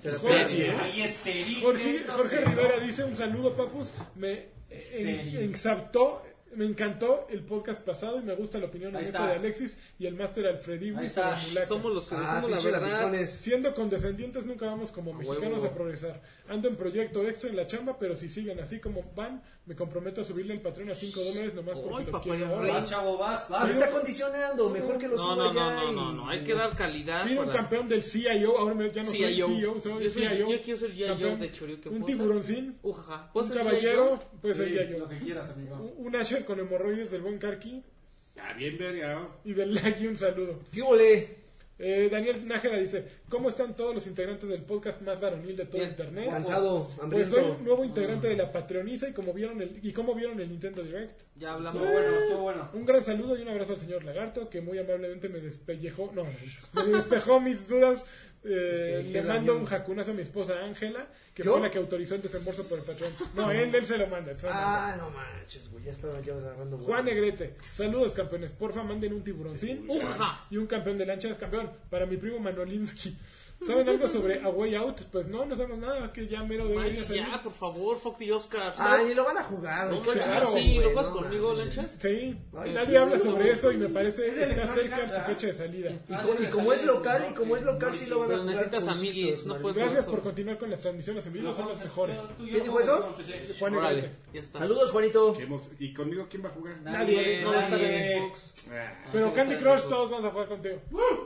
Te Pues, la Jorge- pelaste. Ahí esteril. Jorge, no Jorge sé, Rivera ¿no? dice un saludo, papus. Me eh, Estéril. en- exaltó, me encantó el podcast pasado y me gusta la opinión Ahí honesta está. de Alexis y el máster Alfredi Ahí está. Somos los que Ah, decimos la pinche pues, verdad. lapizones. Siendo condescendientes nunca vamos como mexicanos huevo. a progresar. Ando en proyecto extra en la chamba, pero si siguen así como van, me comprometo a subirle el patrón a 5 dólares nomás porque Ay, los papá, quiero. ya Ahora, Vas, chavo, vas, Ah, vas. se está condicionando, mejor que lo No, suba no, no, ya no, y- no, no. Hay que dar calidad. Pido un para- campeón del CIO, ahora me- ya no soy CIO. CEO, soy Yo soy- CIO. yo quiero ser GIO Campeón. de Chorizo, Un ¿puedo ser? tiburoncín, Ujaja. ¿Puedo un ser caballero, pues Sí, sería yo. lo que quieras, amigo. Un un Asher con hemorroides del buen Karki Ya, bien verga. y del Lucky un saludo. ¿Qué ole? Eh, Daniel Nájera dice, ¿cómo están todos los integrantes del podcast más varonil de todo Bien. internet? Cansado, Pues soy hambriento. un nuevo integrante de la Patreoniza y como vieron el, y cómo vieron el Nintendo Direct. Ya hablamos. Estuvo bueno, estuvo bueno. Un gran saludo y un abrazo al señor Lagarto, que muy amablemente me despellejó, no, me despejó mis dudas. Eh, Despellejé le el mando avión. un jacunazo a mi esposa Ángela, que ¿Yo? fue la que autorizó el desembolso por el patrón. <laughs> No, él, él se lo manda. él se lo manda. Ah, no manches, güey, ya estaba yo agarrando. güey. Juan Negrete, saludos campeones, porfa manden un tiburoncín Ujaja. y un campeón de lanchas, campeón, para mi primo Manolinsky. ¿Saben algo sobre A Way Out? Pues no, no sabemos nada, que ya mero debería Manches, salir. ya, por favor, fuck the Oscars. Ay, Ah, ni lo van a jugar. No güey, qué manches, claro, sí, güey, ¿lo juegas no conmigo, mames. Lanchas? Sí, Ay, nadie sí, habla sí, sobre sí. eso y me parece Es está electrónica, cerca ¿verdad? su fecha de salida. Y, co- y como es local, y como es local, sí lo van a Pero jugar. necesitas con amiguis, gustos, no madre. puedes- Gracias por solo. continuar con las transmisiones en vivo, son los mejores. ¿Quién dijo eso? Juan Órale, Negrete. ya está. Saludos, Juanito. Que hemos- ¿Y conmigo quién va a jugar? Nadie, No, está nadie. bien. Xbox. Ah, Pero sí, Candy está Crush bien. todos vamos a jugar contigo.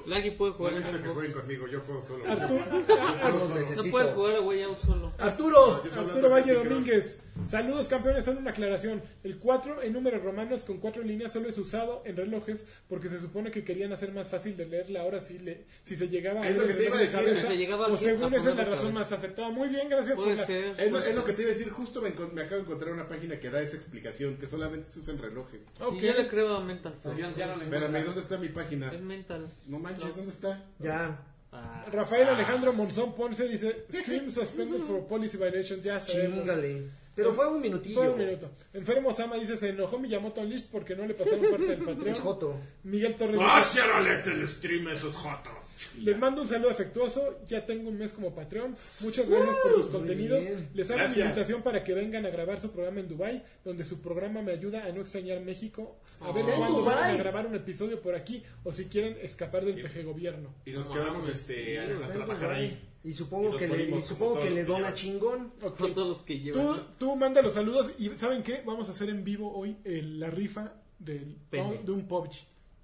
Laggy puede no jugar en necesito que Xbox. jueguen conmigo, yo juego solo. Arturo, <laughs> Todos No necesito. puedes jugar a Way Out solo. Arturo. Yo estoy hablando Arturo de Valle Candy Crush. Domínguez. Saludos campeones, solo una aclaración. El 4 en números romanos con cuatro líneas solo es usado en relojes porque se supone que querían hacer más fácil de leer la hora si, le, si se llegaba ver Es lo que el te iba a reloj de decir. cabeza, Si se llegaba a o ver- según a esa es la ponerlo razón otra más aceptada. Muy bien, gracias por Puede la- ser. Es lo, es lo que te iba a decir, justo me, encon- me acabo de encontrar una página que da esa explicación, que solamente se usan relojes. Ok. Y yo le creo a Mental Pero Fox. yo ya no le Espérame, encuentro. ¿dónde está mi página? Es Mental. No manches, ¿dónde está? Ya. Ah, Rafael Alejandro Monzón Ponce dice Stream suspended for policy violations. Ya sabemos. Chingale. Pero fue un minutillo. Todo un minuto. Enfermo Sama dice, se enojó Miyamoto List porque no le pasaron parte <laughs> del Patreon. Es joto. Miguel Torres dice, ¡Ah, ciérrales el stream a esos jotos! les mando un saludo afectuoso, ya tengo un mes como Patreon. Muchas gracias por sus contenidos. bien. Les hago mi Gracias. invitación para que vengan a grabar su programa en Dubai, donde su programa me ayuda a no extrañar México. A ver Ah, en cuándo Dubái. van a grabar un episodio por aquí o si quieren escapar del PG gobierno. Y nos quedamos este, a, a trabajar ahí. Y Y supongo nos que le, y morimos supongo como que todos le los que dona llevan. chingón. Ok. Con todos los que Tú, llevan. tú manda los saludos y ¿saben qué? Vamos a hacer en vivo hoy eh, la rifa del, Pene. de un PUBG.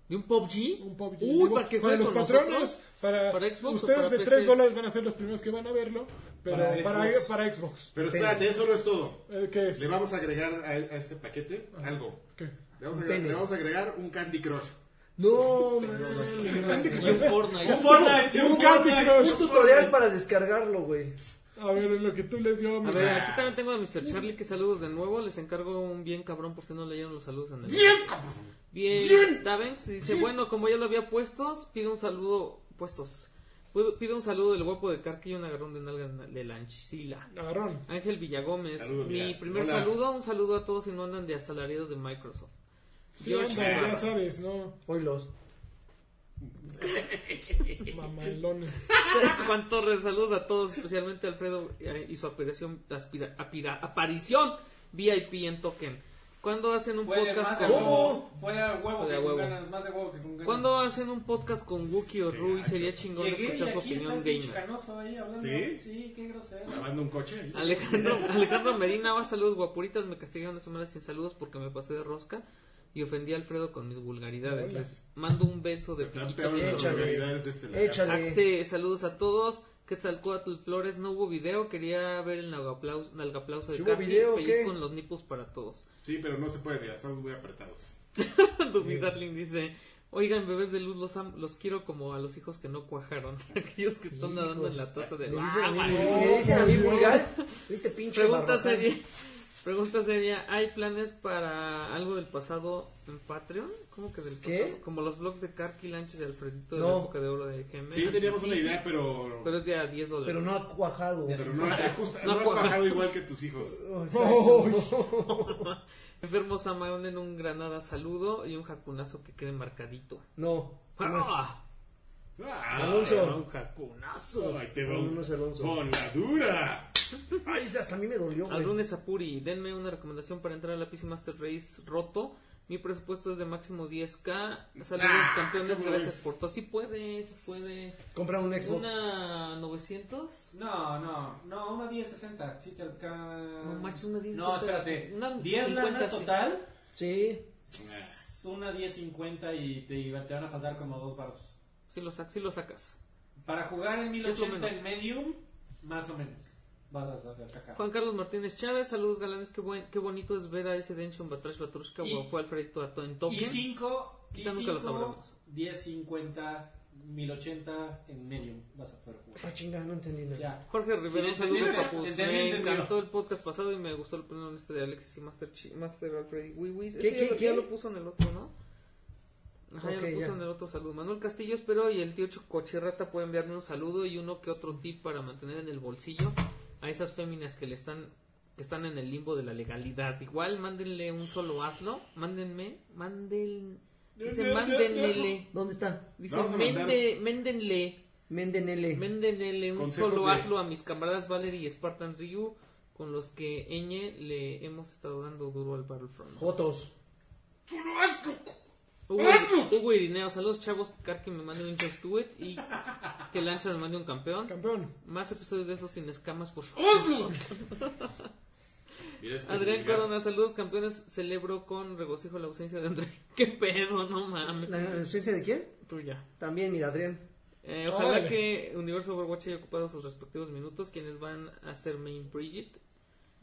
¿De un PUBG? Un PUBG en Uy, vivo. para que Para jueguen los con patronos, nosotros. para, ¿Para Xbox o ustedes para de PC? 3 dólares van a ser los primeros que van a verlo, pero para, Para para Xbox. Xbox. Pero espérate, eso no es todo. Eh, ¿Qué es? Le vamos a agregar a, a este paquete algo. ¿Qué? Le vamos, a Un agregar, pene. le vamos a agregar un Candy Crush. No, mames. Y un Fortnite. Un Fortnite, Un un Candy Fortnite. Crush. Un tutorial para descargarlo, güey. A ver, en lo que tú les dio. A ver, aquí también tengo a Mr. Charlie que saludos de nuevo. Les encargo un bien cabrón por si no leyeron los saludos en el. ¡Bien, cabrón! Bien, Bien. Tavenx dice, bueno, como ya lo había puestos, pido un saludo, puestos, Pido- pido un saludo del guapo de Carque y un agarrón de nalga de la anchila. Agarrón. Ángel Villagómez, Saludos, mi mira. primer Hola. saludo, un saludo a todos y no andan de asalariados de Microsoft. <laughs> Sí, anda, George ya Navarro. sabes, ¿no? Oilos. Mamalones. Juan Torres, saludos a todos, especialmente a Alfredo eh, y su aparición, aspira- apira- aparición VIP en Token. ¿Cuándo hacen un Fue de podcast más con de huevo. Fue de huevo Fue de que con huevo. ganas, más de huevo que con ganas. ¿Cuándo hacen un podcast con Wookie o Rui? ah, Sería chingón Llegué escuchar y su aquí está opinión el pinche gamer. canoso ahí hablando. ¿Sí? ¿Sí? qué grosero. Lavando un coche. ¿sí? Alejandro, <laughs> Alejandro Medina, va saludos guapuritas, me castigaron una semana sin saludos porque me pasé de rosca y ofendí a Alfredo con mis vulgaridades. Hola. Les mando un beso de Están piquito. peores las Échale. vulgaridades de este lado. Échale. Axe, saludos a todos. Quetzalcoatl Flores, no hubo video, quería ver el nalgaplaus- nalgaplauso ¿Sí de hubo Capi, video o qué? feliz con los nipples para todos. <laughs> Sí, pero no se puede, mira, estamos muy apretados. Dubi Darling dice, oigan bebés de luz, los, am- los quiero como a los hijos que no cuajaron, <laughs> aquellos que están nadando en la taza de... pues, Me ¡Ah, dicen, vale! me- me dicen a mí vulgar. Este pinche Pregunta barracán. seria. <laughs> Pregunta seria, ¿hay planes para algo del pasado en Patreon? ¿Cómo que del ¿Qué? pasado? Como los blogs de Carqui Lanchas y Alfredito de No. la época de oro de GM. Sí, teníamos Sí, una sí, idea, pero. Pero es de a 10 dólares. Pero no ha cuajado. Pero no, ajusta- No no ha cuaja. cuajado igual que tus hijos. O sea, Oh, Enfermo Samaón en un granada saludo y un jacunazo que quede marcadito. No. ¿cómo es? ¡Ah! Ah, Alonso. Un jacunazo. Ahí te va Con un- unos Alonso. Con la dura. Ay, hasta a mí me dolió, güey. Aldrune Sapuri, denme una recomendación para entrar a la PC Master Race roto. Mi presupuesto es de máximo 10k. Saludos Ah, campeones, ¿cómo gracias ves? por todo. Sí puede, sí puede. Compra un Xbox. Una 900. No, no, no, una 1060. Sí, te alcanza. No, manches, una 1060. No, espérate. Una 10 50, lanas sí. total, Sí. una 1050 y te, y te van a faltar como dos baros. Si lo, sac- sí lo sacas. Para jugar en Es lo 1080 menos. en medium, más o menos. Vas a, a sacar. Juan Carlos Martínez Chávez, saludos galanes. Qué, buen, qué bonito es ver a ese Denshon Batrash Batrushka. Y- Wow, fue Alfredito Ato en Y token. 5, y Quizá nunca lo sabremos. 1050, 1080 en medium vas a poder jugar. Ah, chinga, no entendí nada. Ya. Jorge Rivera, un ¿Quién saludo entendió? papus. Entendió, Me entendió. encantó el podcast pasado y me gustó el plano este de Alexis y Master, Chi- Master Alfred y Wiwis. ¿Qué, Ese qué, ya, lo- qué? ya lo puso en el otro, ¿no? Ajá, ya Ok, lo puso ya. en el otro saludo. Manuel Castillo, espero y el tío Cochirrata puede enviarme un saludo y uno que otro tip para mantener en el bolsillo a esas féminas que le están que están en el limbo de la legalidad. Igual, mándenle un solo hazlo. Mándenme, manden... Dice, mándenmele. ¿Dónde está? Dice, Vamos a mandar- mende, mándenle. Mendenele. Mándenle un Consejos solo de- hazlo a mis camaradas Valerie y Spartan Ryu, con los que Eñe le hemos estado dando duro al Battlefront. Jotos. ¡Tú lo has, loco! Hugo, ¡Hazlo! Hugo Irineo, saludos chavos, Car que me mande un Just Do It y que Lancha me mande un campeón. campeón. Más episodios de esos sin escamas, por favor. ¡Hazlo! Mira este Adrián vulgar. Corona, saludos campeones, celebro con regocijo la ausencia de André. <laughs> ¿Qué pedo? No mames. ¿La ausencia de quién? Tuya. También, mira, Adrián. Eh, ojalá Órale. que Universo Overwatch haya ocupado sus respectivos minutos, quienes van a ser Main Bridget.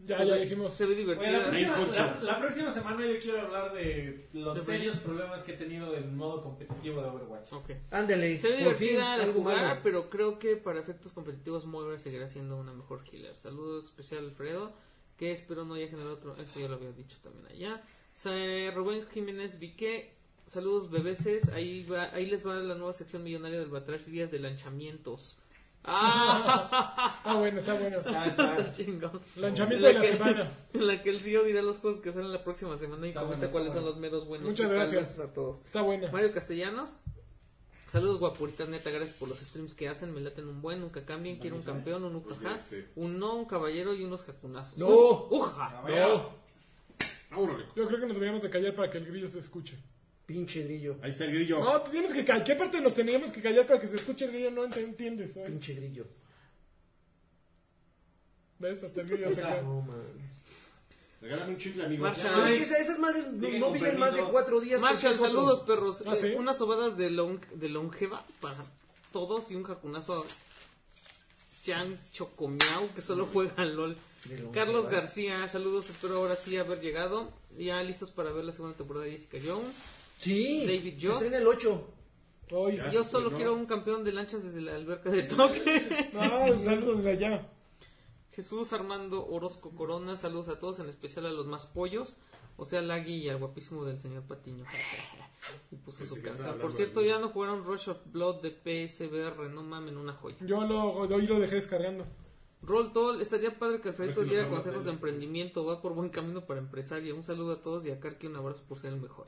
Ya, Se ya ve- dijimos. Se ve Oye, la, divertida. Main próxima, la- Hunter. la próxima semana yo quiero hablar de los De serios problemas que he tenido en modo competitivo de Overwatch. Ok. Ándele. Se ve por fin, divertida la algo jugada, malo. pero creo que para efectos competitivos Moira seguirá siendo una mejor healer. Saludos especial a Alfredo, que espero no haya generado otro... Eso ya lo había dicho también allá. Sa- eh, Rubén Jiménez Vique, <laughs> saludos bebeses. Ahí, va, ahí les va la nueva sección millonaria del Batrash Días de Lanchamientos. Ah, Ah, bueno, está bueno. Está, está. <laughs> chingón. Lanzamiento de la que- semana. En la que el CEO dirá los juegos que salen la próxima semana y Está bueno, comenta está cuáles son bueno. los meros buenos. Muchas ¿Qué tal? gracias. a todos. Está buena. Mario Castellanos. Saludos guapuritas, neta, gracias por los streams que hacen, me laten un buen, nunca cambien, quiero un campeón, un ujaja, Este. un no, un caballero y unos jacunazos. No. ¡Uja! Caballero. Ábrale. Yo creo que nos deberíamos de callar para que el grillo se escuche. Pinche grillo. Ahí está el grillo. No, te tienes que callar. ¿Qué parte nos teníamos que callar para que se escuche el grillo? No ent- entiendes. ¿eh? Pinche grillo. ¿Ves? Hasta el grillo se calla. No, man. Regálame un chicle, amigo. Marshall. Pero es que esa- esas madres no, Sigue no con viven permiso. más de cuatro días. Marshall, porque es otro. saludos perros, Ah, Eh, ¿sí? unas sobadas de, long, de longeva para todos y un jacunazo a Chan Chocomiao que solo juega al LOL. De longeva. Carlos García, saludos, espero ahora sí haber llegado. Ya listos para ver la segunda temporada de Jessica Jones. Sí. David Se Joss. estrena el 8. Oye. Yo solo quiero un campeón de lanchas desde la alberca de toque. No, saludos de allá. Jesús Armando Orozco Corona, saludos a todos, en especial a los más pollos, o sea, Lagui y al guapísimo del señor Patiño. y puso su casa. Por cierto, ya no jugaron Rush of Blood de PSBR, no mamen, una joya. Yo lo, hoy lo dejé descargando. Roll Toll, estaría padre que Alfredo A ver si lo diera armas, consejos de Alex. emprendimiento, va por buen camino para empresario. Un saludo a todos y a Karki un abrazo por ser el mejor.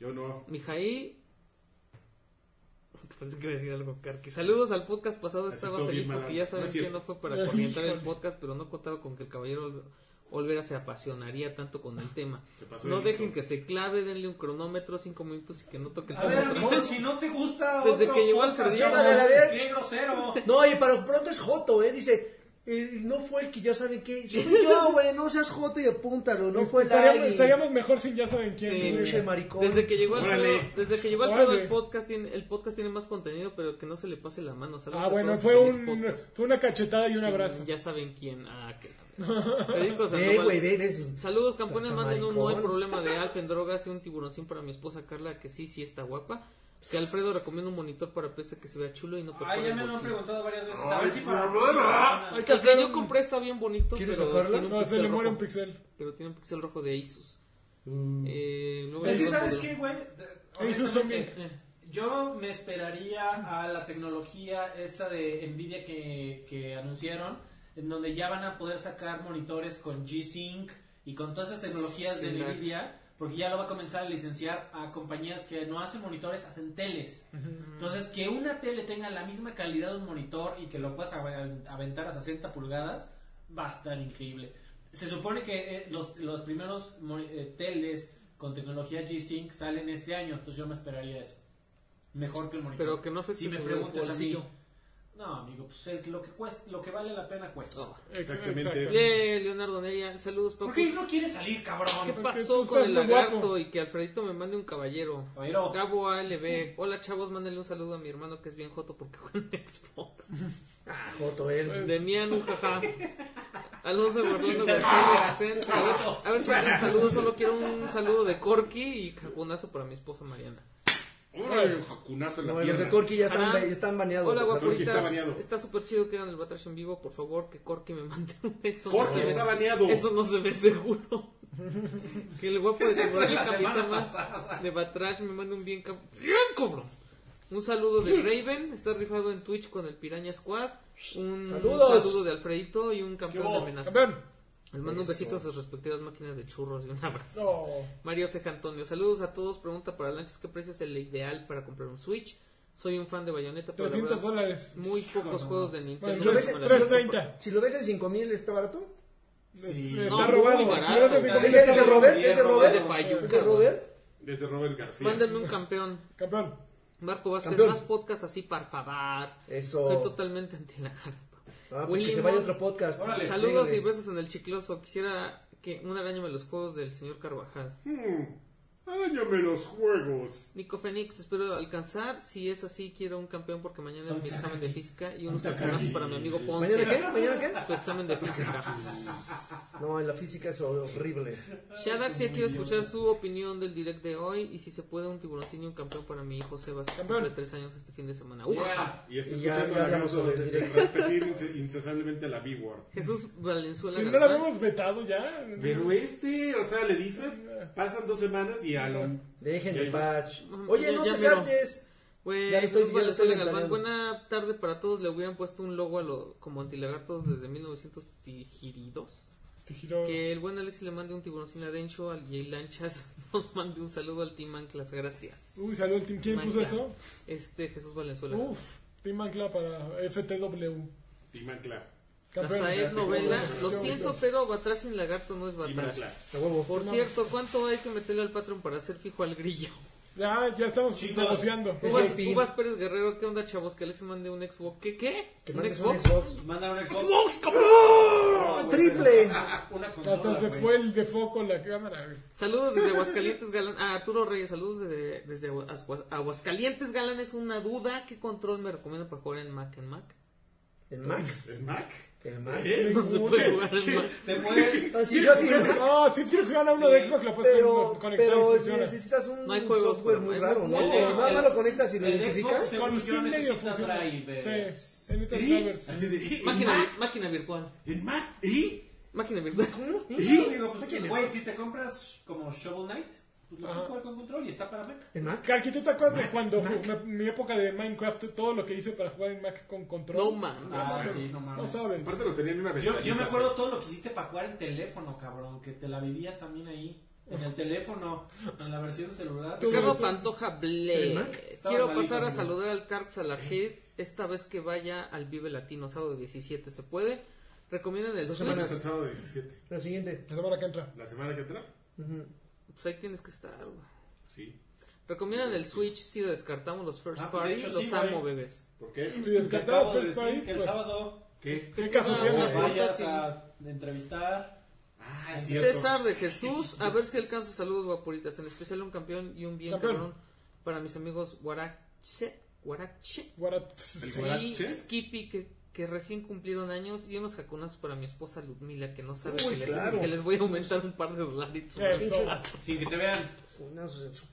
Yo no. Mijaí. <laughs> Pensé que iba a decir algo, Karki. Saludos al podcast pasado. Así Estaba todo feliz bien mal, porque ya no saben es que cierto. no fue para orientar el podcast, pero no contaba con que el caballero Ol- Olvera se apasionaría tanto con el tema. <laughs> Se pasó de No listo. dejen que se clave, denle un cronómetro, cinco minutos y que no toque el A ver, tema. otra amigo, vez. si no te gusta Desde otro que llegó podcast, Alfredo, chavo, llévale a la verga. Qué grosero. No, y para pronto es Joto, ¿eh? Dice, eh, no fue el que ya saben qué. Soy yo, güey, no seas Joto y apúntalo. No fue el estaríamos, Ari. estaríamos mejor sin ya saben quién. Sí. güey. Pinche maricón. Desde que llegó Alfredo, Órale. desde que llegó Alfredo Órale. el podcast tiene, el podcast tiene más contenido, pero que no se le pase la mano. Saludos Ah, a bueno, todos y fue, feliz un, podcast. fue una cachetada y un Sí, abrazo. Ya saben quién. Ah, que <laughs> la- Federico Eh, Sandoval. güey, ve, ve. eso. Saludos campeones, Hasta manden un no hay maricón. problema de Alf en drogas y un tiburoncín para mi esposa Carla que sí, sí está guapa. Que Alfredo recomienda un monitor para PC que se vea chulo y no te Ay, ya pone el me lo han bolsillo. preguntado varias veces. A Ay, ver si para la bla, bla, bla. próxima semana. Hay que El que hacer yo un- compré está bien bonito, pero ¿Quieres sacarlo? tiene un No, se pixel le muere rojo. un Mm. pixel. Pero tiene un pixel rojo de Asus. Eh, luego Es que, llegó ¿sabes el- qué, güey? Eso es Honestamente, un Eh, Yo me esperaría a la tecnología esta de Nvidia que, que anunciaron, en donde ya van a poder sacar monitores con G-Sync y con todas esas tecnologías de Sí, la- Nvidia, porque ya lo va a comenzar a licenciar a compañías que no hacen monitores, hacen teles. Entonces, que una tele tenga la misma calidad de un monitor y que lo puedas av- aventar a 60 pulgadas, va a estar increíble. Se supone que eh, los, los primeros mo- eh, teles con tecnología G-Sync salen este año, entonces yo me esperaría eso. Mejor que el monitor. Pero que no afecte Si me su preguntas a mí. bolsillo. No, amigo, pues el- lo, que cuesta, lo que vale la pena cuesta. no. Exactamente. Eh, Leonardo Neria, saludos, ¿Por papus. qué no quiere salir, ¿Qué cabrón? Porque pasó tú con estás el muy guapo. lagarto y que Alfredito me mande un caballero? Caballero. Gabo ALB. Hola chavos, mándenle un saludo a mi hermano que es bien joto porque juega en Xbox. Ah, Joto, Pues. él. <laughs> Demian, ujaja. Alonso Gordón de García Garcés. A ver, a ver si me dan saludos, solo quiero un saludo de Corky y jacunazo para mi esposa Mariana. Órale, un jacunazo en la No, los pierna. de Corky ya están, Ajá. ya están baneados. Hola o sea, Corky está guapuritas, baneado. está súper chido que hagan el Batrash en vivo, por favor, que Corky me mande un beso. Corky No se está ve- baneado. Eso no se ve <laughs> seguro. que el guapo de fue la Samuel semana Kamisama de Batrash me mande un bien cab- bien cabrón. Un saludo de Raven, está rifado en Twitch con el Piraña Squad. Un Saludos. saludo de Alfredito y un campeón de hubo? amenaza. Campeón. Les mando un Eso. besito a sus respectivas máquinas de churros y un abrazo. No. Mario Ceja Antonio, saludos a todos. Pregunta para Lanchas: ¿qué precio es el ideal para comprar un Switch? Soy un fan de Bayonetta, pero la 300 verdad, dólares. muy pocos juegos de Nintendo. Bueno, Pero me ese- las- tres- 330. Si lo ves en 5000, ¿está barato? Sí. Está No, muy robado. barato, Si lo ves a está- cinco mil, ¿Ese es está de robado. Robert? Sí, ¿Es de es Robert? de Fayuca, ¿Es de Robert? Desde Robert García. Mándenme un campeón. Campeón. Marco Vázquez, Campeón. más podcast así, por favor. Eso. Soy totalmente anti-lagarto. Ah, pues que se Willy vaya Mon- otro podcast. Órale. Saludos Dígale. y besos en el chicloso. Quisiera que un araño me los juegos del señor Carvajal. Hmm, Arañame los juegos. Nico Fénix, espero alcanzar. Si es así, quiero un campeón porque mañana es mi examen de física y unos campeonazos para mi amigo Ponce. ¿Mañana qué? ¿Mañana Su examen de física. qué? No, en la física es horrible. Shadaxia, quiero escuchar su opinión del direct de hoy y si se puede un tiburoncín y un campeón para mi hijo Sebas, que Campeón. cumple tres años este fin de semana. Ya. ¡Ujaja! Y está Y ya- escuchando ya la hablamos causa sobre de el de repetir ince- incesablemente la B-word. Jesús Valenzuela Si no lo Galván. habíamos vetado ya. Pero este, o sea, le dices, pasan dos semanas y a lo... Déjenme Ya, en paz. Mm, Oye, ya- no ya te mero. saltes. Güey, Ya le estoy- Gus ya le estoy Valenzuela Galván, ventaneando. buena tarde para todos. Le hubieran puesto un logo a lo, como antilagartos desde 1922. Tejiro. Que el buen Alex le mande un tiburoncín a Dencho, al Jay Lanchas. <laughs> Nos mande un saludo al Team Anclas, gracias. Uy, salió el Team. ¿Quién puso Manca. pues eso? Uh. Este Jesús Valenzuela. Uf, Team Ancla para FTW. Timancla. Campeón. Casaed Novela. Lo siento, pero aguatrás sin lagarto no es batalla. Timancla. A huevo. Por cierto, ¿cuánto hay que meterle al patrón para hacer fijo al grillo? Ya, ya estamos Chicos. negociando. <laughs> Es Uvas, VIP. Uvas Pérez Guerrero, ¿qué onda, chavos? Que Alex mande un Xbox. ¿Qué? ¿Qué? Que ¿Un mandes Xbox? un Xbox. Mandan un Xbox. ¡Cabrón! No, güey, ¡Triple! pero- Una Hasta consola, se güey. fue el de foco la cámara. güey. Saludos <laughs> desde Aguascalientes Galán. Ah, Arturo Reyes, saludos desde, desde Aguas- Aguascalientes Galán. Es una duda. ¿Qué control me recomienda para jugar en Mac en Mac? <laughs> El Mac. ¿El Mac? El Mac. No se puede jugar en Mac. Te puede- Ah, sí, yo <laughs> sí, No, si funciona uno de Xbox, lo puedes pero, conectar y pero funciona. necesitas un No hay juegos, software pero muy hay- raro, ¿no? el- O Nada más el- lo conectas y lo el identificas. Xbox- Con Yo Steam medio necesito funciona. driver. Sí, necesitas ¿Sí? driver. Así de, ¿y? ¿El Máquina, Mac? vi- máquina virtual. ¿El Mac? ¿Y? Máquina virtual. Yo digo, pues, Güey, si te compras como Shovel Knight, pues lo puedes Ajá. jugar con control y está para Mac. ¿El Mac? Karki, ¿tú te acuerdas de cuando ju- mi mi época de Minecraft, todo lo que hice para jugar en Mac con No control? mames. Ah, sí, no mames. No saben. Aparte lo tenía en una Yo, ventanita. yo me así. acuerdo todo lo que hiciste para jugar en teléfono, cabrón, que te la vivías también ahí. En el teléfono, en la versión celular. Tú- Ricardo tú- Pantoja Blade. ¿El Mac? Estaba Quiero malito, pasar a mi Mac. saludar al Carx al Arcade. Esta vez que vaya al Vive Latino, sábado 17. ¿Se puede? Recomiendan el Dos Semana Switch. semanas. del sábado 17. La siguiente. La semana que entra. ¿La semana que entra? Ujú. Pues ahí tienes que estar, güey. Sí. Recomiendan el Switch si descartamos los first Ah, pues, de party. hecho, Los sí, amo, güey. bebés. ¿Por qué? Si Te descartabas acabo de First decir Party, que el pues, sábado ¿Qué? ¿qué caso Ah, tiene? la portátil. vayas a entrevistar. Ah, es cierto. César de Jesús, a ver si alcanzo saludos guapuritas, en especial un campeón y un bien Campeón. cabrón para mis amigos Guarache, Guarache Guarat- El y Guarache. Skippy que, que recién cumplieron años y unos jacunazos para mi esposa Ludmila que no sabe Uy, que, les, claro. que les voy a aumentar un par de dolaritos. Eso. Ah, Sin que te vean Unas en su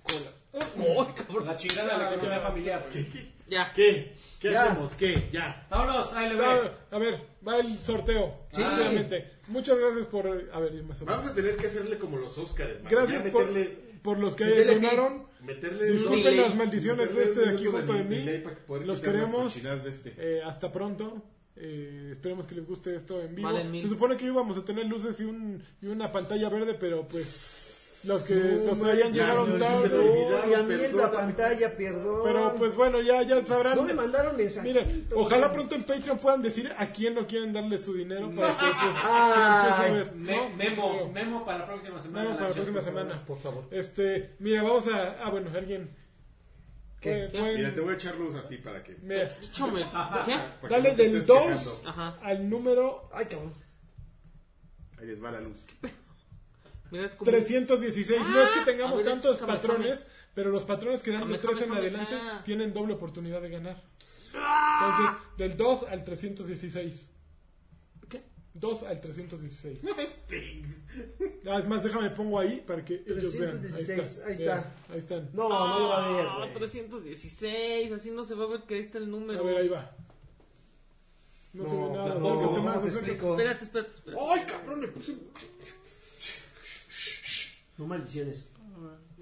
<laughs> cola. Ay, cabrón. la chingada de la economía familiar. Ya, ¿Qué? ¿Qué Ya. hacemos? ¿Qué? Ya. Vámonos, ahí le ve. Ah, A ver, va el sorteo. Sí. Rápidamente. Muchas gracias por. A ver, más o menos. Vamos a tener que hacerle como los Oscars. man. Gracias Ya por, meterle, por los que Métele aquí. donaron. meterle Disculpen Delay. las maldiciones de este de aquí junto de mí. delay para poder Los quitar las queremos. cochinadas de este. Eh, hasta pronto. Eh, esperemos que les guste esto en vivo. Valen mil. Se supone que íbamos a tener luces y, un, y una pantalla verde, pero pues los que Eh, los traían ya, llegaron no, sí tarde. se me olvidó. Uy, a mí en la perdóname. pantalla, perdón. Pero pues bueno, ya, ya sabrán. No me mandaron mensaje. Miren, ojalá pronto en Patreon puedan decir a quién no quieren darle su dinero para que pues, Ay. empiece a ver, Me- ¿no? memo, Pero- memo para la próxima semana. Memo para la Lanchas, próxima por favor. semana. Por favor. Este, mira, vamos a. Ah, bueno, alguien. ¿Qué? Pueden- pueden- Mira, te voy a echar luz así para que. mira, chome. ¿Qué? para que dale no te del estés 2 quejando. Ajá. al número Ay, cabrón. Ahí les va la luz. Mira, es como... Ah, 316. No es que a tengamos ver, tantos déjame, patrones, pero los patrones que dan de 3 Déjame, en déjame, Ah. adelante déjame. tienen doble oportunidad de ganar. Entonces, del 2 al 316. ¿Qué? 2 al <laughs> 316. Además, déjame pongo ahí para que ellos vean. 316, ahí vean, está. ahí están. No, no lo va a ver. Ah, güey. 316, así no se va a ver que ahí está el número. A ver, ahí va. No, se No, ve nada. tampoco, acércate ¿cómo más, te acércate. explico? Espérate, espérate, espérate. Oh. ¡Ay, cabrón! Le puse. No maldiciones.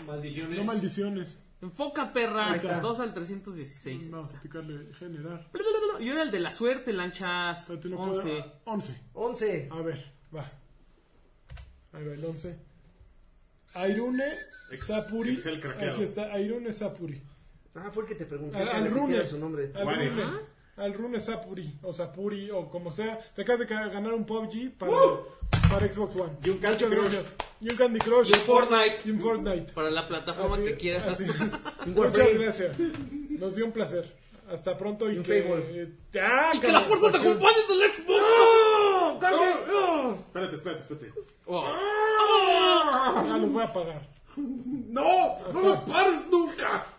Maldiciones. No maldiciones. Enfoca, perra. Ahí está. 2 al 316. Vamos a picarle generar. Yo era el de la suerte, lanchas. Espérate, no 11. puedo- 11. 11. A ver, va. Ahí va el 11. Airune Ex- Sapuri. Excel craqueado. Aquí está, Airune Sapuri. Ah, fue el que te pregunté. Al, que al repitiera Rune. su nombre. Al Juárez. Rune. Ajá. Al Rune Sapuri. O Sapuri, o como sea. Te acabas de ca- ganar un PUBG para, ¡Uh! para Xbox One. Y un Candy Muchas Crush. gracias. Y un Candy Crush. Y un Fortnite. Y un Fortnite. Para la plataforma Así- que quieras. así es. Muchas Warframe. gracias. Nos dio un placer. Hasta pronto y, Y un que. Fable. eh, ¡ah, Y <laughs> que la cabrón! fuerza te Cualquier- acompañe del Xbox. Espérate, espérate, espérate. Oh. Ah, los voy a pagar. ¡No! ¡No lo pares nunca!